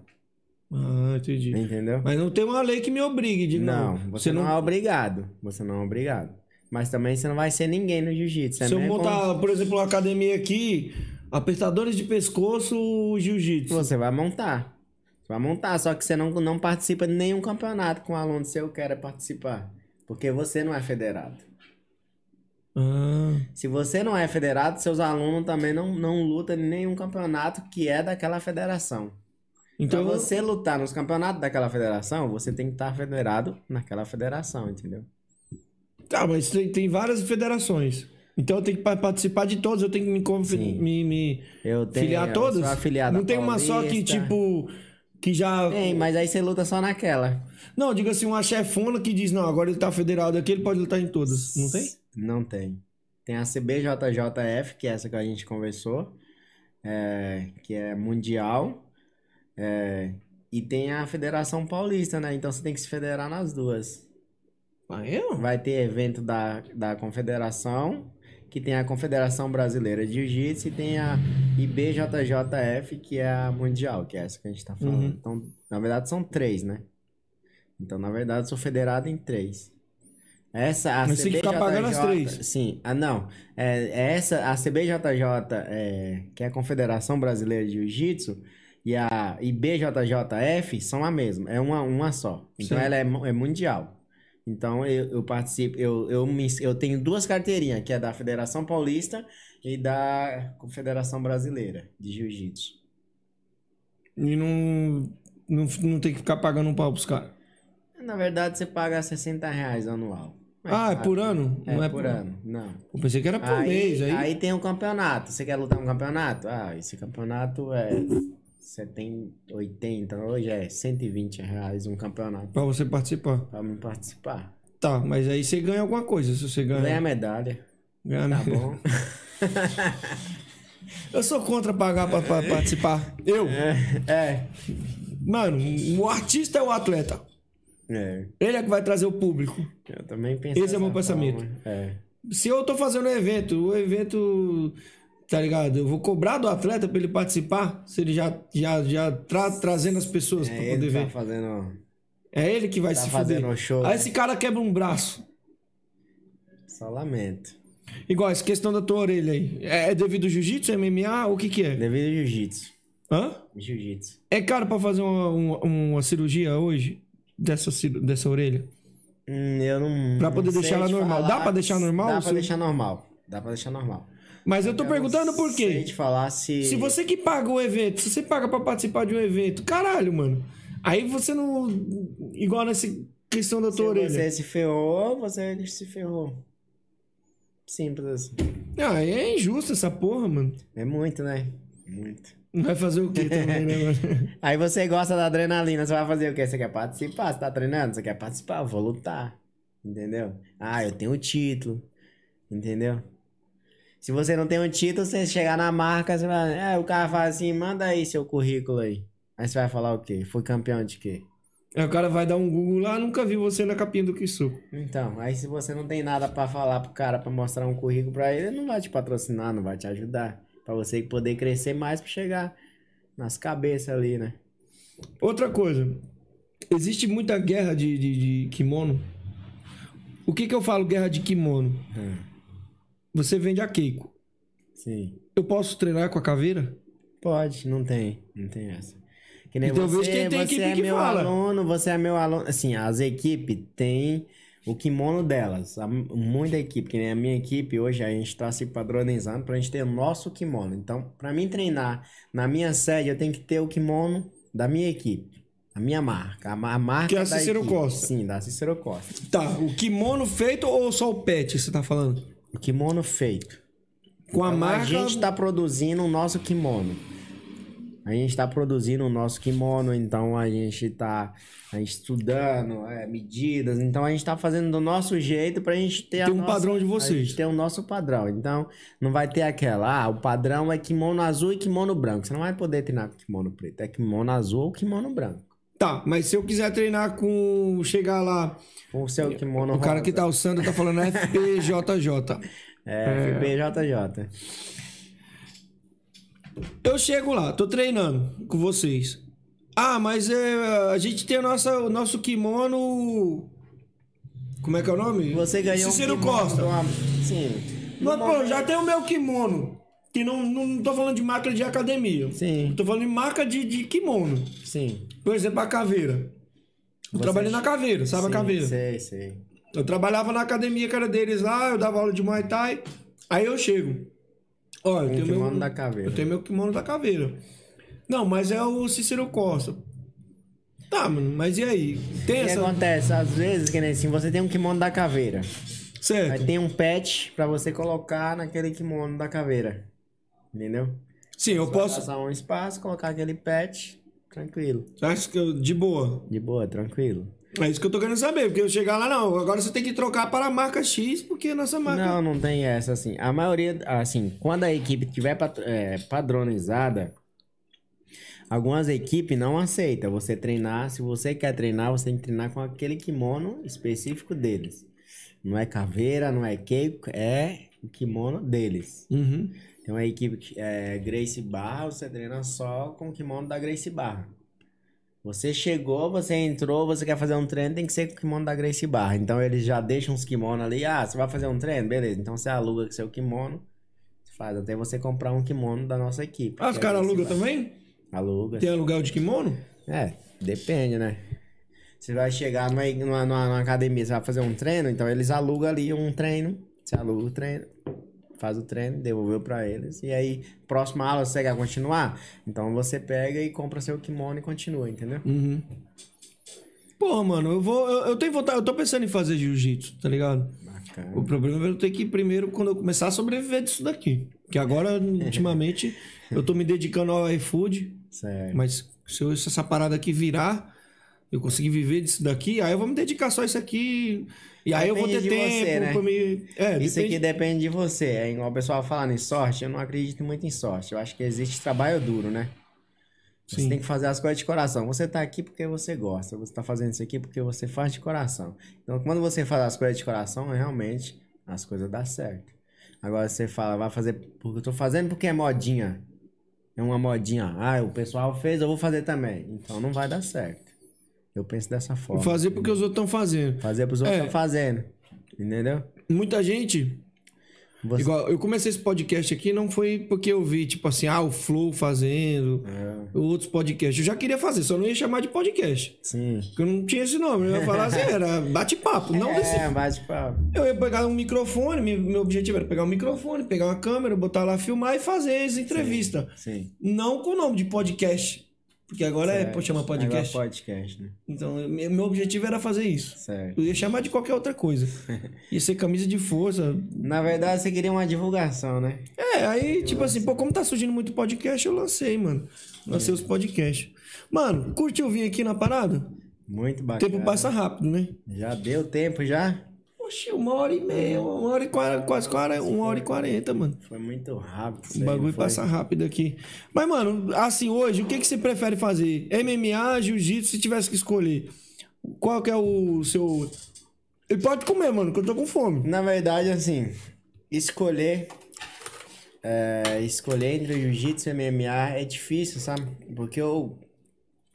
S3: Ah, entendi.
S4: Entendeu?
S3: Mas não tem uma lei que me obrigue de
S4: Não, você não, é obrigado. Você não é obrigado. Mas também você não vai ser ninguém no jiu-jitsu. é
S3: Se eu
S4: mesmo
S3: montar, por exemplo, uma academia aqui, apertadores de pescoço,
S4: como-
S3: jiu-jitsu.
S4: Você vai montar. Você vai montar, só que você não, não participa de nenhum campeonato com um aluno seu queira participar. Porque você não é federado.
S3: Ah,
S4: Se você não é federado, seus alunos também não, não lutam em nenhum campeonato que é daquela federação.
S3: então
S4: pra você lutar nos campeonatos daquela federação, você tem que estar federado naquela federação, entendeu?
S3: Tá, mas tem, tem várias federações. Então eu tenho que pa- participar de todas, eu tenho que me, confi-
S4: Sim.
S3: me, me
S4: Eu tenho,
S3: filiar a
S4: eu
S3: todas?
S4: sou afiliado
S3: não
S4: à
S3: tem uma só que,
S4: Paulista.
S3: tipo, que já.
S4: Tem, mas aí você luta só naquela.
S3: Não, diga assim, uma chefona que diz, não, agora ele tá federado aqui, ele pode lutar em todas. Não tem?
S4: Não tem. Tem a CBJJF, que é essa que a gente conversou, é, que é mundial, é, e tem a Federação Paulista, né? Então você tem que se federar nas duas.
S3: Ah, eu?
S4: Vai ter evento da, da Confederação, que tem a Confederação Brasileira de Jiu-Jitsu, e tem a IBJJF, que é a mundial, que é essa que a gente tá falando.
S3: Uhum.
S4: Então, na verdade, são três, né? Então, na verdade, eu sou federado em três. Essa, a
S3: Mas tem que ficar pagando as
S4: CBJJ
S3: três.
S4: Sim. Ah, não. É, é essa, a CBJJ, é, que é a Confederação Brasileira de Jiu-Jitsu, e a IBJJF são a mesma. É uma, uma só. Então,
S3: Sim.
S4: ela é, mu- é mundial. Então, eu, eu participo... Eu, eu, me, eu tenho duas carteirinhas, que é da Federação Paulista e da Confederação Brasileira de Jiu-Jitsu.
S3: E não, não, não tem que ficar pagando um pau pros caras.
S4: Na verdade, você paga 60 reais anual. Mas,
S3: Ah, é
S4: claro,
S3: por ano?
S4: É,
S3: não é
S4: por, ano, não.
S3: Eu pensei que era por mês aí.
S4: tem um campeonato. Você quer lutar um campeonato? Ah, esse campeonato é. Você tem 80, hoje é 120 reais um campeonato
S3: Pra você participar.
S4: pra me participar.
S3: Tá, mas aí você ganha alguma coisa, se você ganha.
S4: Ganha medalha,
S3: Ganha, né?
S4: tá bom?
S3: Eu sou contra pagar pra, pra participar. Eu?
S4: *laughs* é.
S3: Mano, o artista é o atleta.
S4: É,
S3: Ele é que vai trazer o público.
S4: eu também penso.
S3: Esse é meu
S4: dessa
S3: pensamento.
S4: forma. É.
S3: Se eu tô fazendo um evento, o evento, tá ligado? Eu vou cobrar do atleta pra ele participar, se ele já, já, já tá trazendo as pessoas
S4: É,
S3: pra
S4: ele
S3: poder
S4: tá
S3: ver.
S4: fazendo.
S3: É ele que vai
S4: tá
S3: se
S4: fazendo
S3: fuder.
S4: um show,
S3: Aí
S4: né?
S3: esse cara quebra um braço.
S4: Só lamento.
S3: Igual essa questão da tua orelha aí. É, é devido ao jiu-jitsu, MMA? O que que é?
S4: Devido ao jiu-jitsu.
S3: Hã?
S4: Jiu-jitsu.
S3: É caro pra fazer uma, uma, uma cirurgia hoje? Dessa, cir- dessa orelha?
S4: Hum, eu não.
S3: Pra poder
S4: não sei
S3: deixar ela
S4: te
S3: normal. Dá pra deixar normal
S4: Dá
S3: o
S4: pra
S3: seu-
S4: deixar normal. Dá pra deixar normal.
S3: Mas eu tô
S4: Eu
S3: perguntando
S4: não
S3: por
S4: Sei
S3: quê.
S4: te falar se.
S3: Se você que paga o evento, se você paga pra participar de um evento, caralho, mano. Aí você não. Igual nessa questão da
S4: se
S3: tua orelha.
S4: você se ferrou, você se ferrou. Simples assim.
S3: Ah, é injusto essa porra, mano.
S4: É muito, né? Muito.
S3: Não vai fazer o quê também, né, *laughs* mano?
S4: Aí você gosta da adrenalina, você vai fazer o quê? Você quer participar? Você tá treinando? Você quer participar? Eu Vou lutar. Entendeu? Ah, eu tenho o título. Entendeu? Se você não tem um título, você chegar na marca, você vai. É, o cara fala assim, manda aí seu currículo aí. Aí você vai falar o quê? Fui campeão de quê?
S3: Aí o cara vai dar um Google lá, nunca viu você na capinha do Kisuko.
S4: Então, aí se você não tem nada pra falar pro cara, pra mostrar um currículo pra ele, ele não vai te patrocinar, não vai te ajudar. Pra você poder crescer mais pra chegar nas cabeças ali, né?
S3: Outra coisa. Existe muita guerra de, de- de kimono. O que que eu falo guerra de kimono? Você vende a Keiko.
S4: Sim.
S3: Eu posso treinar com a caveira?
S4: Pode, não tem, não tem essa. Que nem
S3: Então, eu vejo
S4: você,
S3: quem tem
S4: você
S3: equipe
S4: é
S3: que
S4: meu
S3: fala.
S4: aluno, você é meu aluno. Assim, as equipes têm o kimono delas. A- Muita equipe, que nem a minha equipe hoje, a gente tá se padronizando pra gente ter o nosso kimono. Então, pra mim treinar na minha sede, eu tenho que ter o kimono da minha equipe. A minha marca, a ma- a marca
S3: Que é a
S4: da
S3: Cícero
S4: equipe.
S3: Costa.
S4: Sim, da Cícero Costa.
S3: Tá, o kimono feito ou só o pet, você tá falando?
S4: O kimono feito.
S3: Com É, a marca.
S4: A gente tá produzindo o nosso kimono. A gente tá produzindo o nosso kimono, então a gente tá a gente estudando é, medidas, então a gente tá fazendo do nosso jeito pra gente ter a
S3: Tem um
S4: nossa-
S3: padrão de vocês.
S4: A gente tem o nosso padrão. Então não vai ter aquela, ah, o padrão é kimono azul e kimono branco. Você não vai poder treinar com kimono preto, é kimono azul ou kimono branco.
S3: Tá, mas se eu quiser treinar com. Chegar lá.
S4: Com é o seu kimono
S3: o cara que
S4: rosa.
S3: tá, o Sandro, tá falando
S4: *laughs*
S3: FPJJ.
S4: É, FPJJ.
S3: Eu chego lá, tô treinando com vocês. Ah, mas é, a gente tem a nossa, o nosso kimono. Como é que é o nome?
S4: Você ganhou um
S3: Cícero
S4: kimono de
S3: Costa.
S4: uma- Sim.
S3: Mas, pô, já tem o meu kimono. Que não, não tô falando de marca de academia.
S4: Sim.
S3: Tô falando de marca de, de kimono.
S4: Sim.
S3: Por exemplo, a caveira. Eu trabalhei na caveira, sabe
S4: Sim,
S3: a caveira?
S4: Sei, sei.
S3: Eu trabalhava na academia que era deles lá, eu dava aula de Muay Thai. Aí eu chego. Ó, eu
S4: Um
S3: tenho
S4: kimono
S3: meu,
S4: da caveira.
S3: Eu tenho meu kimono da caveira. Não, mas é o Cícero Costa. Tá, mano, mas e aí? Tem
S4: O que
S3: essa.
S4: acontece? Às vezes, que nem assim, você tem um kimono
S3: *laughs*
S4: da caveira. Aí
S3: Certo.
S4: tem um patch pra você colocar naquele kimono da caveira. Entendeu?
S3: Sim, eu posso.
S4: Posso passar um espaço, colocar aquele patch, tranquilo.
S3: Acho É que eu- de boa.
S4: De boa, tranquilo.
S3: É isso que eu tô querendo saber, porque eu chegar lá, não. Agora você tem que trocar para a marca X, porque a nossa marca.
S4: Não, não tem essa, assim. A maioria, assim, quando a equipe tiver pat- é, padronizada, algumas equipes não aceitam você treinar. Se você quer treinar, você tem que treinar com aquele kimono específico deles. Não é caveira, não é keiko, é o kimono deles.
S3: Uhum.
S4: Tem uma equipe que é Grace Barra, você treina só com o kimono da Grace Barra. Você chegou, você entrou, você quer fazer um treino, tem que ser com o kimono da Grace Barra. Então eles já deixam os kimonos ali. Ah, você vai fazer um treino? Beleza. Então você aluga seu kimono, você faz até você comprar um kimono da nossa equipe.
S3: Ah, os
S4: que é
S3: caras
S4: Gracie
S3: alugam
S4: Barra.
S3: também?
S4: Aluga.
S3: Tem aluguel de kimono?
S4: É, depende, né? Você vai chegar numa, numa, numa- numa academia, você vai fazer um treino, então eles alugam ali um treino. Você aluga o treino, faz o treino, devolveu pra eles. E aí, próxima aula, você quer continuar? Então você pega e compra seu kimono e continua, entendeu?
S3: Uhum. Porra, mano, eu vou. Eu, eu tenho vontade, eu tô pensando em fazer jiu-jitsu, tá ligado?
S4: Bacana.
S3: O problema é eu ter que primeiro, quando eu começar a sobreviver disso daqui. Que agora,
S4: *laughs*
S3: ultimamente, eu tô me dedicando ao iFood,
S4: Certo.
S3: mas se, eu- se essa parada aqui virar, eu conseguir viver disso daqui, aí eu vou me dedicar só a isso aqui. E aí eu vou ter
S4: Depende de
S3: tempo
S4: você, né?
S3: pra me. É,
S4: Isso
S3: depende-
S4: aqui depende de você. É igual o pessoal falando em sorte, eu não acredito muito em sorte. Eu acho que existe trabalho duro, né? Você
S3: Sim.
S4: tem que fazer as coisas de coração. Você tá aqui porque você gosta. Você tá fazendo isso aqui porque você faz de coração. Então, quando você faz as coisas de coração, realmente as coisas dão certo. Agora você fala, vai fazer porque eu tô fazendo porque é modinha. É uma modinha. Ah, o pessoal fez, eu vou fazer também. Então não vai dar certo. Eu penso dessa forma.
S3: Fazer porque os outros estão fazendo.
S4: Fazer pros outros
S3: É.
S4: estão fazendo. Entendeu?
S3: Muita gente
S4: Você-
S3: Igual, eu comecei esse podcast aqui não foi porque eu vi, tipo assim, ah, o Flow fazendo,
S4: É.
S3: outros podcasts. Eu já queria fazer, só não ia chamar de podcast.
S4: Sim.
S3: Porque eu não tinha esse nome. Eu ia falar assim, era bate-papo. Não desse.
S4: *laughs* É, bate papo.
S3: Eu ia pegar um microfone, meu meu objetivo era pegar um microfone, pegar uma câmera, botar lá, filmar e fazer as entrevistas.
S4: Sim.
S3: Não com o nome de podcast. Porque agora é, pô, chama podcast.
S4: Agora podcast, né?
S3: Então, eu- meu objetivo era fazer isso.
S4: Certo.
S3: Eu ia chamar de qualquer outra
S4: *laughs*
S3: coisa. Ia ser camisa de força,
S4: Na verdade, você queria uma divulgação, né?
S3: É, aí, tipo assim, pô, como tá surgindo muito podcast, eu lancei, mano. Lancei
S4: É.
S3: os podcasts. Mano, curtiu vir aqui na parada?
S4: Muito
S3: O
S4: bacana.
S3: tempo passa rápido, né?
S4: Já deu tempo, já?
S3: Oxi, uma hora e meia, uma hora e quarenta, quase quarenta, uma hora e quarenta, mano.
S4: Foi muito rápido. isso
S3: O
S4: aí,
S3: bagulho
S4: não foi?
S3: passa rápido aqui. Mas, mano, assim, hoje, o que, que você prefere fazer? MMA, jiu-jitsu, se tivesse que escolher. Qual que é o seu... E pode comer, mano, que eu tô com fome.
S4: Na verdade, assim, escolher. é, escolher entre o jiu-jitsu e o MMA é difícil, sabe? Porque eu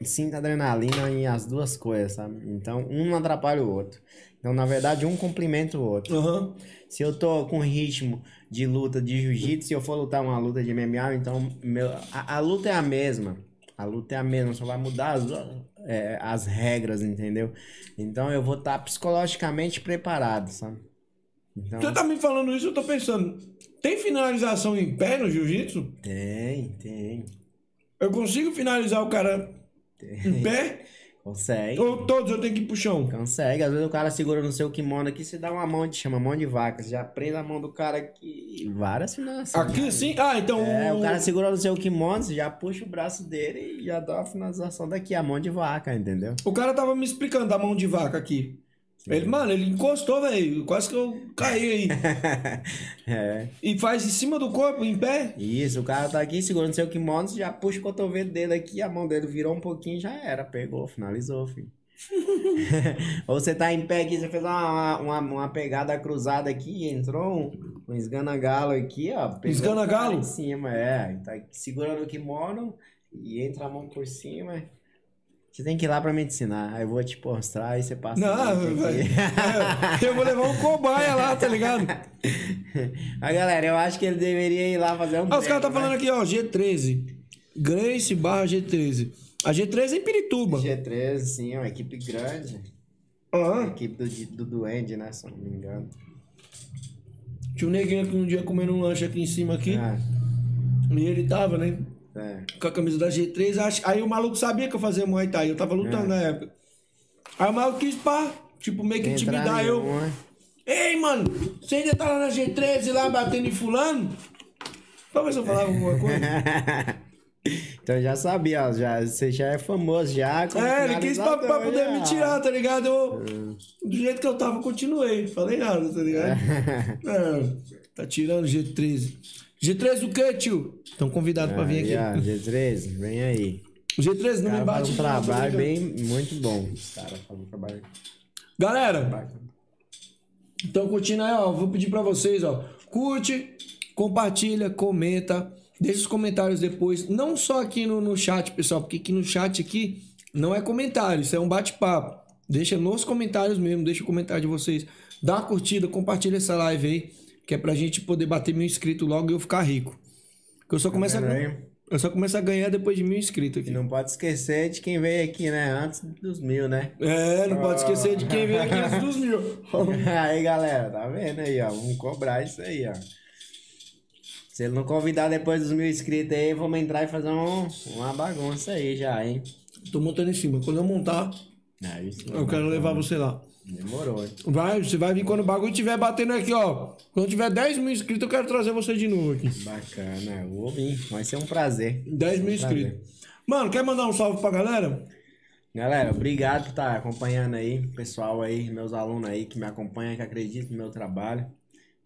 S4: sinto adrenalina em as duas coisas, sabe? Então, um não atrapalha o outro. Então, na verdade, um cumprimenta o outro.
S3: Aham.
S4: Se eu tô com ritmo de luta de jiu-jitsu, se eu for lutar uma luta de MMA, então meu, a, a luta é a mesma. A luta é a mesma, só vai mudar as, du- é, as regras, entendeu? Então eu vou estar psicologicamente preparado, sabe? Então,
S3: Você tá me falando isso, eu tô pensando. Tem finalização em pé no jiu-jitsu?
S4: tem, tem.
S3: Eu consigo finalizar o cara em pé?
S4: *laughs* Consegue.
S3: Ou todos eu tenho que ir pro chão.
S4: Consegue. Às vezes o cara segura no seu kimono aqui, você dá uma mão de chama, mão de vaca. Você já prende a mão do cara aqui. e Várias né? finalizações.
S3: Aqui assim? Ah, então.
S4: É, o cara segura no seu kimono, você já puxa o braço dele e já dá uma finalização daqui, a mão de vaca, entendeu?
S3: O cara tava me explicando da mão de vaca aqui. Ele, mano, ele encostou, velho. Quase que eu caí aí.
S4: *laughs* É.
S3: e faz em cima do corpo, em pé.
S4: Isso, o cara tá aqui segurando seu kimono, você já puxa o cotovelo dele aqui, a mão dele virou um pouquinho, já era, pegou, finalizou, filho. *laughs* Ou você tá em pé aqui, você fez uma, uma, uma pegada cruzada aqui, entrou um, um esganagalo aqui, ó. pegou
S3: Esgana
S4: o cara
S3: galo?
S4: Em cima, é. Tá aqui segurando o kimono e entra a mão por cima. Você tem que ir lá pra me ensinar, aí eu vou te mostrar, aí você passa.
S3: Não,
S4: o link
S3: velho.
S4: aqui.
S3: É, Eu vou levar um cobaia lá, tá ligado?
S4: *laughs* Mas galera, eu acho que ele deveria ir lá fazer um.
S3: Ah, os caras tá
S4: treino, né?
S3: falando aqui, ó, G13. Grace barra G13. A G13 é em Pirituba.
S4: G13, sim, é uma equipe grande. É A
S3: Aham.
S4: equipe do, do Duende, né? Se eu não me engano.
S3: Tinha um neguinho aqui um dia comendo um lanche aqui em cima aqui.
S4: Ah,
S3: E ele tava, né?
S4: é.
S3: Com a camisa da G3. ach- Aí o maluco sabia que eu fazia Muay Thai. Eu tava lutando
S4: É.
S3: na época. Aí o maluco quis pá. Tipo, meio que intimidar
S4: Entrar
S3: eu.
S4: nenhum, né?
S3: Ei, mano, você ainda tá lá na G13 lá batendo em fulano? Talvez eu falava alguma
S4: *laughs*
S3: coisa.
S4: *laughs*
S3: É,
S4: Então já sabia, ó, já, você já é famoso já. como
S3: É, ele quis pra, pra
S4: finalizador, É.
S3: poder
S4: já.
S3: me tirar, tá ligado? Eu, do jeito que eu tava, continuei. não Falei nada, tá ligado? É, tá tirando G13. G13 o quê, tio? Estão convidados pra vir
S4: Aí, ó,
S3: aqui.
S4: G13, vem aí.
S3: G13
S4: O
S3: não me
S4: cara faz
S3: bate.
S4: um
S3: não, tá ligado?
S4: trabalho bem, muito bom. Os caras fazem um trabalho
S3: Galera,
S4: bacana.
S3: então curtindo aí, ó. Vou pedir pra vocês, ó. Curte, compartilha, comenta. Deixa os comentários depois. Não só aqui no, no chat, pessoal, porque aqui no chat aqui não é comentário, isso é um bate-papo. Deixa nos comentários mesmo, deixa o comentário de vocês. Dá uma curtida, compartilha essa live aí, que é pra gente poder bater mil inscritos logo e eu ficar rico. Que eu só começo a,
S4: vendo
S3: gan-
S4: aí?
S3: eu só começo a ganhar depois de mil inscritos
S4: E
S3: aqui.
S4: não pode esquecer de quem veio aqui, né? Antes dos mil, né?
S3: É, não pode esquecer de quem veio aqui antes dos mil.
S4: *laughs* Aí, galera, tá vendo aí, ó? Vamos cobrar isso aí, ó. Se ele não convidar depois dos mil inscritos aí, vamos entrar e fazer um, uma bagunça aí já, hein?
S3: Tô montando em cima. Quando eu montar,
S4: Ah, isso
S3: eu quero levar você lá.
S4: Demorou, hein?
S3: Vai, você vai vir quando o bagulho estiver batendo aqui, ó. Quando tiver 10 mil inscritos, eu quero trazer você de novo aqui.
S4: Bacana, eu vou vir. Vai ser um prazer.
S3: 10 mil
S4: Prazer.
S3: inscritos. Mano, quer mandar um salve pra galera?
S4: Galera, obrigado por estar acompanhando aí, pessoal aí, meus alunos aí que me acompanham, que acreditam no meu trabalho.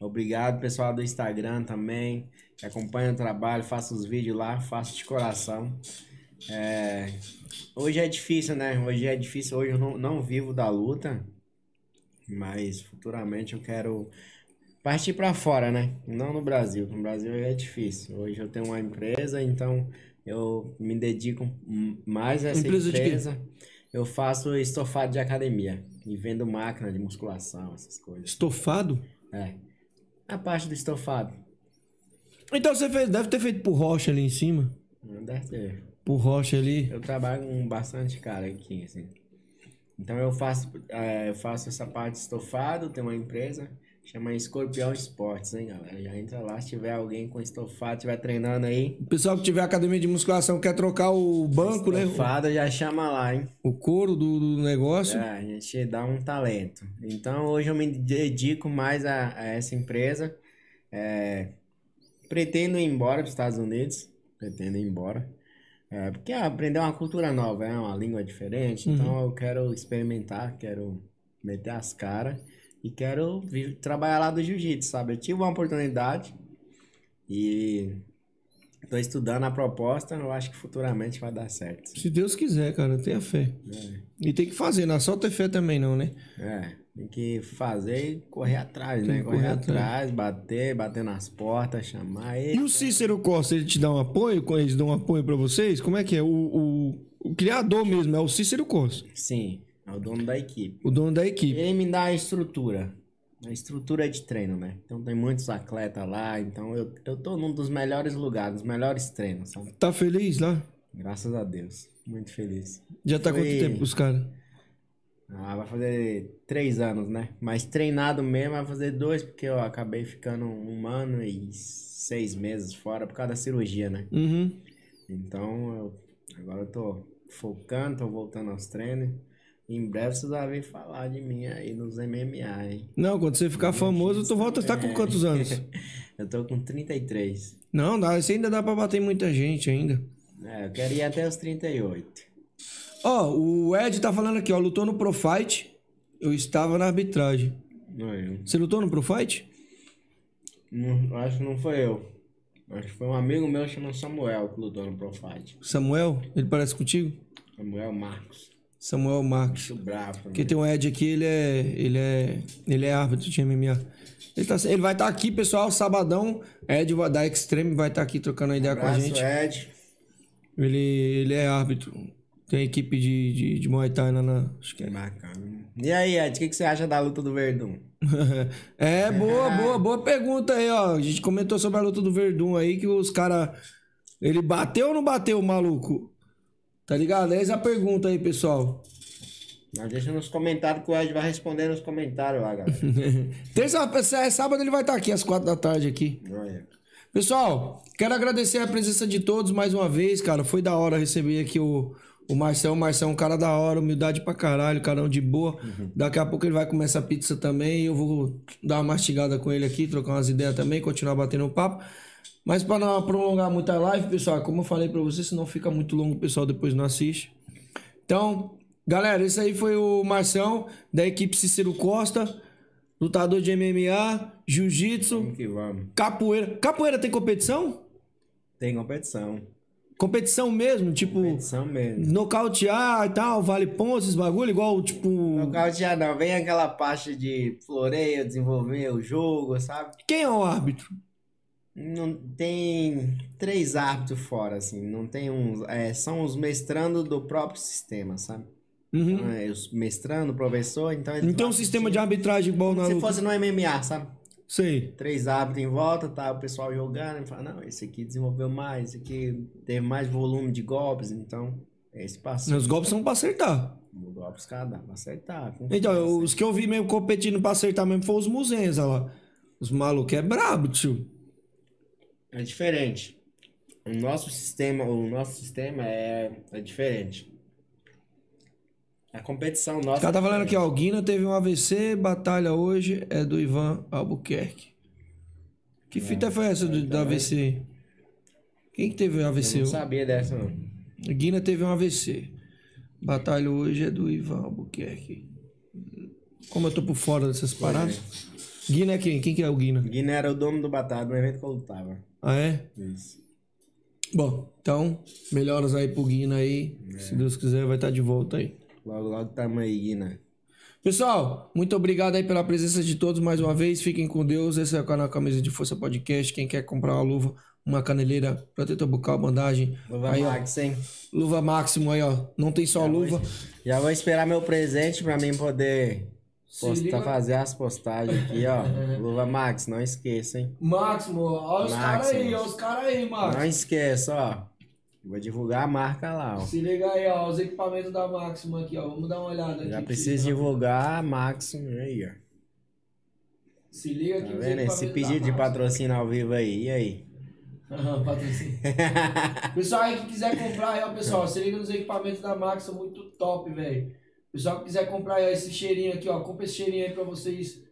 S4: Obrigado, pessoal do Instagram também, que acompanha o trabalho, faço os vídeos lá, faço de coração. É, Hoje é difícil, né? Hoje é difícil, hoje eu não, não vivo da luta, mas futuramente eu quero partir para fora, né? Não no Brasil, no Brasil é difícil. Hoje eu tenho uma empresa, então eu me dedico hum, mais a essa
S3: Empresa de quê?
S4: empresa. Eu faço estofado de academia e vendo máquina de musculação, essas coisas.
S3: Estofado?
S4: É. A parte do estofado.
S3: Então você fez, deve ter feito pro Rocha ali em cima.
S4: Não deve ter.
S3: Pro Rocha ali.
S4: Eu trabalho com bastante cara aqui, assim. Então eu faço, eh, eu faço essa parte de estofado, tem uma empresa, chama Escorpião Esportes, hein, galera? Já entra lá, se tiver alguém com estofado, tiver treinando aí,
S3: O pessoal que tiver academia de musculação quer trocar o banco, né?
S4: estofado já chama lá, hein?
S3: O couro do, do negócio.
S4: É, a gente dá um talento. Então hoje eu me dedico mais a, a essa empresa. É, pretendo ir embora para os Estados Unidos. Pretendo ir embora. É, porque aprender uma cultura nova, é uma língua diferente. Então eu quero experimentar, quero meter as caras e quero vi- trabalhar lá do jiu-jitsu, sabe? Eu tive uma oportunidade e estou estudando a proposta. Eu acho que futuramente vai dar certo.
S3: Se Deus quiser, cara, tenha fé.
S4: É.
S3: E tem que fazer, não é só ter fé também, não, né?
S4: É, tem que fazer e correr atrás, né?
S3: que
S4: Correr,
S3: correr atrás.
S4: atrás, bater, bater nas portas, chamar
S3: E
S4: ele.
S3: o Cícero Costa, ele te dá um apoio? Eles dão um apoio pra vocês? Como é que é? O, o- o criador mesmo é o Cícero Costa,
S4: Sim, é o dono da equipe.
S3: o dono da equipe.
S4: Ele me dá a estrutura. A estrutura de treino, né? Então tem muitos atletas lá, então eu, eu tô num dos melhores lugares, dos melhores treinos, sabe?
S3: Tá feliz lá?
S4: Graças a Deus. Muito feliz.
S3: Já tá
S4: Foi-
S3: quanto tempo com os caras?
S4: Ah, vai fazer três anos, né? Mas treinado mesmo vai fazer dois, porque eu acabei ficando um ano e seis meses fora por causa da cirurgia, né?
S3: Uhum.
S4: Então, eu, agora eu tô focando, tô voltando aos treinos. Em breve vocês vão ver falar de mim aí nos MMA, hein? É.
S3: Não, quando você ficar famoso, tu volta. Você tá com quantos anos?
S4: *laughs* Eu tô com 33.
S3: Não, dá, isso ainda dá pra bater em muita gente ainda.
S4: É, eu quero ir até os 38.
S3: Ó, o Ed tá falando aqui, ó. Lutou no Pro Fight. Eu estava na arbitragem.
S4: Não, eu,
S3: Você lutou no Pro Fight?
S4: não, eu acho que não foi eu. Acho que foi um amigo meu chamado Samuel que lutou no Profite.
S3: Samuel? Ele parece contigo?
S4: Samuel Marcos.
S3: Samuel Marques.
S4: Muito bravo. né?
S3: Porque
S4: Que...
S3: tem um Ed aqui, ele é. Ele é. Ele é árbitro de MMA. Ele, tá- ele vai estar aqui, pessoal, sabadão. Ed vai- da Extreme vai estar aqui trocando ideia com a
S4: Abraço,
S3: gente.
S4: Ed.
S3: Ele, ele é árbitro. Tem equipe de, de, de Muay Thai lá na. Acho que é. *laughs*
S4: Bacana. E aí, Ed, o que, que você acha da luta do Verdun?
S3: é, boa, boa, boa pergunta aí, ó. A gente comentou sobre a luta do Verdun aí, que os caras. Ele bateu ou não bateu, maluco? Tá ligado? Essa é a pergunta aí, pessoal.
S4: Mas deixa nos comentários que o Ed vai responder nos comentários lá, galera.
S3: Terça, é, sábado ele vai estar aqui, às quatro da tarde aqui.
S4: Olha.
S3: Pessoal, quero agradecer a presença de todos mais uma vez, cara. Foi da hora receber aqui o, o Marcel. O Marcel é um cara da hora, humildade pra caralho, carão de boa. Daqui a pouco ele vai começar a pizza também. Eu vou dar uma mastigada com ele aqui, trocar umas ideias também, continuar batendo um papo. Mas pra não prolongar muito a live, pessoal, como eu falei pra vocês, senão fica muito longo, o pessoal depois não assiste. Então, galera, esse aí foi o Marcão, da equipe Cícero Costa, lutador de MMA, jiu-jitsu.
S4: Vamos que vamos.
S3: Capoeira. Capoeira tem competição?
S4: Tem competição.
S3: Competição mesmo, tipo,
S4: Competição mesmo.
S3: nocautear e tal, vale pontos, esses bagulho, igual, tipo.
S4: No já não, vem aquela parte de floreio, desenvolver o jogo, sabe?
S3: Quem é o árbitro?
S4: Não tem três árbitros fora, assim, não tem uns. é, são os mestrando do próprio sistema, sabe?
S3: Uhum.
S4: Então, é, os mestrando, professor, então eles
S3: Não tem um
S4: vão
S3: sistema de
S4: assistir.
S3: arbitragem igual na
S4: Se
S3: luta.
S4: fosse no MMA, sabe?
S3: Sei.
S4: Três árbitros em volta, tá? O pessoal jogando e fala, não, esse aqui desenvolveu mais, esse aqui teve mais volume de golpes, então. Esse passou.
S3: Os golpes são pra acertar.
S4: Os golpes cada, um, acertar.
S3: Então,
S4: confiança.
S3: os que eu vi mesmo competindo pra acertar mesmo foram os Muzenza lá. Os malucos é brabo, tio.
S4: É diferente. O nosso sistema, o nosso sistema é, é diferente. A competição
S3: O
S4: nossa.
S3: cara tá
S4: é
S3: falando aqui,
S4: diferente.
S3: ó. O Guina teve um AVC, batalha hoje é do Ivan Albuquerque. Que fita foi essa do, do AVC? aí? Quem que teve AVC?
S4: Eu não
S3: hoje?
S4: sabia dessa, não.
S3: Guina teve um AVC. Batalha hoje é do Ivan Albuquerque. Como eu tô por fora dessas paradas. Guina é quem? Quem que é o Guina?
S4: Guiné era o dono do Batalha, no evento que eu lutava.
S3: Ah, é?
S4: Isso.
S3: Bom, então, melhoras aí pro Guina aí. Se Deus quiser, vai estar de volta aí.
S4: Logo, logo tamo aí, Guiné.
S3: Pessoal, muito obrigado aí pela presença de todos mais uma vez. Fiquem com Deus. Esse é o canal Camisa de Força Podcast. Quem quer comprar uma luva, uma caneleira, protetor bucal, bandagem.
S4: Luva É,
S3: aí, ó,
S4: Max, hein?
S3: luva máximo aí, ó. Não tem só luva.
S4: Já vou esperar meu presente pra mim poder
S3: liga-
S4: postar, fazer as postagens aqui, ó. Luva Max, não esqueça, hein?
S3: Máximo, ó,
S4: os cara aí, ó, os
S3: caras aí, Máximo.
S4: Não esqueça, ó. Vou divulgar a marca lá, ó.
S3: Se liga aí, ó, os equipamentos da Máxima aqui, ó. Vamos dar uma olhada aqui.
S4: Já
S3: que
S4: precisa
S3: se-
S4: divulgar a Max aí, ó.
S3: Se liga
S4: Tá
S3: aqui. os
S4: vendo? Esse
S3: equipamentos
S4: pedido
S3: da
S4: de
S3: Maxima.
S4: patrocínio ao vivo aí, e aí?
S3: *laughs* Aham,
S4: *laughs*
S3: patrocínio. pessoal aí que quiser comprar aí, ó, pessoal, se liga nos equipamentos da Máxima, muito top, velho. Pessoal que quiser comprar aí, ó, esse cheirinho aqui, ó, compra esse cheirinho aí pra vocês.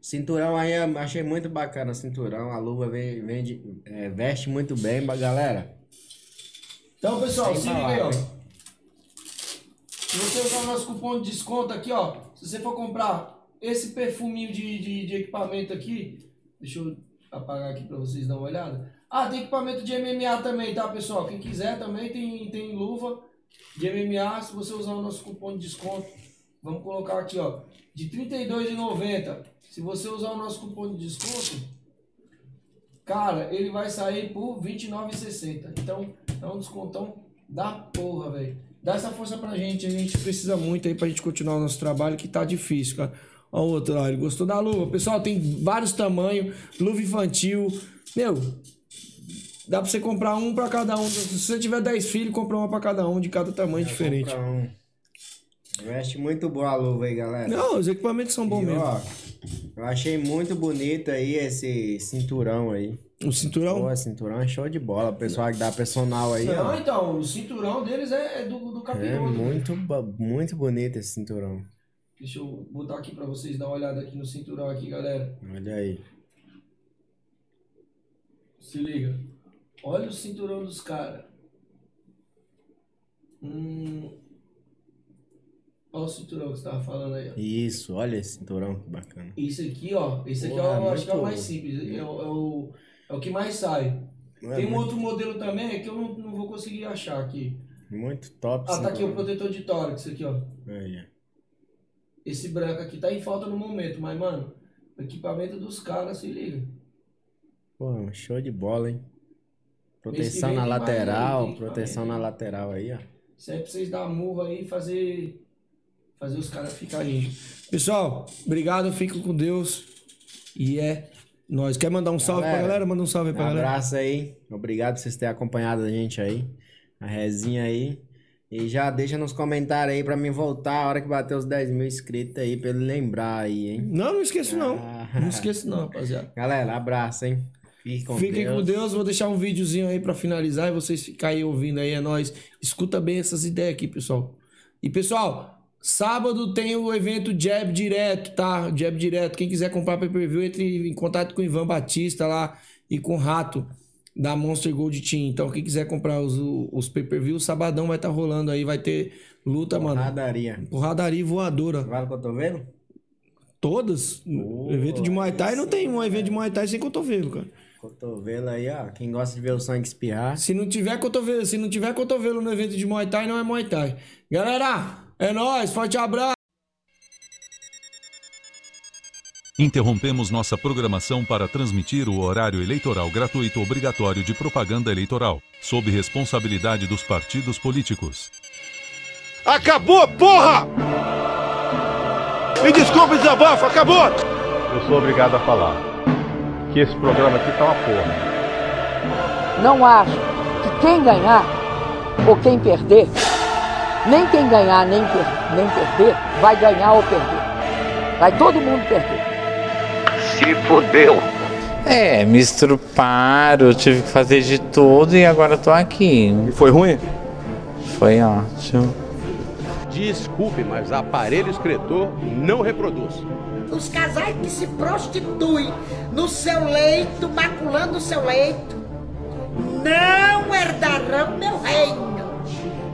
S4: Cinturão aí, eu achei muito bacana o cinturão. A luva vem, vende, é, veste muito bem, ba- galera.
S3: Então, pessoal,
S4: Sem
S3: se liga aí, ó.
S4: palavras.
S3: Se você usar o nosso cupom de desconto aqui, ó, se você for comprar esse perfuminho de, de, de equipamento aqui, deixa eu apagar aqui pra vocês dar uma olhada. Ah, tem equipamento de MMA também, tá, pessoal? Quem quiser também tem, tem luva de MMA. Se você usar o nosso cupom de desconto, vamos colocar aqui, ó, de R$ 32,90. Se você usar o nosso cupom de desconto, Cara, ele vai sair por R$29,60. Então, é um descontão da porra, velho. Dá essa força pra gente. A gente precisa muito aí pra gente continuar o nosso trabalho, que tá difícil, cara. Ó, o outro lá, ele gostou da luva. Pessoal, tem vários tamanhos. Luva infantil. Meu, dá pra você comprar um pra cada um. Se você tiver 10 filhos, compra uma pra cada um, de cada tamanho diferente.
S4: Então, um. veste muito boa a luva aí, galera.
S3: Não, os equipamentos são bons
S4: E,
S3: mesmo.
S4: ó, eu achei muito bonito aí esse cinturão aí.
S3: O cinturão?
S4: Pô, cinturão é show de bola. O pessoal que dá personal aí, ó.
S3: então, o cinturão deles é do, do
S4: É muito, ba- muito bonito esse cinturão.
S3: Deixa eu botar aqui pra vocês dar uma olhada aqui no cinturão aqui, galera.
S4: Olha aí.
S3: Se liga. Olha o cinturão dos caras. Hum. Olha o cinturão que você tava falando aí, ó.
S4: Isso, olha esse cinturão, que bacana.
S3: Esse aqui, ó. Esse aqui
S4: Porra,
S3: eu acho que é o
S4: muito-
S3: mais simples. É o, é o, é o que mais sai.
S4: Não é
S3: Tem um
S4: muito,
S3: outro modelo também que eu não, não vou conseguir achar aqui.
S4: muito top.
S3: Ah, tá aqui o
S4: cinturão.
S3: protetor de tórax aqui, ó.
S4: Aí,
S3: Esse branco aqui tá em falta no momento, mas, mano, o equipamento dos caras, se liga.
S4: ó. Pô, um show de bola, hein? Proteção
S3: vem
S4: na
S3: tem mais, né? Tem
S4: lateral,
S3: que
S4: proteção
S3: fazer,
S4: na
S3: né?
S4: lateral aí, ó.
S3: Isso aí é pra vocês dar murro aí e fazer, fazer os caras ficarem. Pessoal, obrigado, fico com Deus. E é nós. Quer mandar um salve
S4: pra Galera, galera?
S3: Manda um salve
S4: Um abraço aí. Obrigado por vocês terem acompanhado a gente aí. A resinha aí. E já deixa nos comentários aí pra mim voltar a hora que bater os 10 mil inscritos aí, pra ele lembrar aí, hein?
S3: Não, não esqueço não.
S4: Ah.
S3: Não esqueço não, rapaziada.
S4: Galera, abraço, hein? Fique com
S3: Fiquem
S4: Deus.
S3: com Deus, vou deixar um videozinho aí pra finalizar e vocês ficarem aí ouvindo aí, é nóis. Escuta bem essas ideias aqui, pessoal. E pessoal, sábado tem o evento Jab Direto, tá? Jab Direto. Quem quiser comprar pay-per-view, entre em contato com o Ivan Batista lá e com o Rato da Monster Gold Team. Então, quem quiser comprar os, os pay-per-view, sabadão vai estar rolando aí, vai ter luta, mano.
S4: Nadaria.
S3: Porradaria e voadora.
S4: Vale o cotovelo?
S3: Todas.
S4: Boa,
S3: evento de Muay Thai não
S4: isso,
S3: tem um evento de Muay Thai sem cotovelo, cara.
S4: Cotovelo aí, ó. Quem gosta de ver o sangue espirrar.
S3: Se não tiver cotovelo, se não tiver cotovelo no evento de Muay Thai, não é Muay Thai. Galera, é nóis, forte abraço.
S5: Interrompemos nossa programação para transmitir o horário eleitoral gratuito obrigatório de propaganda eleitoral, sob responsabilidade dos partidos políticos.
S6: Acabou, porra! Me desculpa o desabafo, acabou!
S7: Eu sou obrigado a falar que esse programa aqui tá uma porra.
S8: não acho que quem ganhar ou quem perder, nem quem ganhar nem, per- nem perder, vai ganhar ou perder. Vai todo mundo perder.
S9: É, me estruparam, tive que fazer de tudo e agora tô aqui.
S6: E foi ruim?
S9: Foi ótimo.
S7: Desculpe, mas aparelho excretor não reproduz.
S10: Os casais que se prostituem no seu leito, maculando o seu leito, não herdarão meu reino.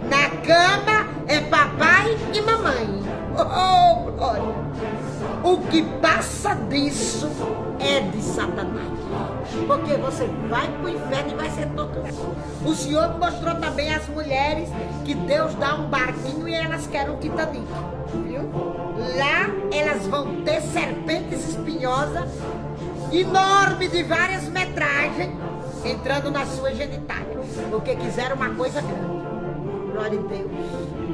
S10: Na cama é papai e mamãe. Oh, glória! O que passa disso é de Satanás. Porque você vai pro inferno e vai ser torturado. O Senhor mostrou também às mulheres que Deus dá um barquinho e elas querem um Titanic. Viu? Lá elas vão ter serpentes espinhosas enorme de várias metragens entrando na sua genitália. Porque quiseram uma coisa grande. Glória a Deus.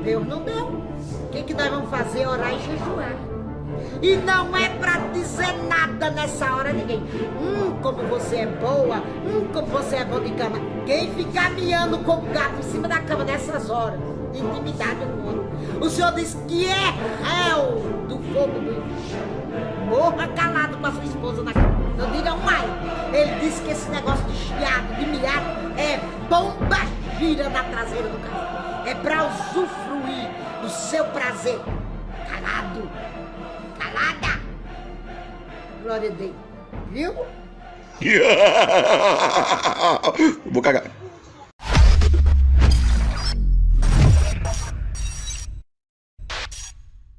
S10: Deus não deu. O que, que nós vamos fazer? Orar e jejuar. E não é pra dizer nada nessa hora a ninguém. Hum, como você é boa. Hum, como você é bom de cama. Quem ficar miando como gato em cima da cama nessas horas? Intimidade com o outro. O senhor diz que é réu do fogo do inferno. Morra calado com a sua esposa na cama. Não diga um ai. Ele disse que esse negócio de chiado, de miado, é bomba gira na traseira do carro. É pra usufruir do seu prazer. Calado. Calada.
S1: *laughs*
S10: Glória a Deus. Viu?
S6: Vou cagar.